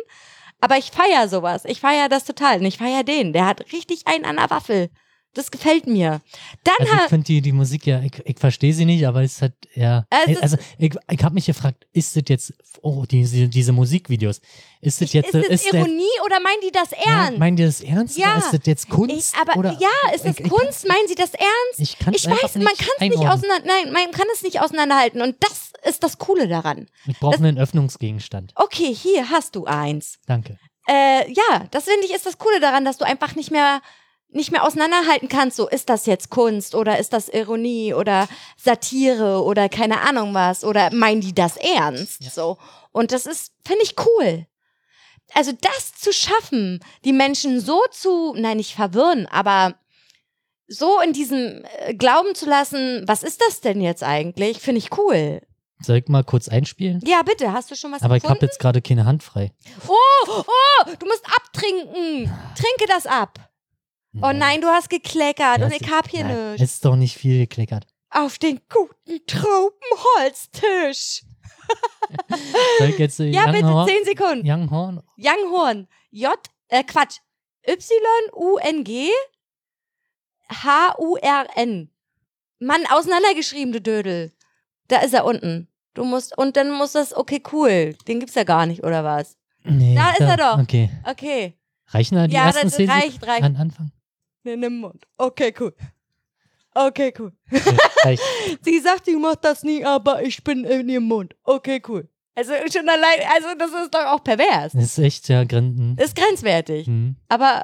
Speaker 2: Aber ich feier sowas. Ich feier das total. Und ich feier den. Der hat richtig einen an der Waffel. Das gefällt mir. Dann
Speaker 1: Also ich
Speaker 2: hat.
Speaker 1: finde die, die Musik ja, ich, ich verstehe sie nicht, aber es hat, ja.
Speaker 2: Es ist-
Speaker 1: also ich, ich habe mich gefragt, ist das jetzt, oh, diese, diese Musikvideos, ist das jetzt,
Speaker 2: Ist das
Speaker 1: ist der,
Speaker 2: Ironie oder meinen die das
Speaker 1: ja,
Speaker 2: ernst?
Speaker 1: meint ihr das ernst?
Speaker 2: Ja.
Speaker 1: Oder ist das jetzt
Speaker 2: ich,
Speaker 1: Kunst?
Speaker 2: aber
Speaker 1: oder,
Speaker 2: ja, ist das
Speaker 1: ich- ich
Speaker 2: Kunst? Meinen sie das ernst?
Speaker 1: Ich, kann's
Speaker 2: Ich
Speaker 1: einfach
Speaker 2: weiß, man kann es nicht
Speaker 1: einordnen.
Speaker 2: auseinander. Nein, man kann es nicht auseinanderhalten. Und das ist das Coole daran.
Speaker 1: Ich brauche einen Öffnungsgegenstand.
Speaker 2: Okay, hier hast du eins.
Speaker 1: Danke.
Speaker 2: Äh, ja, das finde ich ist das Coole daran, dass du einfach nicht mehr nicht mehr auseinanderhalten kannst, so ist das jetzt Kunst oder ist das Ironie oder Satire oder keine Ahnung was oder meinen die das ernst?
Speaker 1: Ja.
Speaker 2: So. Und das ist, finde ich cool. Also das zu schaffen, die Menschen so zu, nein, nicht verwirren, aber so in diesem äh, Glauben zu lassen, was ist das denn jetzt eigentlich, finde ich cool.
Speaker 1: Soll ich mal kurz einspielen?
Speaker 2: Ja, bitte, hast du schon was
Speaker 1: Aber ich
Speaker 2: gefunden?
Speaker 1: habe jetzt gerade keine Hand frei.
Speaker 2: Oh, oh, du musst abtrinken. Trinke das ab. Oh nein, du hast gekleckert
Speaker 1: Ja,
Speaker 2: und
Speaker 1: es
Speaker 2: ich
Speaker 1: ist-
Speaker 2: hab hier
Speaker 1: nein,
Speaker 2: nichts.
Speaker 1: Es ist doch nicht viel gekleckert.
Speaker 2: Auf den guten Traubenholztisch.
Speaker 1: Soll ich jetzt äh,
Speaker 2: [LAUGHS] Ja,
Speaker 1: Young
Speaker 2: bitte,
Speaker 1: Horn?
Speaker 2: 10 Sekunden.
Speaker 1: Young Horn?
Speaker 2: Young Horn. J, äh, Quatsch. Y-U-N-G H-U-R-N. Mann, auseinandergeschrieben, du Dödel. Da ist er unten. Du musst, und dann muss das, okay, cool. Den gibt's ja gar nicht, oder was?
Speaker 1: Nee,
Speaker 2: Da ist er doch.
Speaker 1: Okay.
Speaker 2: Okay.
Speaker 1: Reichen da die
Speaker 2: Ja,
Speaker 1: ersten
Speaker 2: das
Speaker 1: Szenen
Speaker 2: reicht, reicht.
Speaker 1: an Anfang?
Speaker 2: Nee, nimm Mund. Okay, cool. Okay, cool. [LAUGHS]
Speaker 1: Okay, reicht.
Speaker 2: Sie sagt, sie macht das nie, aber ich bin in ihrem Mund. Okay, cool. Also schon allein, also das ist doch auch pervers.
Speaker 1: Das ist echt, ja, Grinden.
Speaker 2: Ist grenzwertig.
Speaker 1: Hm.
Speaker 2: Aber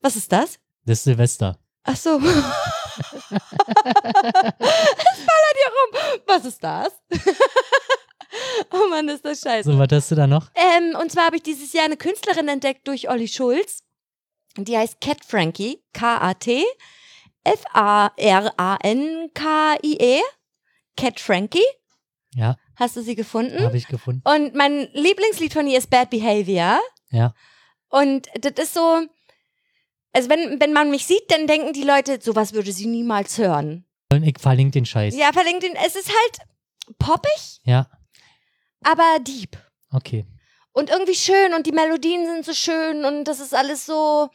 Speaker 2: was ist das?
Speaker 1: Das ist Silvester.
Speaker 2: Ach so. [LAUGHS] Es ballert hier rum. Was ist das? [LAUGHS] oh Mann, ist das scheiße.
Speaker 1: So, was hast du da noch?
Speaker 2: Ähm, und zwar habe ich dieses Jahr eine Künstlerin entdeckt durch Olli Schulz. Die heißt Cat Frankie, K-A-T, F-A-R-A-N-K-I-E, E, Cat Frankie.
Speaker 1: Ja,
Speaker 2: Hast du sie gefunden?
Speaker 1: habe ich gefunden.
Speaker 2: Und mein Lieblingslied von ihr ist Bad Behavior.
Speaker 1: Ja.
Speaker 2: Und das ist so, also wenn, wenn man mich sieht, dann denken die Leute, sowas würde sie niemals hören.
Speaker 1: Und ich verlinke den Scheiß.
Speaker 2: Ja, verlinkt den, es ist halt poppig,
Speaker 1: Ja,
Speaker 2: aber deep.
Speaker 1: okay.
Speaker 2: Und irgendwie schön und die Melodien sind so schön und das ist alles so,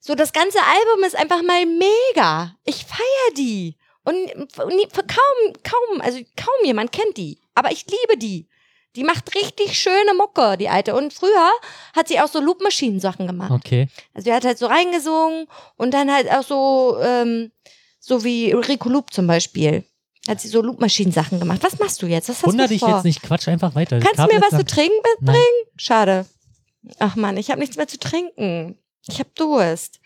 Speaker 2: so das ganze Album ist einfach mal mega. Ich feier die. Und, und kaum, kaum, also kaum jemand kennt die. Aber ich liebe die. Die macht richtig schöne Mucke, die alte. Und früher hat sie auch so Loop-Maschinen-Sachen gemacht.
Speaker 1: Okay.
Speaker 2: Also er hat halt so reingesungen und dann halt auch so, ähm, so wie Rico Loop zum Beispiel. Hat sie so Loop-Maschinen-Sachen gemacht. Was machst du jetzt? Was hast
Speaker 1: Wunder
Speaker 2: du
Speaker 1: dich
Speaker 2: vor?
Speaker 1: jetzt nicht, quatsch einfach weiter.
Speaker 2: Kannst du
Speaker 1: Kabel
Speaker 2: mir
Speaker 1: ist
Speaker 2: was zu
Speaker 1: Also nach-
Speaker 2: trinken
Speaker 1: Nein.
Speaker 2: bringen? Schade. Ach Mann, ich habe nichts mehr zu trinken. Ich habe Durst.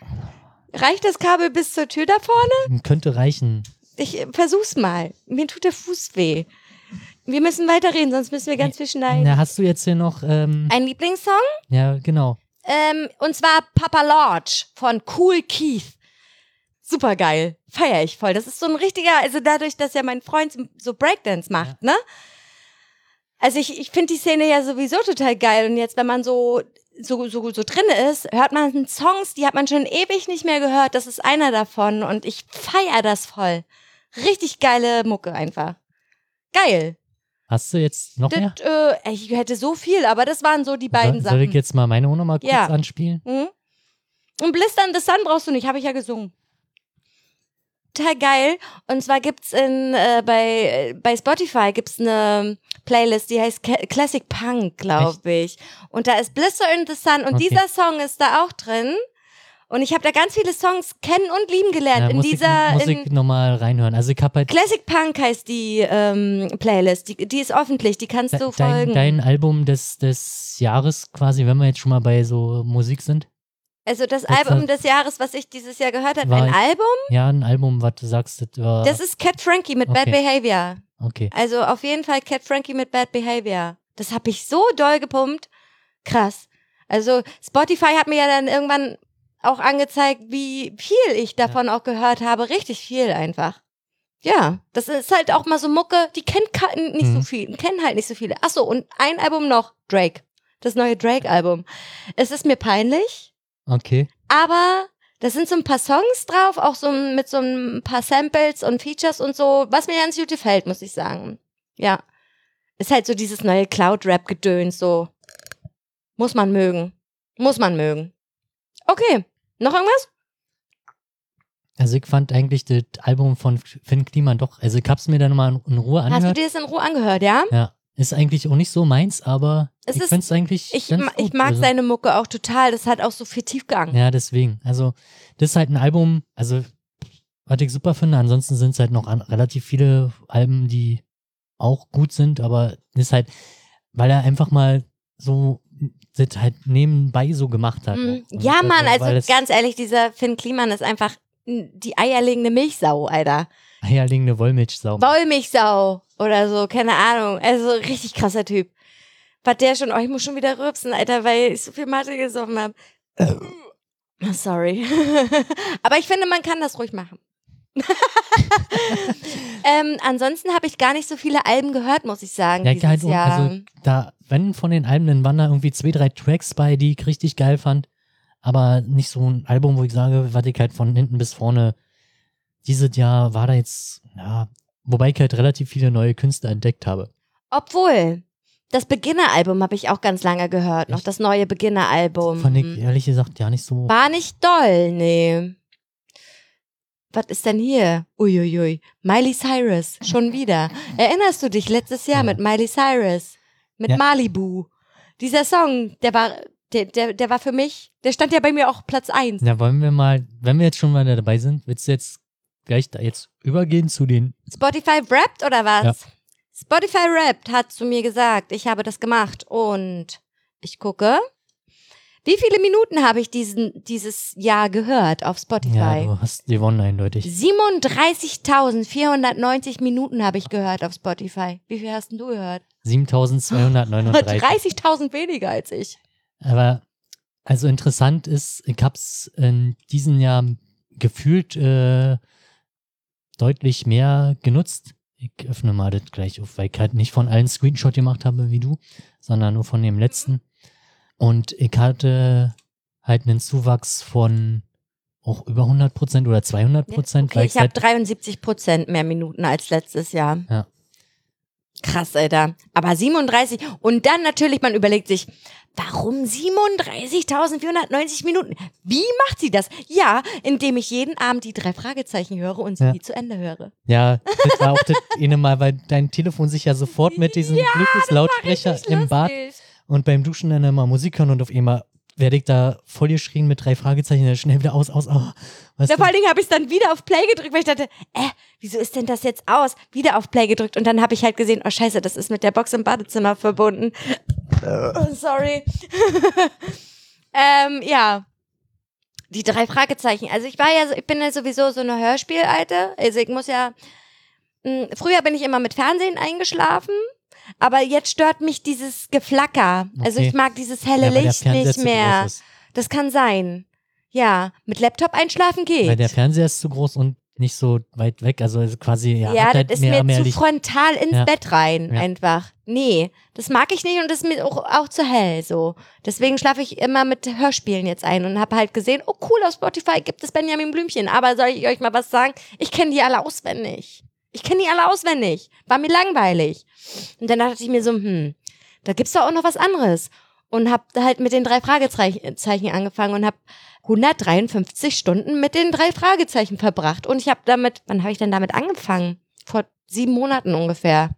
Speaker 2: Reicht das Kabel bis zur Tür da vorne?
Speaker 1: Könnte reichen.
Speaker 2: Ich äh, versuch's mal. Mir tut der Fuß weh. Wir müssen weiterreden, sonst müssen wir ganz viel schneiden.
Speaker 1: Na, hast du jetzt hier noch, ähm,
Speaker 2: Ein Lieblingssong?
Speaker 1: ja, genau.
Speaker 2: Ähm, und zwar Papa Lodge von Cool Keith. Super geil. Feier ich voll. Das ist so ein richtiger, also dadurch, dass ja mein Freund so Breakdance macht, ne? Also ich, ich finde die Szene ja sowieso total geil. Und jetzt, wenn man so, so, so, so drin ist, hört man Songs, die hat man schon ewig nicht mehr gehört. Das ist einer davon. Und ich feier das voll. Richtig geile Mucke einfach. Geil.
Speaker 1: Hast du jetzt noch mehr?
Speaker 2: Das, äh, ich hätte so viel, aber das waren so die beiden
Speaker 1: Also, soll,
Speaker 2: Sachen.
Speaker 1: soll ich jetzt mal meine Hunde mal kurz
Speaker 2: Ja.
Speaker 1: anspielen?
Speaker 2: Mhm. Und Blister in the Sun brauchst du nicht, habe ich ja gesungen. Total geil. Und zwar gibt's in äh, bei äh, bei Spotify gibt's eine Playlist, die heißt Ca- Classic Punk, glaube ich. Und da ist Blister in the Sun und
Speaker 1: Okay.
Speaker 2: dieser Song ist da auch drin. Und ich habe da ganz viele Songs kennen und lieben gelernt
Speaker 1: Ja,
Speaker 2: in
Speaker 1: muss
Speaker 2: dieser
Speaker 1: ich, muss
Speaker 2: in
Speaker 1: ich nochmal reinhören. Also ich habe halt
Speaker 2: Classic Punk heißt die ähm, Playlist. Die, die ist öffentlich, die kannst
Speaker 1: de
Speaker 2: du
Speaker 1: dein,
Speaker 2: folgen.
Speaker 1: dein Album des, des Jahres quasi, wenn wir jetzt schon mal bei so Musik sind.
Speaker 2: also das
Speaker 1: Letzter-
Speaker 2: Album des Jahres, was ich dieses Jahr gehört habe,
Speaker 1: War
Speaker 2: ein
Speaker 1: ich-
Speaker 2: Album.
Speaker 1: Ja, ein Album, was du sagst, das war,
Speaker 2: Das ist Cat Frankie mit Bad
Speaker 1: Äh, Okay.
Speaker 2: Behavior.
Speaker 1: okay.
Speaker 2: Also auf jeden Fall Cat Frankie mit Bad Behavior. Das habe ich so doll gepumpt. Krass. Also Spotify hat mir ja dann irgendwann auch angezeigt, wie viel ich davon auch gehört habe. Richtig viel einfach. Ja, das ist halt auch mal so Mucke, die kennt ka- nicht so
Speaker 1: Mhm.
Speaker 2: viel, kennen halt nicht so viele. Achso, und ein Album noch, Drake. Das neue Drake-Album. Es ist mir peinlich,
Speaker 1: Okay.
Speaker 2: aber da sind so ein paar Songs drauf, auch so ein- mit so ein paar Samples und Features und so, was mir ganz gut gefällt, muss ich sagen. Ja. Ist halt so dieses neue Cloud-Rap-Gedöns, so. Muss man mögen. Muss man mögen. Okay. Noch irgendwas?
Speaker 1: Also ich fand eigentlich das Album von Finn Kliman doch, also ich hab's mir dann mal in Ruhe
Speaker 2: Hast du
Speaker 1: angehört.
Speaker 2: dir das in Ruhe angehört, ja?
Speaker 1: Ja. Ist eigentlich auch nicht so meins, aber
Speaker 2: Es
Speaker 1: ich
Speaker 2: ist-
Speaker 1: find's eigentlich
Speaker 2: Ich,
Speaker 1: ganz
Speaker 2: ma-
Speaker 1: gut.
Speaker 2: ich mag
Speaker 1: also.
Speaker 2: seine Mucke auch total. Das hat auch so viel Tiefgang.
Speaker 1: Ja, deswegen. Also, das ist halt ein Album, also, was ich super finde. Ansonsten sind es halt noch an, relativ viele Alben, die auch gut sind, aber das ist halt, weil er einfach mal so das halt nebenbei so gemacht hat.
Speaker 2: Mhm.
Speaker 1: Und
Speaker 2: Ja, Mann,
Speaker 1: weil das
Speaker 2: also ganz ehrlich, dieser Finn Kliman ist einfach n- die eierlegende Milchsau, Alter.
Speaker 1: eierlegende Wollmilchsau.
Speaker 2: Wollmilchsau oder so, keine Ahnung. Also richtig krasser Typ. Was der schon, oh, ich muss schon wieder rübsen, Alter, weil ich so viel Mathe gesoffen habe.
Speaker 1: Äh.
Speaker 2: Sorry. [LAUGHS] Aber ich finde, man kann das
Speaker 1: [LAUGHS]
Speaker 2: ruhig machen. ähm, ansonsten habe ich gar nicht so viele Alben gehört, muss ich sagen.
Speaker 1: Ja, ich
Speaker 2: dieses
Speaker 1: halt, auch-
Speaker 2: Jahr.
Speaker 1: also, da, wenn von den Alben, dann waren da irgendwie zwei, drei Tracks bei, die ich richtig geil fand. Aber nicht so ein Album, wo ich sage, was ich halt von hinten bis vorne. Dieses Jahr war da jetzt, ja, wobei ich halt relativ viele neue Künstler entdeckt habe.
Speaker 2: Obwohl, das Beginner-Album habe ich auch ganz lange gehört, noch
Speaker 1: Echt?
Speaker 2: das neue Beginner-Album. Mhm.
Speaker 1: Fand ich ehrlich gesagt ja nicht so.
Speaker 2: War nicht doll, nee. Was ist denn hier? Uiuiui. Miley Cyrus, schon wieder. Erinnerst du dich letztes Jahr
Speaker 1: Ja.
Speaker 2: mit Miley Cyrus? Mit
Speaker 1: Ja.
Speaker 2: Malibu. Dieser Song, der war, der, der, der war für mich, der stand ja bei mir auch Platz 1.
Speaker 1: Na, wollen wir mal, wenn wir jetzt schon mal dabei sind, willst du jetzt gleich da jetzt übergehen zu den.
Speaker 2: Spotify Wrapped oder was?
Speaker 1: Ja.
Speaker 2: Spotify Wrapped hat zu mir gesagt, ich habe das gemacht und ich gucke. Wie viele Minuten habe ich diesen, dieses Jahr gehört auf Spotify?
Speaker 1: Ja, du hast gewonnen eindeutig.
Speaker 2: 37.490 Minuten habe ich gehört auf Spotify. Wie viel hast denn du gehört?
Speaker 1: 7239.
Speaker 2: [LAUGHS] 30.000 weniger als ich.
Speaker 1: Aber Also interessant ist, ich hab's in diesem Jahr gefühlt äh, deutlich mehr genutzt. Ich öffne mal das gleich auf, weil ich halt nicht von allen Screenshot gemacht habe wie du, sondern nur von dem letzten. Und ich hatte halt einen Zuwachs von auch über 100 Prozent oder 200 Prozent. halt,
Speaker 2: Okay, ich habe 73 Prozent mehr Minuten als letztes Jahr.
Speaker 1: Ja.
Speaker 2: Krass, Alter. Aber 37. Und dann natürlich, man überlegt sich, warum 37.490 Minuten? Wie macht sie das? Ja, indem ich jeden Abend die drei Fragezeichen höre und sie
Speaker 1: Ja.
Speaker 2: nie zu Ende höre.
Speaker 1: Ja, das war auch das eine Mal, weil dein Telefon sich ja sofort mit diesem Bluetooth-Lautsprecher
Speaker 2: Richtig
Speaker 1: im Bad
Speaker 2: lustig.
Speaker 1: und beim Duschen dann immer Musik hören und auf einmal werde ich da voll geschrien mit drei Fragezeichen, dann schnell wieder aus, aus, aus. Weißt du?
Speaker 2: Na, vor allen Dingen habe ich dann wieder auf Play gedrückt, weil ich dachte, äh, wieso ist denn das jetzt aus? Wieder auf Play gedrückt und dann habe ich halt gesehen, oh scheiße, das ist mit der Box im Badezimmer verbunden.
Speaker 1: Äh.
Speaker 2: Oh, [LAUGHS] sorry. ähm, ja. Die drei Fragezeichen. Also ich war ja, so- ich bin ja sowieso so eine Hörspielalte. Also ich muss ja, mh, früher bin ich immer mit Fernsehen eingeschlafen. Aber jetzt stört mich dieses Geflacker. Also
Speaker 1: Okay.
Speaker 2: ich mag dieses helle
Speaker 1: weil der
Speaker 2: Licht
Speaker 1: Fernseher
Speaker 2: nicht
Speaker 1: zu
Speaker 2: mehr.
Speaker 1: Groß ist.
Speaker 2: Das kann sein. Ja, mit Laptop einschlafen geht.
Speaker 1: Weil der Fernseher ist zu groß und nicht so weit weg, also ist quasi, ja,
Speaker 2: Ja,
Speaker 1: hat halt
Speaker 2: das ist
Speaker 1: mehr,
Speaker 2: mir
Speaker 1: mehr
Speaker 2: zu
Speaker 1: Licht.
Speaker 2: frontal ins
Speaker 1: Ja.
Speaker 2: Bett rein,
Speaker 1: Ja.
Speaker 2: einfach. Nee, das mag ich nicht und das ist mir auch, auch zu hell so. Deswegen schlafe ich immer mit Hörspielen jetzt ein und habe halt gesehen, oh cool, auf Spotify gibt es Benjamin Blümchen. Aber soll ich euch mal was sagen? Ich kenne die alle auswendig. Ich kenne die alle auswendig. War mir langweilig. Und dann dachte ich mir so, hm, da gibt's doch auch noch was anderes. Und habe halt mit den drei Fragezeichen angefangen und habe 153 Stunden mit den drei Fragezeichen verbracht. Und ich habe damit, wann habe ich denn damit angefangen? Vor sieben Monaten ungefähr.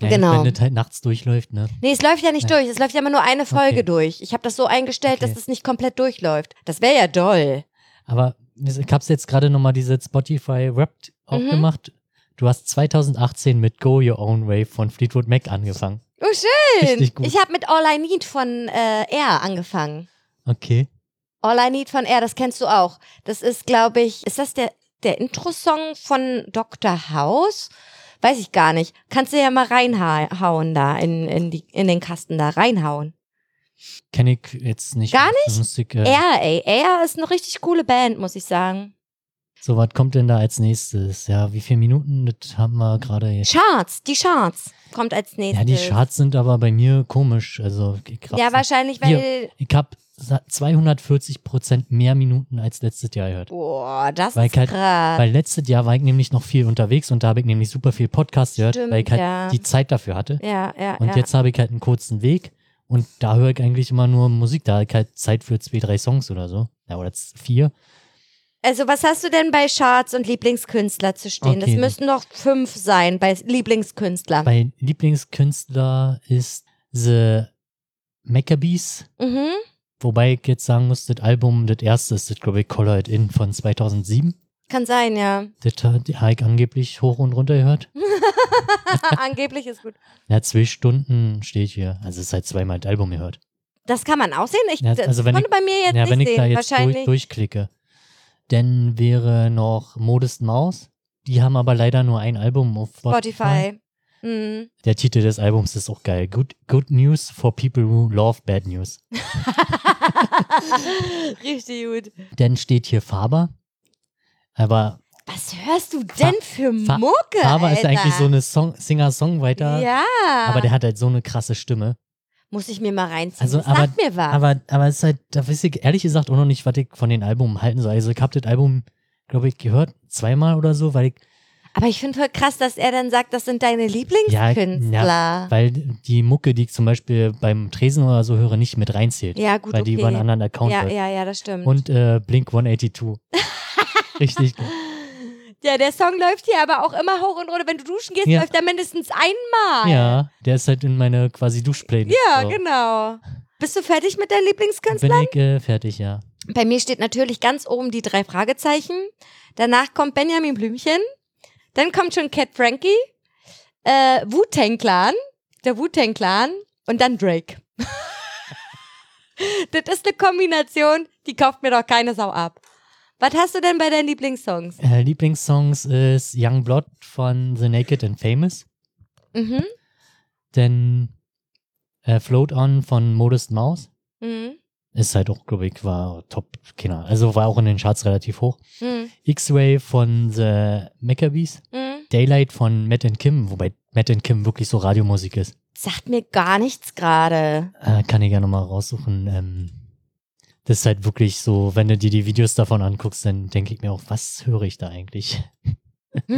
Speaker 1: Ja,
Speaker 2: genau.
Speaker 1: Wenn das halt nachts durchläuft, ne?
Speaker 2: Nee, es läuft ja nicht
Speaker 1: Ja.
Speaker 2: durch. Es läuft ja immer nur eine Folge
Speaker 1: Okay.
Speaker 2: durch. Ich habe das so eingestellt, dass
Speaker 1: Okay.
Speaker 2: das nicht komplett durchläuft. Das wäre ja doll.
Speaker 1: Aber ich hab's jetzt gerade nochmal diese Spotify Wrapped
Speaker 2: Mhm.
Speaker 1: aufgemacht. Du hast 2018 mit Go Your Own Way von Fleetwood Mac angefangen.
Speaker 2: Oh, schön.
Speaker 1: Richtig gut.
Speaker 2: Ich habe mit All I Need von äh, R angefangen.
Speaker 1: Okay.
Speaker 2: All I Need von R, das kennst du auch. Das ist, glaube ich, ist das der, der Intro-Song von Dr. House? Weiß ich gar nicht. Kannst du ja mal reinhauen da, in, in, die, in den Kasten da reinhauen.
Speaker 1: Kenn ich jetzt nicht.
Speaker 2: Gar
Speaker 1: nicht? Musik, äh,
Speaker 2: R, ey. R ist eine richtig coole Band, muss ich sagen.
Speaker 1: So, was kommt denn da als nächstes? Ja, wie viele Minuten? Das haben wir gerade jetzt.
Speaker 2: Charts, die Charts kommt als nächstes.
Speaker 1: Ja, die Charts sind aber bei mir komisch. Also, ich raff's
Speaker 2: Ja,
Speaker 1: nicht.
Speaker 2: wahrscheinlich,
Speaker 1: Hier.
Speaker 2: weil.
Speaker 1: ich hab sa- 240% mehr Minuten als letztes Jahr gehört.
Speaker 2: Boah, das
Speaker 1: Weil
Speaker 2: ist
Speaker 1: kein-
Speaker 2: krass.
Speaker 1: Weil letztes Jahr war ich nämlich noch viel unterwegs und da habe ich nämlich super viel Podcast gehört,
Speaker 2: Stimmt,
Speaker 1: weil ich halt
Speaker 2: ja.
Speaker 1: die Zeit dafür hatte.
Speaker 2: ja, ja,
Speaker 1: Und
Speaker 2: ja.
Speaker 1: jetzt habe ich halt einen kurzen Weg und da höre ich eigentlich immer nur Musik. Da habe ich halt Zeit für zwei, drei Songs oder so. Ja, oder z- vier.
Speaker 2: Also, was hast du denn bei Charts und Lieblingskünstler zu stehen?
Speaker 1: Okay.
Speaker 2: Das müssten doch fünf sein bei Lieblingskünstler.
Speaker 1: Mein Lieblingskünstler ist The Maccabees.
Speaker 2: mhm.
Speaker 1: Wobei ich jetzt sagen muss, das Album, das erste ist, das glaube ich, Color It In von 2007.
Speaker 2: Kann sein, ja. [LAUGHS]
Speaker 1: Das hat- habe ich angeblich hoch und runter gehört.
Speaker 2: Hm? Angeblich ist gut.
Speaker 1: Ja, zwei Stunden steht hier. Also es ist halt zweimal das Album gehört.
Speaker 2: Das kann man auch sehen. Ich,
Speaker 1: Ja,
Speaker 2: das
Speaker 1: also wenn
Speaker 2: konnte bei mir jetzt
Speaker 1: Ja,
Speaker 2: nicht
Speaker 1: wenn ich
Speaker 2: sehen.
Speaker 1: da jetzt durch,
Speaker 2: Wahrscheinlich.
Speaker 1: durchklicke, dann wäre noch Modest Maus. Die haben aber leider nur ein Album auf Spotify.
Speaker 2: Spotify. Mhm. [LAUGHS]
Speaker 1: Der Titel des Albums ist auch geil. Good, good News for People Who Love Bad News.
Speaker 2: Richtig gut.
Speaker 1: Dann steht hier Faber.
Speaker 2: [LAUGHS]
Speaker 1: Aber
Speaker 2: Was hörst du denn für
Speaker 1: Fa-
Speaker 2: Mucke?
Speaker 1: Faber ist
Speaker 2: Alter?
Speaker 1: eigentlich so eine Song, Singer-Songwriter.
Speaker 2: Ja.
Speaker 1: Aber der hat halt so eine krasse Stimme.
Speaker 2: Muss ich mir mal reinziehen.
Speaker 1: Also,
Speaker 2: Sag
Speaker 1: aber-
Speaker 2: mir was.
Speaker 1: Aber, aber es ist halt, da weiß ich ehrlich gesagt auch noch nicht, was ich von den Alben halten soll. Also ich habe das Album, glaube ich, gehört zweimal oder so, weil ich,
Speaker 2: Aber ich finde voll krass, dass er dann sagt, das sind deine
Speaker 1: ja,
Speaker 2: Lieblingskünstler.
Speaker 1: ja, weil die Mucke, die ich zum Beispiel beim Tresen oder so höre, nicht mit reinzählt.
Speaker 2: Ja, gut,
Speaker 1: weil die
Speaker 2: okay.
Speaker 1: über einen anderen Account
Speaker 2: ja,
Speaker 1: läuft.
Speaker 2: ja, ja, das stimmt.
Speaker 1: Und äh, Blink
Speaker 2: [LAUGHS]
Speaker 1: 182. Richtig. gut.
Speaker 2: ja, der Song läuft hier aber auch immer hoch und runter. Wenn du duschen gehst,
Speaker 1: Ja.
Speaker 2: läuft er mindestens einmal.
Speaker 1: Ja, der ist halt in meine quasi Duschplaylist.
Speaker 2: Ah, Ja,
Speaker 1: so.
Speaker 2: genau. Bist du fertig mit deinen Lieblingskünstlern?
Speaker 1: Bin ich äh, fertig, ja.
Speaker 2: Bei mir steht natürlich ganz oben die drei Fragezeichen. Danach kommt Benjamin Blümchen. Dann kommt schon Cat Frankie, äh, Wu-Tang Clan, der Wu-Tang Clan und dann Drake. [LAUGHS] das ist eine Kombination, die kauft mir doch keine Sau ab. Was hast du denn bei deinen Lieblingssongs?
Speaker 1: Äh, Lieblingssongs ist Young Blood von The Naked and Famous.
Speaker 2: Mhm.
Speaker 1: Dann äh, Float On von Modest Mouse.
Speaker 2: Mhm.
Speaker 1: Ist halt auch, glaube ich, war top, keine Ahnung. Also war auch in den Charts relativ hoch.
Speaker 2: Hm,
Speaker 1: X-Ray von The Maccabees,
Speaker 2: hm.
Speaker 1: Daylight von Matt and Kim, wobei Matt and Kim wirklich so Radiomusik ist.
Speaker 2: Sagt mir gar
Speaker 1: [LAUGHS]
Speaker 2: nichts gerade.
Speaker 1: Äh, kann ich ja nochmal raussuchen. Ähm, das ist halt wirklich so, wenn du dir die Videos davon anguckst, dann denke ich mir auch, was höre ich da eigentlich? [LAUGHS]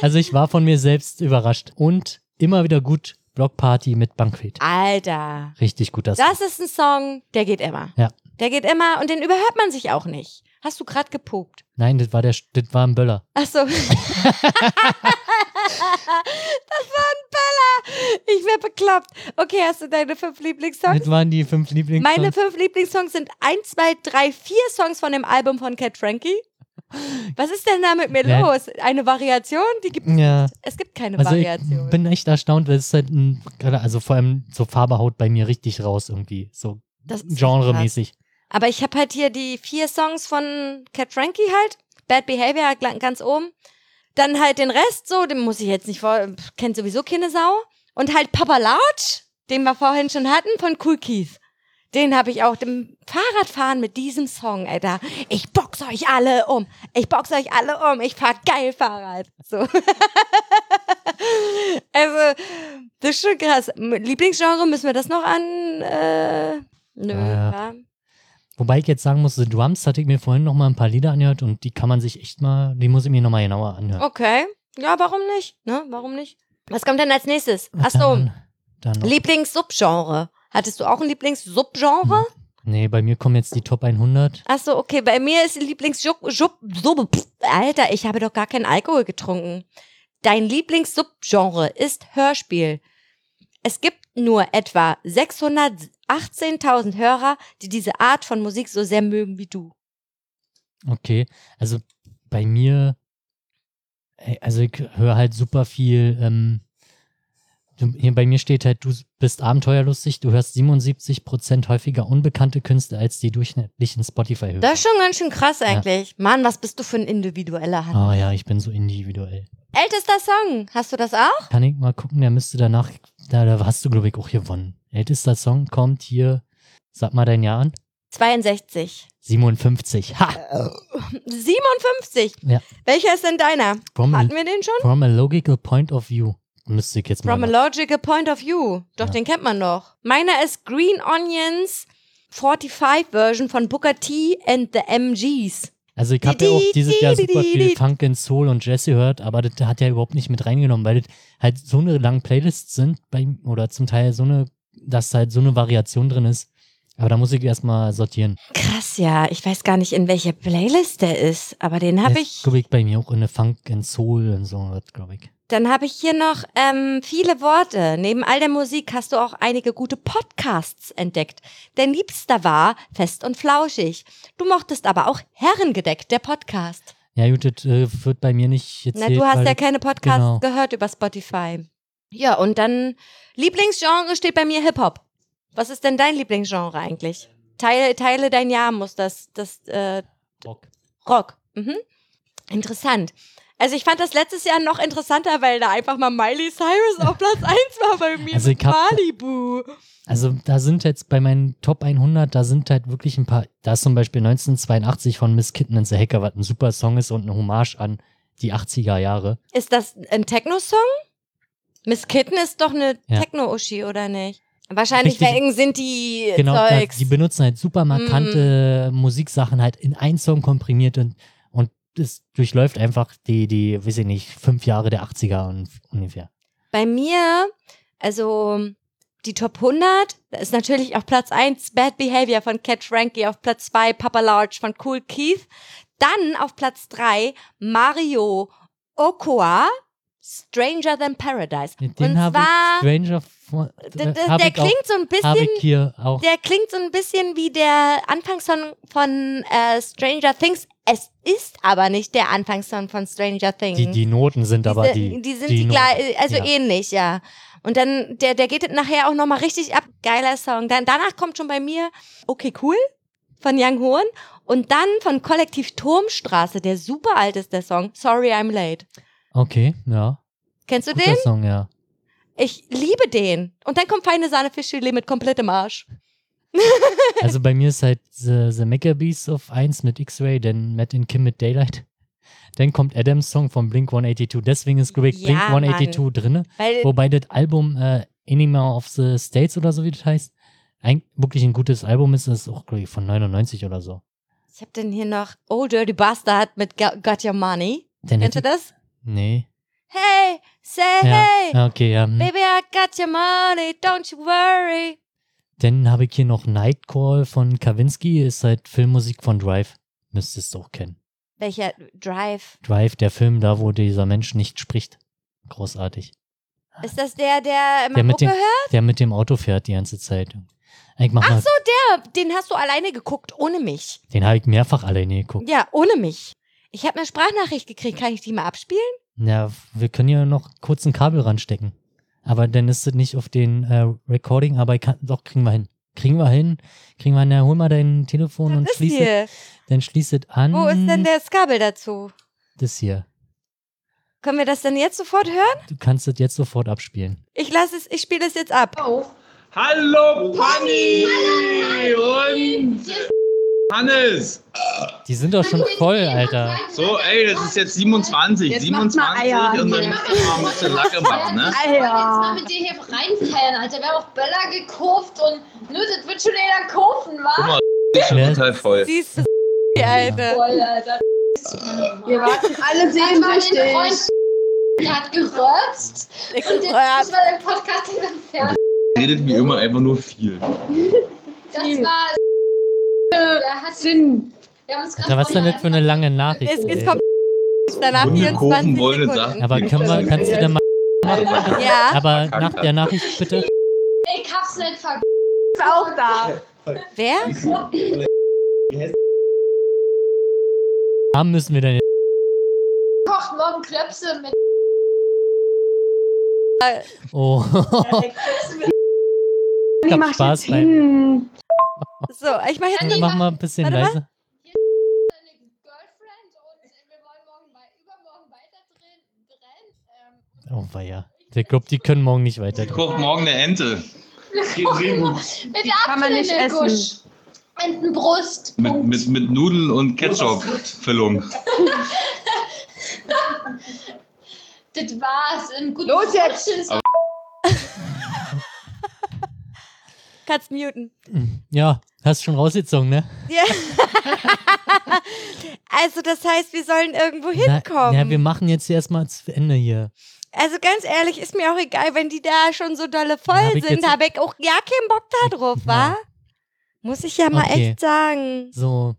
Speaker 1: Also ich war von mir selbst überrascht und immer wieder gut Blockparty mit Banquet.
Speaker 2: Alter.
Speaker 1: Richtig gut das.
Speaker 2: Das ist ein Song, der geht immer.
Speaker 1: Ja.
Speaker 2: Der geht immer und den überhört man sich auch nicht. Hast du gerade gepokt?
Speaker 1: Nein, das war der das war ein Böller.
Speaker 2: Ach so. [LAUGHS] das war ein Böller. Ich wär bekloppt. Okay, hast du deine fünf Lieblingssongs?
Speaker 1: Das waren die fünf Lieblings.
Speaker 2: Meine fünf Lieblingssongs sind eins, zwei, drei, vier Songs von dem Album von Cat Frankie. Was ist denn da mit mir
Speaker 1: Ja.
Speaker 2: los? Eine Variation? Die gibt,
Speaker 1: ja.
Speaker 2: es gibt keine
Speaker 1: Also ich
Speaker 2: Variation.
Speaker 1: bin echt erstaunt, weil es halt ein, gerade- also vor allem so Farbe haut bei mir richtig raus irgendwie, so
Speaker 2: Das ist krass.
Speaker 1: genremäßig.
Speaker 2: Aber ich habe halt hier die vier Songs von Cat Frankie halt. Bad Behavior gl- ganz oben. Dann halt den Rest so, den muss ich jetzt nicht vor, pff, kennt sowieso keine Sau. Und halt Papa Large, den wir vorhin schon hatten, von Cool Keith. Den habe ich auch dem Fahrradfahren mit diesem Song, Alter. Ich box euch alle um. Ich box euch alle um. Ich fahr geil Fahrrad. So. [LAUGHS] also, das ist schon krass. M- Lieblingsgenre, müssen wir das noch an? Äh, nö.
Speaker 1: Ja.
Speaker 2: wa?
Speaker 1: Wobei ich jetzt sagen muss, The Drums hatte ich mir vorhin noch mal ein paar Lieder angehört und die kann man sich echt mal, die muss ich mir noch mal genauer anhören.
Speaker 2: Okay. Ja, warum nicht? Ne? Warum nicht? Was kommt denn als nächstes?
Speaker 1: Was
Speaker 2: Achso,
Speaker 1: Dann, dann noch.
Speaker 2: Lieblingssubgenre. Hattest du auch ein Lieblingssubgenre?
Speaker 1: Hm. Nee, bei mir kommen jetzt die Top 100.
Speaker 2: Achso, okay. Bei mir ist Lieblingsjub. Jub, Sub, pff, Alter, ich habe doch gar keinen Alkohol getrunken. Dein Lieblingssubgenre ist Hörspiel. Es gibt nur etwa 618.000 Hörer, die diese Art von Musik so sehr mögen wie du.
Speaker 1: Okay, also bei mir, ey, also ich höre halt super viel. Ähm, du- hier bei mir steht halt, du bist abenteuerlustig, du hörst 77% häufiger unbekannte Künste als die durchschnittlichen Spotify-Hörer.
Speaker 2: Das ist schon ganz schön krass eigentlich. Mann, was bist du für ein individueller Hand.
Speaker 1: Ah ja, ich bin so individuell.
Speaker 2: Ältester Song, hast du das auch?
Speaker 1: Kann ich mal gucken, der müsste danach, da, da hast du, glaube ich, auch gewonnen. Ältester Song kommt hier, sag mal dein Jahr an,
Speaker 2: 62.
Speaker 1: 57.
Speaker 2: Äh,
Speaker 1: Ha!
Speaker 2: 57.
Speaker 1: Ja.
Speaker 2: Äh, Welcher ist denn deiner?
Speaker 1: From a,
Speaker 2: Hatten wir den schon?
Speaker 1: from a logical point of view. Müsste ich jetzt mal.
Speaker 2: From a logical point of view. Doch,
Speaker 1: Ja.
Speaker 2: den kennt man doch. Meiner ist Green Onions 45 Version von Booker T and the MGs.
Speaker 1: Also ich habe ja auch dieses Jahr super
Speaker 2: Didi-didi-didi.
Speaker 1: viel Funk and Soul und Jazz gehört, aber das hat ja überhaupt nicht mit reingenommen, weil das halt so eine lange Playlist sind bei, oder zum Teil so eine, dass halt so eine Variation drin ist. Aber da muss ich erstmal sortieren.
Speaker 2: Krass, ja. Ich weiß gar nicht, in welcher Playlist der ist, aber den habe ich.
Speaker 1: Glaube ich bei mir auch in eine Funk and Soul und so, glaube ich.
Speaker 2: Dann habe ich hier noch ähm, viele Worte. Neben all der Musik hast du auch einige gute Podcasts entdeckt. Dein Liebster war Fest und Flauschig. Du mochtest aber auch Herrengedeck, der Podcast.
Speaker 1: Ja gut, das äh, wird bei mir nicht jetzt.
Speaker 2: Na, du hast ja keine Podcasts
Speaker 1: genau.
Speaker 2: gehört über Spotify. Ja, und dann Lieblingsgenre steht bei mir Hip-Hop. Was ist denn dein Lieblingsgenre eigentlich? Teile, teile dein Jahr muss das, das äh,
Speaker 1: Bock.
Speaker 2: Rock. Mhm. Interessant. Also ich fand das letztes Jahr noch interessanter, weil da einfach mal Miley Cyrus auf Platz [LAUGHS] 1 war bei mir.
Speaker 1: Also
Speaker 2: mit
Speaker 1: ich hab-
Speaker 2: Malibu.
Speaker 1: Also da sind jetzt bei meinen Top 100, da sind halt wirklich ein paar, da ist zum Beispiel 1982 von Miss Kitten and the Hacker, was ein super Song ist und eine Hommage an die 80er Jahre.
Speaker 2: Ist das ein Techno-Song? Miss Kitten ist doch eine
Speaker 1: Ja.
Speaker 2: Techno-Uschi, oder nicht? Wahrscheinlich
Speaker 1: Richtig.
Speaker 2: wegen sind die
Speaker 1: Genau, da-
Speaker 2: Äh, Zeugs. Mhm.
Speaker 1: die benutzen halt super markante Musiksachen halt in einen Song komprimiert und, und es durchläuft einfach die, die, weiß ich nicht, fünf Jahre der 80er und ungefähr.
Speaker 2: Bei mir, also die Top 100, da ist natürlich auf Platz 1 Bad Behavior von Cat Frankie, auf Platz 2 Papa Large von Cool Keith, dann auf Platz 3 Mario Okoa, Stranger Than Paradise.
Speaker 1: Den
Speaker 2: Und
Speaker 1: habe ich,
Speaker 2: zwar,
Speaker 1: Stranger, von-
Speaker 2: Ah, d- d-
Speaker 1: hab
Speaker 2: der
Speaker 1: ich auch-
Speaker 2: klingt so ein
Speaker 1: hab
Speaker 2: bisschen,
Speaker 1: ich hier auch.
Speaker 2: der klingt so ein bisschen wie der Anfangssong von äh, Stranger Things. Es ist aber nicht der Anfangssong von Stranger Things.
Speaker 1: Die, die Noten sind aber
Speaker 2: Diese-
Speaker 1: die.
Speaker 2: sind die,
Speaker 1: Noten.
Speaker 2: gleich, also
Speaker 1: Ja.
Speaker 2: ähnlich, ja. Und dann, der, der geht dann nachher auch nochmal richtig ab. Geiler Song. Dann, danach kommt schon bei mir Okay, cool von Young Horn und dann von Kollektiv Turmstraße, der super alt ist, der Song. Sorry, I'm late.
Speaker 1: Okay, ja.
Speaker 2: Kennst du
Speaker 1: Guter
Speaker 2: den?
Speaker 1: Song, ja.
Speaker 2: Ich liebe den. Und dann kommt Feine Sahne Fischfilet mit komplettem Arsch.
Speaker 1: Also bei mir ist halt The, The Maccabees auf 1 mit X-Ray, dann Matt and Kim mit Daylight. Dann kommt Adams Song von Blink 182. Deswegen ist, glaube ich,
Speaker 2: Ja,
Speaker 1: Blink 182 drinne.
Speaker 2: Weil
Speaker 1: Wobei das Album äh, Enema of the States oder so, wie das heißt, ein, wirklich ein gutes Album ist. Das ist auch, glaube ich, von 99 oder so.
Speaker 2: ich habe denn hier noch Old Dirty Bastard mit Go- Got Your Money.
Speaker 1: Dann
Speaker 2: Kennst
Speaker 1: hätte
Speaker 2: du das?
Speaker 1: Nee.
Speaker 2: Hey, say
Speaker 1: Ja.
Speaker 2: hey,
Speaker 1: ja, okay, ja. hm.
Speaker 2: baby I got your money, don't you worry.
Speaker 1: Dann habe ich hier noch Nightcall von Kavinsky, ist halt Filmmusik von Drive. Müsstest du auch kennen.
Speaker 2: Welcher Drive?
Speaker 1: Drive, der Film da, wo dieser Mensch nicht spricht. Großartig.
Speaker 3: Ah.
Speaker 2: Ist das der, der immer
Speaker 1: Der mit
Speaker 2: Mucke
Speaker 1: den- Oh,
Speaker 2: hört?
Speaker 1: Der mit dem Auto fährt die ganze Zeit. Ich mach mal,
Speaker 2: Ach so, der, den hast du alleine geguckt, ohne mich.
Speaker 1: den habe ich mehrfach alleine geguckt.
Speaker 2: Ja, ohne mich. Ich habe eine Sprachnachricht gekriegt, kann ich die mal abspielen?
Speaker 1: Ja, wir können ja noch kurz ein Kabel ranstecken. Aber dann ist es nicht auf den äh, Recording, aber ich kann, doch, kriegen wir hin. Kriegen wir hin. Kriegen wir hin. Ja, hol mal dein Telefon und
Speaker 2: Das ist
Speaker 1: schließ es,
Speaker 2: hier.
Speaker 1: dann schließ es an.
Speaker 2: Wo ist
Speaker 1: Mhm.
Speaker 2: denn das Kabel dazu?
Speaker 1: Das hier.
Speaker 2: Können wir das denn jetzt sofort hören?
Speaker 1: Du kannst es jetzt sofort abspielen.
Speaker 2: Ich lasse es, ich spiele es jetzt ab.
Speaker 3: Oh.
Speaker 4: Hallo Panni und Hannes.
Speaker 1: Die sind doch schon voll, Alter.
Speaker 4: So, ey, das ist jetzt 27.
Speaker 5: Jetzt macht
Speaker 4: 27
Speaker 5: mal Eier
Speaker 4: und dann
Speaker 5: hier.
Speaker 4: müssen wir mal ein bisschen Lacke machen, ne?
Speaker 5: Alter.
Speaker 3: Jetzt mal mit dir hier reinfeiern, Alter. Wir haben auch Böller gekauft und nö, das wird schon jeder kaufen, wa?
Speaker 4: Ist schon
Speaker 1: Ja.
Speaker 4: total voll.
Speaker 2: Siehst du, [LAUGHS] die Alte.
Speaker 3: Voll, Alter.
Speaker 5: Wir warten alle
Speaker 3: Hat mal den
Speaker 5: sehnsüchtig.
Speaker 3: Freund, [LAUGHS] der hat gerötzt
Speaker 2: Ich-
Speaker 3: und jetzt
Speaker 5: Oh,
Speaker 2: Ja,
Speaker 3: ist bei dem Podcast in den Fernsehen.
Speaker 4: Redet wie immer einfach nur viel.
Speaker 3: Das war. [LAUGHS] Der hat
Speaker 5: Sinn.
Speaker 3: Wir haben uns gerade
Speaker 1: Alter was ist denn das für eine lange Nachricht?
Speaker 2: es, es
Speaker 1: ey?
Speaker 2: kommt [LAUGHS] danach
Speaker 4: Hunde kaufen
Speaker 2: 24
Speaker 4: wollen und
Speaker 2: Sekunden.
Speaker 4: sagen-
Speaker 1: aber können wir, kannst du denn mal.
Speaker 2: Ja,
Speaker 1: Aber nach der Nachricht bitte.
Speaker 3: Ich hab's nicht vergessen.
Speaker 5: Ist auch da.
Speaker 2: wer?
Speaker 1: Haben müssen wir dann.
Speaker 3: Kocht morgen Klöpse mit.
Speaker 1: Oh. [LAUGHS] Ich
Speaker 5: Ich
Speaker 1: hab
Speaker 5: mach
Speaker 1: Spaß
Speaker 5: Spaß
Speaker 1: bei-
Speaker 5: hin.
Speaker 2: So, ich mache jetzt.
Speaker 3: Handy,
Speaker 1: Mach mal ein bisschen
Speaker 2: Warte mal.
Speaker 1: leise.
Speaker 3: seine Girlfriend und äh, wir wollen morgen bei, übermorgen weiter drehen. drehen ähm,
Speaker 1: Oh, weia. Der Club, die können morgen nicht weiter.
Speaker 4: Ich koche morgen eine Ente. Geht sehr gut.
Speaker 3: mit
Speaker 5: kann man nicht essen.
Speaker 3: Entenbrust.
Speaker 4: Mit, mit, mit Nudeln und Ketchup-Füllung.
Speaker 3: Das war's. Ein gutes
Speaker 5: Los jetzt!
Speaker 3: Rutschen ins
Speaker 2: Kannst muten.
Speaker 1: Ja, hast schon rausgezogen, ne?
Speaker 2: Ja. [LAUGHS] also, das heißt, wir sollen irgendwo hinkommen.
Speaker 1: Na, ja, wir machen jetzt erstmal zu Ende hier.
Speaker 2: also, ganz ehrlich, ist mir auch egal, wenn die da schon so dolle voll
Speaker 1: hab ich
Speaker 2: sind,
Speaker 1: jetzt-
Speaker 2: habe ich auch ja keinen Bock da drauf, wa?
Speaker 1: Ja.
Speaker 2: Muss ich ja mal
Speaker 1: Okay.
Speaker 2: echt sagen.
Speaker 1: So,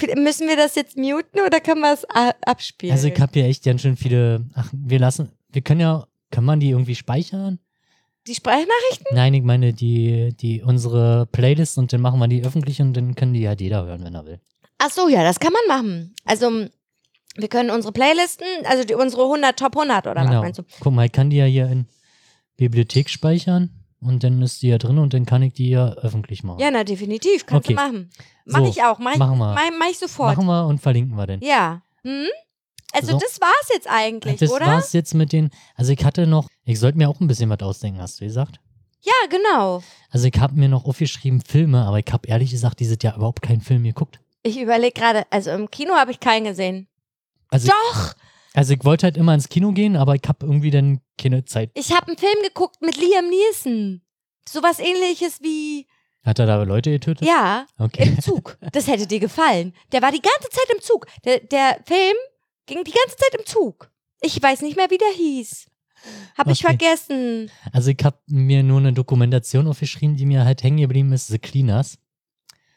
Speaker 2: F- Müssen wir das jetzt muten oder können wir es a- abspielen?
Speaker 1: also ich habe hier echt ganz schön viele. Ach, wir lassen. Wir können ja. Kann man die irgendwie speichern?
Speaker 2: die Sprachnachricht?
Speaker 1: Nein, ich meine die, die unsere Playlist und dann machen wir die öffentlich und dann können die halt jeder hören, wenn er will.
Speaker 2: Ach so, ja, das kann man machen. Also, m, wir können unsere Playlisten, also die, unsere 100, Top 100 oder was meinst du?
Speaker 1: Genau. Guck mal, ich kann die ja hier in Bibliothek speichern und dann ist die ja drin und dann kann ich die ja öffentlich machen.
Speaker 2: Ja, na, definitiv, kannst
Speaker 1: Okay.
Speaker 2: du machen. Mach
Speaker 1: So,
Speaker 2: ich auch, mach, ich-
Speaker 1: machen wir.
Speaker 2: mach, mach ich sofort.
Speaker 1: machen wir und verlinken wir dann.
Speaker 2: Ja. Hm? Also
Speaker 1: So.
Speaker 2: das war's jetzt eigentlich,
Speaker 1: das
Speaker 2: oder?
Speaker 1: war's jetzt mit den. Also ich hatte noch, ich sollte mir auch ein bisschen was ausdenken, hast du gesagt.
Speaker 2: Ja, genau.
Speaker 1: Also ich habe mir noch aufgeschrieben Filme, aber ich habe ehrlich gesagt dieses Jahr überhaupt keinen Film geguckt.
Speaker 2: Ich überlege gerade, also im Kino habe ich keinen gesehen.
Speaker 1: Also,
Speaker 2: Doch,
Speaker 1: also ich wollte halt immer ins Kino gehen, aber ich habe irgendwie dann keine Zeit.
Speaker 2: ich habe einen Film geguckt mit Liam Neeson. Sowas ähnliches wie,
Speaker 1: Hat er da Leute getötet? [LAUGHS]
Speaker 2: ja,
Speaker 1: Okay.
Speaker 2: im Zug. Das hätte dir gefallen. Der war die ganze Zeit im Zug. Der, der Film ging die ganze Zeit im Zug. Ich weiß nicht mehr, wie der hieß. Hab ich
Speaker 1: Okay.
Speaker 2: vergessen.
Speaker 1: Also ich habe mir nur eine Dokumentation aufgeschrieben, die mir halt hängen geblieben ist, The Cleaners.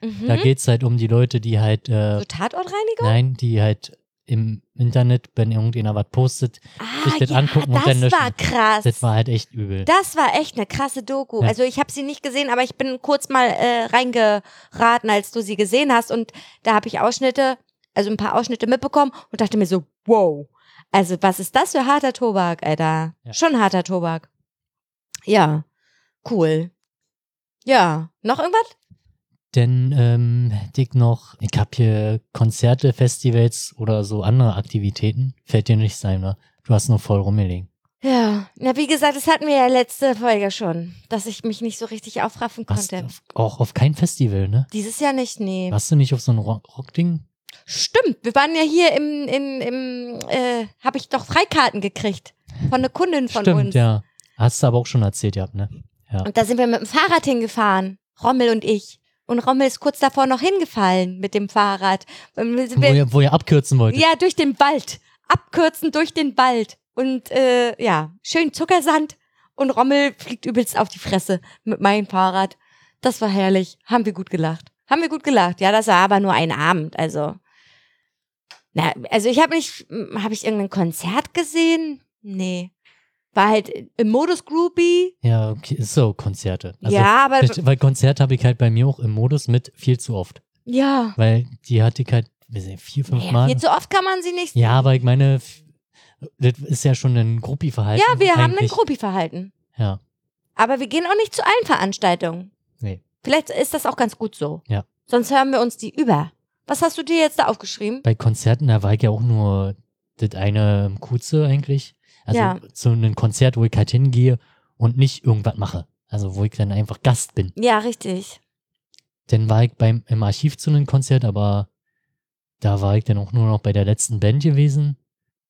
Speaker 2: Mhm.
Speaker 1: Da geht's halt um die Leute, die halt, äh,
Speaker 2: so Tatortreinigung?
Speaker 1: nein, die halt im Internet, wenn irgendjemand was postet,
Speaker 2: Ah,
Speaker 1: das angucken und
Speaker 2: das
Speaker 1: dann löschen.
Speaker 2: war krass.
Speaker 1: das war halt echt übel.
Speaker 2: Das war echt eine krasse Doku.
Speaker 1: Ja.
Speaker 2: Also ich habe sie nicht gesehen, aber ich bin kurz mal äh, reingeraten, als du sie gesehen hast. Und da habe ich Ausschnitte, also ein paar Ausschnitte mitbekommen und dachte mir so, wow. Also was ist das für harter Tobak, Alter?
Speaker 1: Ja.
Speaker 2: Schon harter Tobak. Ja, cool. Ja, noch irgendwas?
Speaker 1: Denn ähm, hätte ich noch, ich habe hier Konzerte, Festivals oder so andere Aktivitäten. Fällt dir nicht sein, ne? Du hast nur voll rumgelegen.
Speaker 2: Ja, na wie gesagt, das hatten wir ja letzte Folge schon, dass ich mich nicht so richtig aufraffen
Speaker 1: Warst
Speaker 2: konnte.
Speaker 1: auf, auch auf kein Festival, ne?
Speaker 2: Dieses Jahr nicht, nee.
Speaker 1: Warst du nicht auf so ein Rock- Rock-Ding?
Speaker 2: Stimmt, wir waren ja hier im, im, im äh, habe ich doch Freikarten gekriegt von einer Kundin von
Speaker 1: Stimmt,
Speaker 2: uns.
Speaker 1: ja. Hast du aber auch schon erzählt, gehabt, ne?
Speaker 2: Und da sind wir mit dem Fahrrad hingefahren, Rommel und ich. Und Rommel ist kurz davor noch hingefallen mit dem Fahrrad. Und wir sind
Speaker 1: Wo
Speaker 2: wir-
Speaker 1: ihr, wo ihr abkürzen wollt.
Speaker 2: Ja, durch den Wald. Abkürzen durch den Wald. Und äh, ja, schön Zuckersand. Und Rommel fliegt übelst auf die Fresse mit meinem Fahrrad. Das war herrlich. Haben wir gut gelacht. Haben wir gut gelacht. Ja, das war aber nur ein Abend. Also, na, also ich habe nicht, habe ich irgendein Konzert gesehen? Nee. War halt im Modus Groupie.
Speaker 1: Ja, okay, ist so, Konzerte. Also,
Speaker 2: ja, aber
Speaker 1: vielleicht- Weil Konzerte habe ich halt bei mir auch im Modus mit viel zu oft.
Speaker 2: ja.
Speaker 1: Weil die hatte ich halt weiß nicht, vier, fünf
Speaker 2: Naja,
Speaker 1: Mal.
Speaker 2: viel zu oft kann man sie nicht.
Speaker 1: Ja, aber ich meine, f- das ist ja schon ein Gruppi-Verhalten.
Speaker 2: ja wir haben ein
Speaker 1: eigentlich.
Speaker 2: Groupie-Verhalten.
Speaker 1: Ja,
Speaker 2: Aber wir gehen auch nicht zu allen Veranstaltungen.
Speaker 1: Nee.
Speaker 2: Vielleicht ist das auch ganz gut so.
Speaker 1: Ja.
Speaker 2: Sonst hören wir uns die über. Was hast du dir jetzt da aufgeschrieben?
Speaker 1: bei Konzerten, da war ich ja auch nur das eine im Kuze eigentlich. Also
Speaker 2: Ja.
Speaker 1: zu einem Konzert, wo ich halt hingehe und nicht irgendwas mache. Also wo ich dann einfach Gast bin.
Speaker 2: Ja, richtig.
Speaker 1: Dann war ich beim, im Archiv zu einem Konzert, aber da war ich dann auch nur noch bei der letzten Band gewesen.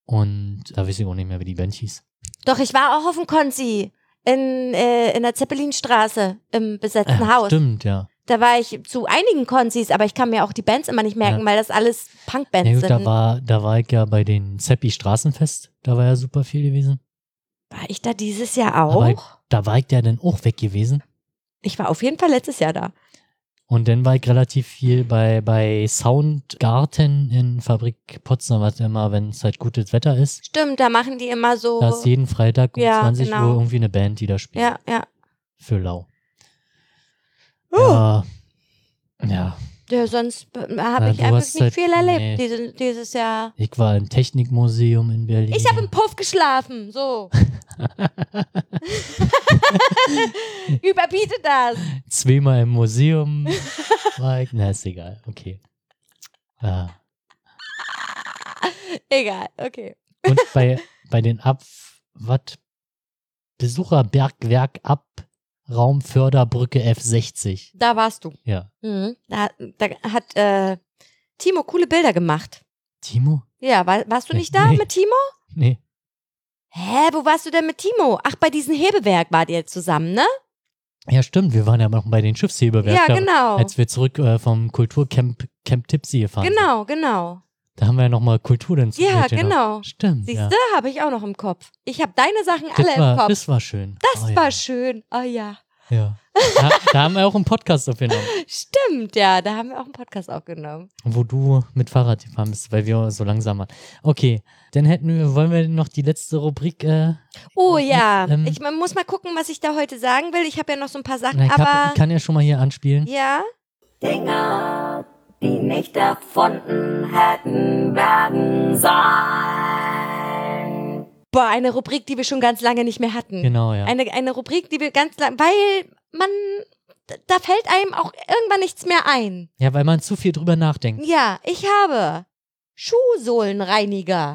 Speaker 1: Und da weiß ich auch nicht mehr, wie die Band hieß.
Speaker 2: Doch, ich war auch auf dem Konzi in, äh, in der Zeppelinstraße im besetzten
Speaker 1: Ah,
Speaker 2: Haus.
Speaker 1: Stimmt, ja.
Speaker 2: Da war ich zu einigen Konzis, aber ich kann mir auch die Bands immer nicht merken,
Speaker 1: Ja.
Speaker 2: weil das alles Punkbands
Speaker 1: Ja, gut,
Speaker 2: sind.
Speaker 1: da war, da war ich ja bei den Zeppi Straßenfest. Da war ja super viel gewesen.
Speaker 2: War ich da dieses Jahr auch?
Speaker 1: Aber Da war ich ja dann auch weg gewesen.
Speaker 2: ich war auf jeden Fall letztes Jahr da.
Speaker 1: Und dann war ich relativ viel bei, bei Soundgarten in Fabrik Potsdam, was immer, wenn es halt gutes Wetter ist.
Speaker 2: Stimmt, da machen die immer so.
Speaker 1: Da ist jeden Freitag um
Speaker 2: Oh. Ja,
Speaker 1: 20
Speaker 2: genau.
Speaker 1: Uhr irgendwie eine Band, die da spielt.
Speaker 2: ja, ja.
Speaker 1: Für Lau.
Speaker 2: Uh.
Speaker 1: Ja. ja,
Speaker 2: Ja, sonst habe
Speaker 1: Na,
Speaker 2: ich
Speaker 1: du
Speaker 2: einfach
Speaker 1: hast
Speaker 2: nicht
Speaker 1: halt-
Speaker 2: viel erlebt
Speaker 1: nee.
Speaker 2: diese, dieses Jahr.
Speaker 1: ich war im Technikmuseum in Berlin.
Speaker 2: Ich habe im Puff geschlafen, [LAUGHS] so. Überbiete das.
Speaker 1: zweimal im
Speaker 2: [LAUGHS]
Speaker 1: Museum war ich. Na, ist egal. Okay. Ja.
Speaker 2: Egal, okay.
Speaker 1: Und
Speaker 2: [LAUGHS]
Speaker 1: bei, bei den Ab, was? Besucherbergwerk ab Raumförderbrücke F60.
Speaker 2: Da warst du.
Speaker 1: Ja.
Speaker 2: Mhm. Da, da hat äh, Timo coole Bilder gemacht.
Speaker 1: Timo?
Speaker 2: Ja, war, warst du nicht da
Speaker 1: Nee.
Speaker 2: mit Timo?
Speaker 1: Nee.
Speaker 2: Hä, wo warst du denn mit Timo? Ach, bei diesem Hebewerk wart ihr zusammen, ne?
Speaker 1: Ja, stimmt. Wir waren ja noch bei den
Speaker 2: ja,
Speaker 1: Schiffshebewerken.
Speaker 2: genau.
Speaker 1: Als wir zurück äh, vom Kulturcamp Camp Tipsy gefahren sind.
Speaker 2: Genau, genau.
Speaker 1: Da haben wir ja nochmal Kultur dann zu
Speaker 2: Ja,
Speaker 1: Geld genommen.
Speaker 2: genau.
Speaker 1: Stimmt.
Speaker 2: Siehst
Speaker 1: ja.
Speaker 2: du, habe ich auch noch im Kopf. Ich habe deine Sachen alle
Speaker 1: Das war,
Speaker 2: im Kopf.
Speaker 1: das war schön.
Speaker 2: Das
Speaker 1: Oh, ja.
Speaker 2: war schön. Oh ja.
Speaker 1: Ja. Da, da haben wir auch einen Podcast aufgenommen,
Speaker 2: Stimmt, ja. Da haben wir auch einen Podcast aufgenommen.
Speaker 1: wo du mit Fahrrad gefahren bist, weil wir so langsam waren. Okay, dann hätten wir, wollen wir noch die letzte Rubrik äh,
Speaker 2: Oh ja.
Speaker 1: Ähm,
Speaker 2: ich man muss mal gucken, was ich da heute sagen will. Ich habe ja noch so ein paar Sachen,
Speaker 1: Na, ich,
Speaker 2: aber.
Speaker 1: hab, ich kann ja schon mal hier anspielen.
Speaker 2: ja.
Speaker 6: Dinge, die nicht erfunden hätten werden sollen.
Speaker 2: Boah, eine Rubrik, die wir schon ganz lange nicht mehr hatten.
Speaker 1: Genau, ja.
Speaker 2: Eine, eine Rubrik, die wir ganz lange. Weil man. Da fällt einem auch irgendwann nichts mehr ein.
Speaker 1: ja, weil man zu viel drüber nachdenkt.
Speaker 2: Ja, ich habe
Speaker 1: [LAUGHS]
Speaker 2: Schuhsohlenreiniger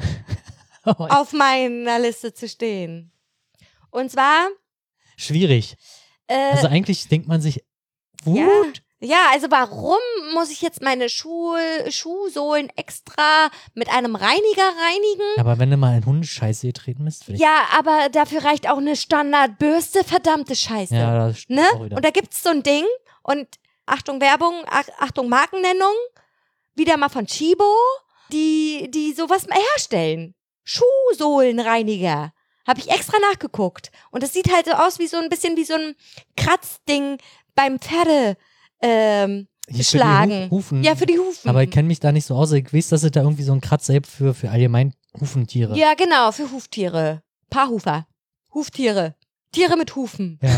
Speaker 2: auf meiner Liste zu stehen. Und zwar.
Speaker 1: Schwierig.
Speaker 2: Äh,
Speaker 1: Also eigentlich denkt man sich, gut,
Speaker 2: Ja. Ja, also warum muss ich jetzt meine Schuh, Schuhsohlen extra mit einem Reiniger reinigen?
Speaker 1: aber wenn du mal in Hundescheiße getreten bist, vielleicht.
Speaker 2: Ja, aber dafür reicht auch eine Standardbürste, verdammte Scheiße.
Speaker 1: ja das stimmt
Speaker 2: ne?
Speaker 1: auch wieder.
Speaker 2: Und da gibt's so ein Ding und Achtung Werbung, Ach, Achtung Markennennung, wieder mal von Chibo, die die sowas mal herstellen. Schuhsohlenreiniger. Habe ich extra nachgeguckt und das sieht halt so aus wie so ein bisschen wie so ein Kratzding beim Pferde ähm,
Speaker 1: Hier für die
Speaker 2: schlagen.
Speaker 1: Hu- Hufen.
Speaker 2: Ja, für die Hufen.
Speaker 1: Aber ich kenne mich da nicht so aus. Ich weiß, dass es da irgendwie so ein Kratzer gibt für, für allgemein Hufentiere.
Speaker 2: ja, genau, für Huftiere. Paarhufer. Huftiere. Tiere mit Hufen.
Speaker 1: Ja.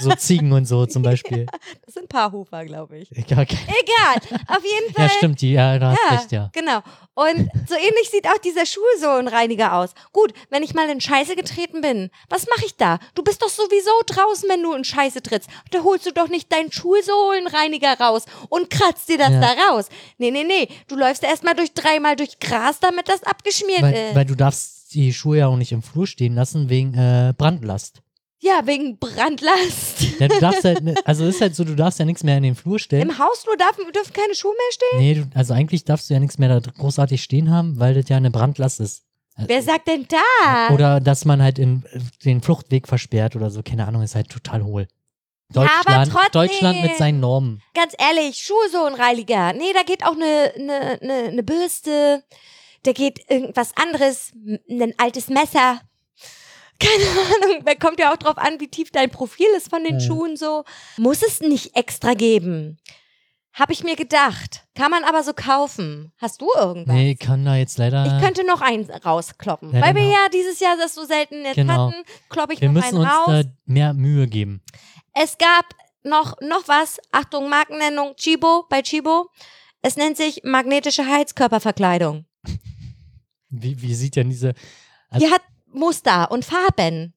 Speaker 1: so Ziegen und so
Speaker 2: [LAUGHS]
Speaker 1: zum Beispiel.
Speaker 2: Das sind Paarhufer, glaube ich.
Speaker 1: Ja, okay.
Speaker 2: Egal. Auf jeden Fall.
Speaker 1: ja stimmt, die, ja, da hast recht, ja.
Speaker 2: Genau. Und so ähnlich sieht auch dieser Schuhsohlenreiniger aus. Gut, wenn ich mal in Scheiße getreten bin, was mache ich da? Du bist doch sowieso draußen, wenn du in Scheiße trittst. Da holst du doch nicht deinen Schuhsohlenreiniger raus und kratzt dir das
Speaker 1: Ja.
Speaker 2: da raus. Nee, nee, nee. Du läufst erstmal durch dreimal durch Gras, damit das abgeschmiert
Speaker 1: Weil,
Speaker 2: ist.
Speaker 1: weil du darfst die Schuhe ja auch nicht im Flur stehen lassen wegen äh, Brandlast.
Speaker 2: Ja, wegen Brandlast.
Speaker 1: Ja, du darfst halt, ne- also ist halt so, du darfst ja nichts mehr in den Flur stellen.
Speaker 2: Im Haus nur dürfen, dürfen keine Schuhe mehr stehen?
Speaker 1: Nee, du, also eigentlich darfst du ja nichts mehr da dr- großartig stehen haben, weil das ja eine Brandlast ist. Also-
Speaker 2: Wer sagt denn da?
Speaker 1: Oder dass man halt in, den Fluchtweg versperrt oder so, keine Ahnung, ist halt total hohl.
Speaker 2: aber
Speaker 1: Deutschland,
Speaker 2: trotzdem.
Speaker 1: Deutschland mit seinen Normen.
Speaker 2: Ganz ehrlich, Schuhe so ein Reiliger. Nee, da geht auch eine ne, ne, ne Bürste. Da geht irgendwas anderes. m- Ein altes Messer. [LAUGHS] Keine Ahnung. Da kommt ja auch drauf an, wie tief dein Profil ist von den
Speaker 1: Ja.
Speaker 2: Schuhen so. Muss es nicht extra geben. Habe ich mir gedacht. Kann man aber so kaufen. Hast du irgendwas?
Speaker 1: Nee, kann da jetzt leider.
Speaker 2: Ich könnte noch einen rauskloppen.
Speaker 1: Ja,
Speaker 2: weil wir
Speaker 1: genau.
Speaker 2: ja dieses Jahr das so selten jetzt
Speaker 1: Genau.
Speaker 2: hatten, kloppe ich
Speaker 1: wir
Speaker 2: noch
Speaker 1: müssen
Speaker 2: einen
Speaker 1: uns
Speaker 2: raus.
Speaker 1: da mehr Mühe geben.
Speaker 2: Es gab noch, noch was. Achtung, Markennennung. Chibo, bei Chibo. Es nennt sich magnetische Heizkörperverkleidung.
Speaker 1: Wie, wie sieht denn diese. Also-
Speaker 2: Die hat Muster und Farben.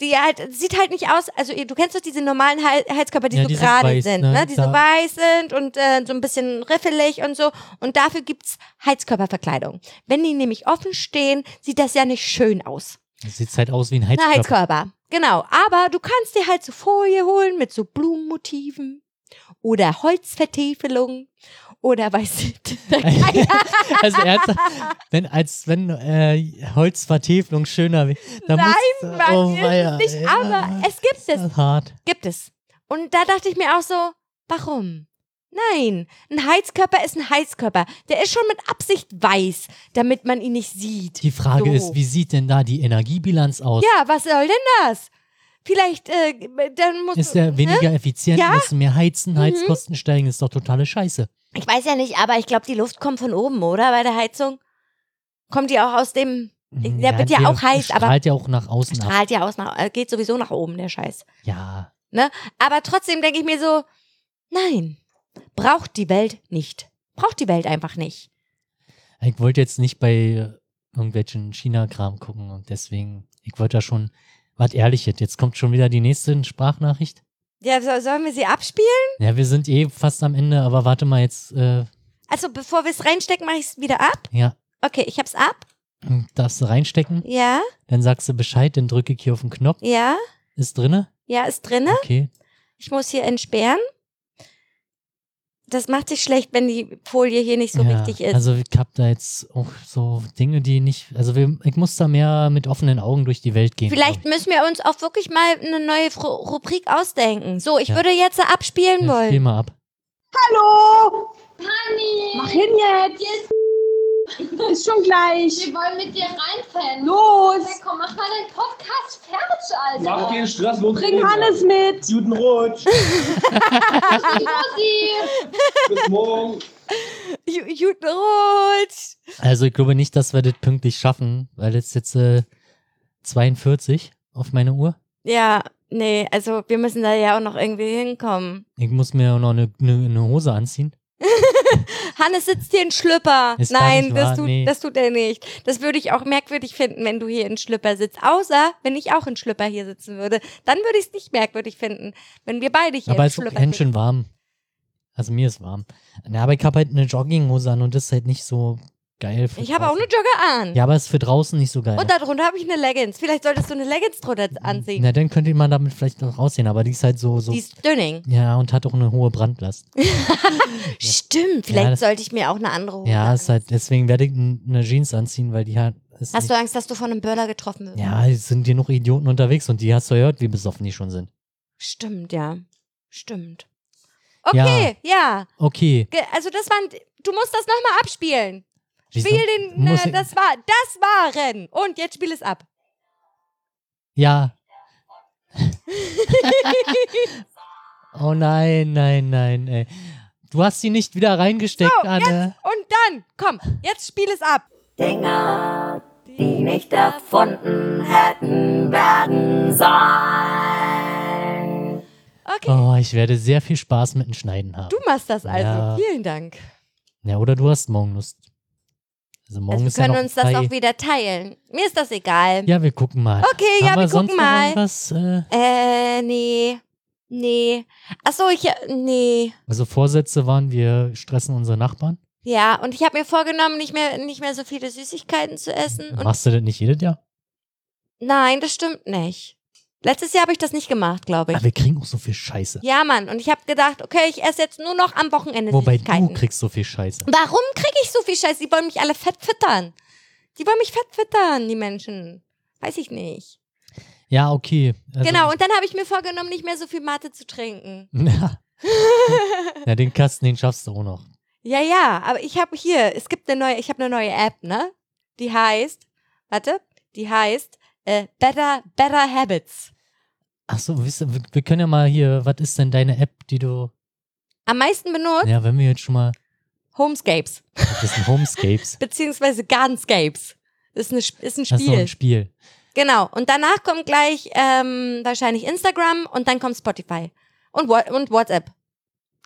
Speaker 2: Die halt, sieht halt nicht aus, also ihr- du kennst doch diese normalen Hei- Heizkörper, die
Speaker 1: Ja,
Speaker 2: so
Speaker 1: die sind
Speaker 2: gerade
Speaker 1: weiß,
Speaker 2: sind,
Speaker 1: ne?
Speaker 2: ne? die so
Speaker 1: Da-
Speaker 2: weiß sind und äh, so ein bisschen riffelig und so. Und dafür gibt's Heizkörperverkleidung. Wenn die nämlich offen stehen, sieht das ja nicht schön aus.
Speaker 1: Sieht halt aus wie ein
Speaker 2: Na,
Speaker 1: Heizkörper. [LAUGHS]
Speaker 2: Heizkörper. Genau. Aber du kannst dir halt so Folie holen mit so Blumenmotiven oder Holzvertäfelung oder weiß ich. [LAUGHS]
Speaker 1: also ernsthaft, wenn, als wenn äh, Holzvertäfelung schöner wäre.
Speaker 2: Nein,
Speaker 1: muss,
Speaker 2: Mann,
Speaker 1: oh,
Speaker 2: ist
Speaker 1: weia, Ah.
Speaker 2: es nicht,
Speaker 1: ja,
Speaker 2: aber es gibt
Speaker 1: ist
Speaker 2: es.
Speaker 1: das hart.
Speaker 2: Gibt es. Und da dachte ich mir auch so, warum? Nein, ein Heizkörper ist ein Heizkörper. Der ist schon mit Absicht weiß, damit man ihn nicht sieht.
Speaker 1: Die Frage
Speaker 2: So.
Speaker 1: ist, wie sieht denn da die Energiebilanz aus?
Speaker 2: Ja, was soll denn das? Vielleicht, äh, dann muss
Speaker 1: Ist er weniger effizient?
Speaker 2: Ne? Ja. Mhm.
Speaker 1: Müssen mehr heizen? Heizkosten steigen? Ist doch totale Scheiße.
Speaker 2: Ich weiß ja nicht, aber ich glaube, die Luft kommt von oben, oder? Bei der Heizung. Kommt die auch aus dem. Der wird ja
Speaker 1: die
Speaker 2: auch heiß, aber-
Speaker 1: Strahlt Mhm. ja auch nach außen ab.
Speaker 2: Strahlt ja aus, nach, äh, geht sowieso nach oben, der Scheiß.
Speaker 1: Ja.
Speaker 2: Aber trotzdem denke ich mir so, nein, braucht die Welt nicht. Braucht die Welt einfach nicht.
Speaker 1: Ich wollte jetzt nicht bei irgendwelchen China-Kram gucken und deswegen, ich wollte da schon was Ehrliches. Jetzt kommt schon wieder die nächste Sprachnachricht.
Speaker 2: Ja, so, sollen wir sie abspielen?
Speaker 1: Ja, wir sind eh fast am Ende, aber warte mal jetzt. Äh,
Speaker 2: Also, bevor wir es reinstecken, mache ich es wieder ab.
Speaker 1: ja,
Speaker 2: Okay, ich hab's ab.
Speaker 1: darfst du reinstecken,
Speaker 2: Ja,
Speaker 1: dann sagst du Bescheid, dann drücke ich hier auf den Knopf.
Speaker 2: ja,
Speaker 1: Ist drinne?
Speaker 2: ja, ist drinne.
Speaker 1: Okay.
Speaker 2: Ich muss hier entsperren. Das macht sich schlecht, wenn die Folie hier nicht so
Speaker 1: ja,
Speaker 2: richtig ist.
Speaker 1: Also ich hab da jetzt auch so Dinge, die nicht, also wir, ich muss da mehr mit offenen Augen durch die Welt gehen.
Speaker 2: Vielleicht müssen wir uns auch wirklich mal eine neue Fru- Rubrik ausdenken. So, ich
Speaker 1: Ja.
Speaker 2: würde jetzt abspielen
Speaker 1: glaub ich. ja, spiel
Speaker 2: wollen.
Speaker 1: mal ab.
Speaker 5: Hallo! Mach
Speaker 3: Honey,
Speaker 5: hin jetzt! Ist schon gleich!
Speaker 3: wir wollen mit dir reinfahren.
Speaker 5: Los!
Speaker 3: Komm, mach mal den Podcast fertig, Alter.
Speaker 4: Mach den Stress los.
Speaker 1: Genau.
Speaker 5: Bring Hannes mit!
Speaker 4: Guten Rutsch.
Speaker 3: Rosi,
Speaker 4: Bis morgen.
Speaker 2: Ju- Juten Rutsch!
Speaker 1: Also ich glaube nicht, dass wir das pünktlich schaffen, weil es jetzt äh, 42 auf meine Uhr.
Speaker 2: Ja, nee, also wir müssen da ja auch noch irgendwie hinkommen.
Speaker 1: Ich muss mir auch noch eine, eine, eine Hose anziehen.
Speaker 2: Hannes sitzt hier in Schlüpper.
Speaker 1: Ist gar
Speaker 2: Nein,
Speaker 1: nicht
Speaker 2: das,
Speaker 1: wahr,
Speaker 2: tut,
Speaker 1: nee.
Speaker 2: das tut er nicht. Das würde ich auch merkwürdig finden, wenn du hier in Schlüpper sitzt. Außer, wenn ich auch in Schlüpper hier sitzen würde. Dann würde ich es nicht merkwürdig finden, wenn wir beide hier
Speaker 1: aber
Speaker 2: in
Speaker 1: es ist
Speaker 2: Schlüpper
Speaker 1: ganz schön warm. Also mir ist warm. Na, aber ich habe halt eine Jogginghose an und das ist halt nicht so geil. für
Speaker 2: Ich habe auch
Speaker 1: draußen.
Speaker 2: eine Jogger an.
Speaker 1: Ja, aber ist für draußen nicht so geil.
Speaker 2: Und darunter habe ich eine Leggings. Vielleicht solltest du eine Leggings drunter anziehen.
Speaker 1: Na, dann könnte man damit vielleicht noch raussehen, aber die ist halt so. so
Speaker 2: Die ist dünning.
Speaker 1: ja, und hat auch eine hohe Brandlast.
Speaker 2: Stimmt, vielleicht
Speaker 1: Ja, das-
Speaker 2: sollte ich mir auch eine andere holen.
Speaker 1: Ja, ist halt, deswegen werde ich n- eine Jeans anziehen, weil die hat. Ist
Speaker 2: Hast du
Speaker 1: nicht,
Speaker 2: Angst, dass du von einem Böller getroffen wirst?
Speaker 1: ja, es sind hier noch Idioten unterwegs und die hast du gehört, wie besoffen die schon sind.
Speaker 2: Stimmt, ja. Stimmt. Okay, ja.
Speaker 1: Okay,
Speaker 2: Ge- Also das waren. Du musst das nochmal abspielen.
Speaker 1: Wieso?
Speaker 2: Spiel den.
Speaker 1: Muss
Speaker 2: Äh,
Speaker 1: ich-
Speaker 2: das war. Das waren. Und jetzt spiel es ab.
Speaker 1: ja. [LAUGHS] oh nein, nein, nein, ey. Du hast sie nicht wieder reingesteckt,
Speaker 2: So,
Speaker 1: Anne.
Speaker 2: Und dann, komm, jetzt spiel es ab.
Speaker 6: Dinge, die nicht erfunden hätten werden sollen.
Speaker 2: Okay.
Speaker 1: Oh, ich werde sehr viel Spaß mit dem Schneiden haben.
Speaker 2: Du machst das also.
Speaker 1: Ja.
Speaker 2: Vielen Dank.
Speaker 1: Ja, oder du hast morgen Lust. Also morgen
Speaker 2: Also wir
Speaker 1: ist ja
Speaker 2: können
Speaker 1: noch
Speaker 2: uns das
Speaker 1: frei.
Speaker 2: auch wieder teilen. Mir ist das egal.
Speaker 1: Ja, wir gucken mal.
Speaker 2: Okay,
Speaker 1: Haben
Speaker 2: ja,
Speaker 1: wir
Speaker 2: wir
Speaker 1: sonst noch
Speaker 2: gucken mal.
Speaker 1: irgendwas? Äh,
Speaker 2: Äh, nee. Nee. Achso, ich. äh, Nee.
Speaker 1: also Vorsätze waren, wir stressen unsere Nachbarn.
Speaker 2: Ja, und ich habe mir vorgenommen, nicht mehr, nicht mehr so viele Süßigkeiten zu essen. Und
Speaker 1: Machst du das nicht jedes Jahr?
Speaker 2: nein, das stimmt nicht. Letztes Jahr habe ich das nicht gemacht, glaube ich.
Speaker 1: Aber Ah, wir kriegen auch so viel Scheiße.
Speaker 2: Ja, Mann. Und ich habe gedacht, okay, ich esse jetzt nur noch am Wochenende
Speaker 1: Wobei du
Speaker 2: Süßigkeiten.
Speaker 1: kriegst so viel Scheiße.
Speaker 2: Warum kriege ich so viel Scheiß? Die wollen mich alle fett füttern. Die wollen mich fett füttern, die Menschen. Weiß ich nicht.
Speaker 1: Ja, okay. Also- [LAUGHS]
Speaker 2: genau, und dann habe ich mir vorgenommen, nicht mehr so viel Mate zu trinken.
Speaker 1: Ja. Na, den Kasten, den schaffst du auch noch.
Speaker 2: Ja, ja, aber ich habe hier, es gibt eine neue, ich habe eine neue App, ne? Die heißt, warte, die heißt äh, Better, Better Habits.
Speaker 1: Achso, wisst ihr, wir- wir können ja mal hier, was ist denn deine App, die du.
Speaker 2: Am meisten benutzt
Speaker 1: Ja, wenn wir jetzt schon mal.
Speaker 2: Homescapes,
Speaker 1: Das sind Homescapes.
Speaker 2: beziehungsweise Gardenscapes. Ist, eine, Sp- ist ein
Speaker 1: Das ist noch
Speaker 2: [LAUGHS] Spiel.
Speaker 1: ein Spiel.
Speaker 2: Genau. Und danach kommt gleich ähm, wahrscheinlich Instagram und dann kommt Spotify. Und, Wa- und WhatsApp.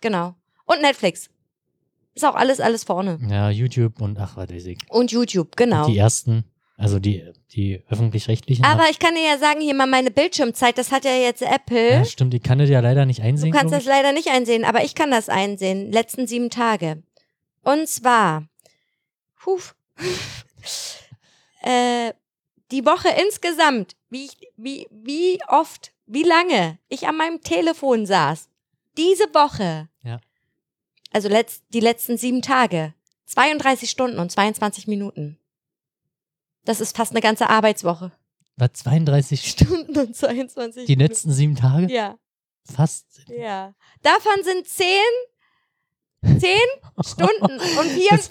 Speaker 2: Genau. Und Netflix. Ist auch alles, alles vorne.
Speaker 1: Ja, YouTube und ach, was weiß ich.
Speaker 2: Und YouTube, genau.
Speaker 1: Die ersten, also die, die öffentlich-rechtlichen.
Speaker 2: Aber ich kann dir ja sagen, hier mal meine Bildschirmzeit, das hat ja jetzt Apple.
Speaker 1: ja, stimmt, die kann das ja leider nicht einsehen.
Speaker 2: Du kannst
Speaker 1: glaub
Speaker 2: das leider nicht einsehen, aber ich kann das einsehen. Letzten sieben Tage. Und zwar, huf, [LAUGHS] äh, die Woche insgesamt, wie, ich, wie, wie oft, wie lange ich an meinem Telefon saß. Diese Woche.
Speaker 1: Ja.
Speaker 2: Also letzt, die letzten sieben Tage. 32 Stunden und 22 Minuten. Das ist fast eine ganze Arbeitswoche. [LAUGHS]
Speaker 1: ich. War 32 Stunden.
Speaker 2: Stunden und 22 [LAUGHS]
Speaker 1: Die
Speaker 2: Minuten.
Speaker 1: letzten sieben Tage?
Speaker 2: Ja.
Speaker 1: Fast.
Speaker 2: Ja. Davon sind zehn, zehn Stunden und 44,
Speaker 1: Das-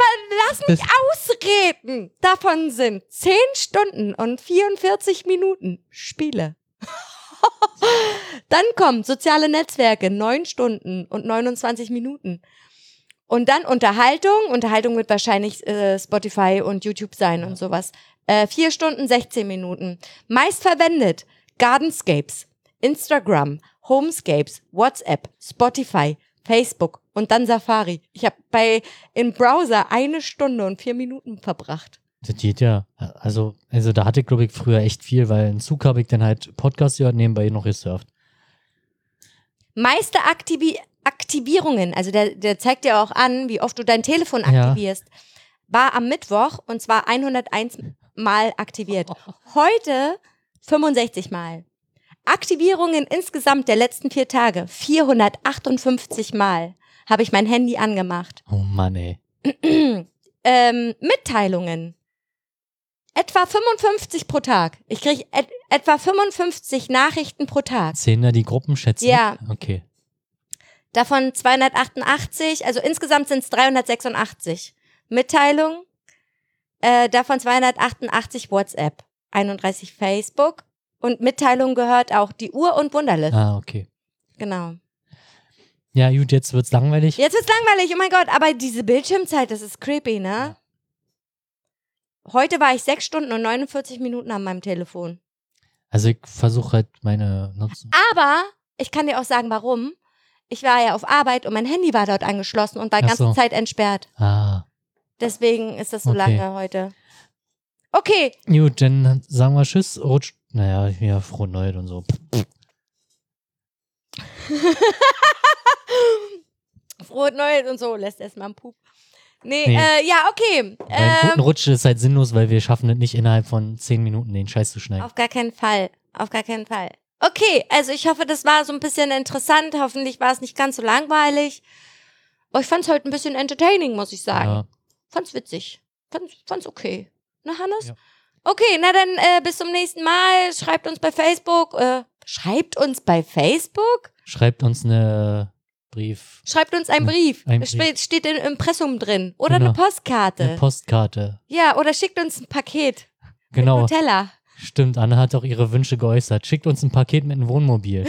Speaker 2: lass mich
Speaker 1: das-
Speaker 2: ausreden. Davon sind zehn Stunden und 44 Minuten Spiele. [LAUGHS] dann kommen soziale Netzwerke, neun Stunden und 29 Minuten. Und dann Unterhaltung. Unterhaltung wird wahrscheinlich äh, Spotify und YouTube sein und sowas. Äh, vier Stunden, 16 Minuten. Meist verwendet Gardenscapes, Instagram, Homescapes, WhatsApp, Spotify, Facebook und dann Safari. Ich habe bei im Browser eine Stunde und vier Minuten verbracht.
Speaker 1: Das geht ja. Also, also da hatte ich, glaube ich, früher echt viel, weil im Zug habe ich dann halt Podcast gehört, nebenbei noch gesurft.
Speaker 2: Meiste Aktivi Aktivierungen, also der, der zeigt dir auch an, wie oft du dein Telefon
Speaker 1: Ja.
Speaker 2: aktivierst, war am Mittwoch und zwar 101 Mal aktiviert. Heute 65 Mal. Aktivierungen insgesamt der letzten vier Tage, 458 Mal habe ich mein Handy angemacht.
Speaker 1: Oh Mann, ey.
Speaker 2: ähm, Mitteilungen. Etwa 55 pro Tag. Ich kriege et etwa 55 Nachrichten pro Tag.
Speaker 1: Zählen da die Gruppen schätzen?
Speaker 2: Ja.
Speaker 1: Okay.
Speaker 2: Davon 288, also insgesamt sind es 386 Mitteilungen. Äh, davon 288 WhatsApp, 31 Facebook. Und Mitteilungen gehört auch die Uhr und Wunderlist.
Speaker 1: Ah, okay.
Speaker 2: Genau.
Speaker 1: Ja, gut, jetzt wird's langweilig.
Speaker 2: Jetzt wird's langweilig, oh mein Gott, aber diese Bildschirmzeit, das ist creepy, ne? Heute war ich 6 Stunden und 49 Minuten an meinem Telefon.
Speaker 1: Also ich versuche halt meine Nutzung.
Speaker 2: Aber ich kann dir auch sagen, warum. Ich war ja auf Arbeit und mein Handy war dort angeschlossen und war
Speaker 1: Ach
Speaker 2: ganze
Speaker 1: so.
Speaker 2: Zeit entsperrt.
Speaker 1: Ah.
Speaker 2: Deswegen ist das so
Speaker 1: Okay.
Speaker 2: lange heute. Okay,
Speaker 1: Gut, dann sagen wir Tschüss, rutscht. Naja, ja, frohe Neuheit und so.
Speaker 2: frohe Neues und so, lässt erstmal einen Pup. Nee,
Speaker 1: Nee.
Speaker 2: Äh, ja, okay.
Speaker 1: Bei einem guten
Speaker 2: Ähm,
Speaker 1: Rutsch ist halt sinnlos, weil wir schaffen es nicht innerhalb von zehn Minuten den Scheiß zu schneiden.
Speaker 2: Auf gar keinen Fall. Auf gar keinen Fall. Okay, also ich hoffe, das war so ein bisschen interessant. Hoffentlich war es nicht ganz so langweilig. Aber ich fand es heute ein bisschen entertaining, muss ich sagen.
Speaker 1: Ja.
Speaker 2: Fand's witzig. Fand's, fand's okay. Ne, Hannes?
Speaker 1: Ja.
Speaker 2: Okay, na dann äh, bis zum nächsten Mal. Schreibt uns bei Facebook. Äh, schreibt uns bei Facebook?
Speaker 1: Schreibt uns eine Brief,
Speaker 2: Schreibt uns einen
Speaker 1: Ne,
Speaker 2: Brief.
Speaker 1: einen
Speaker 2: Es
Speaker 1: Brief.
Speaker 2: Steht, steht im Impressum drin. Oder eine
Speaker 1: Genau.
Speaker 2: Postkarte.
Speaker 1: eine Postkarte.
Speaker 2: ja, oder schickt uns ein Paket.
Speaker 1: Genau,
Speaker 2: Nutella.
Speaker 1: stimmt. Anne hat auch ihre Wünsche geäußert. Schickt uns ein Paket mit einem
Speaker 2: [LAUGHS]
Speaker 1: Wohnmobil.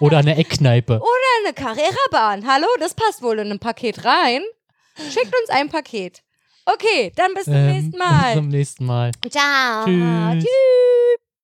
Speaker 1: Oder eine Eckkneipe.
Speaker 2: Eine Carrera-Bahn. Hallo, das passt wohl in ein Paket rein. Schickt uns ein Paket. Okay, dann bis zum
Speaker 1: Ähm,
Speaker 2: nächsten Mal.
Speaker 1: Bis zum nächsten Mal.
Speaker 2: Ciao.
Speaker 1: Tschüss.
Speaker 2: Tschüss.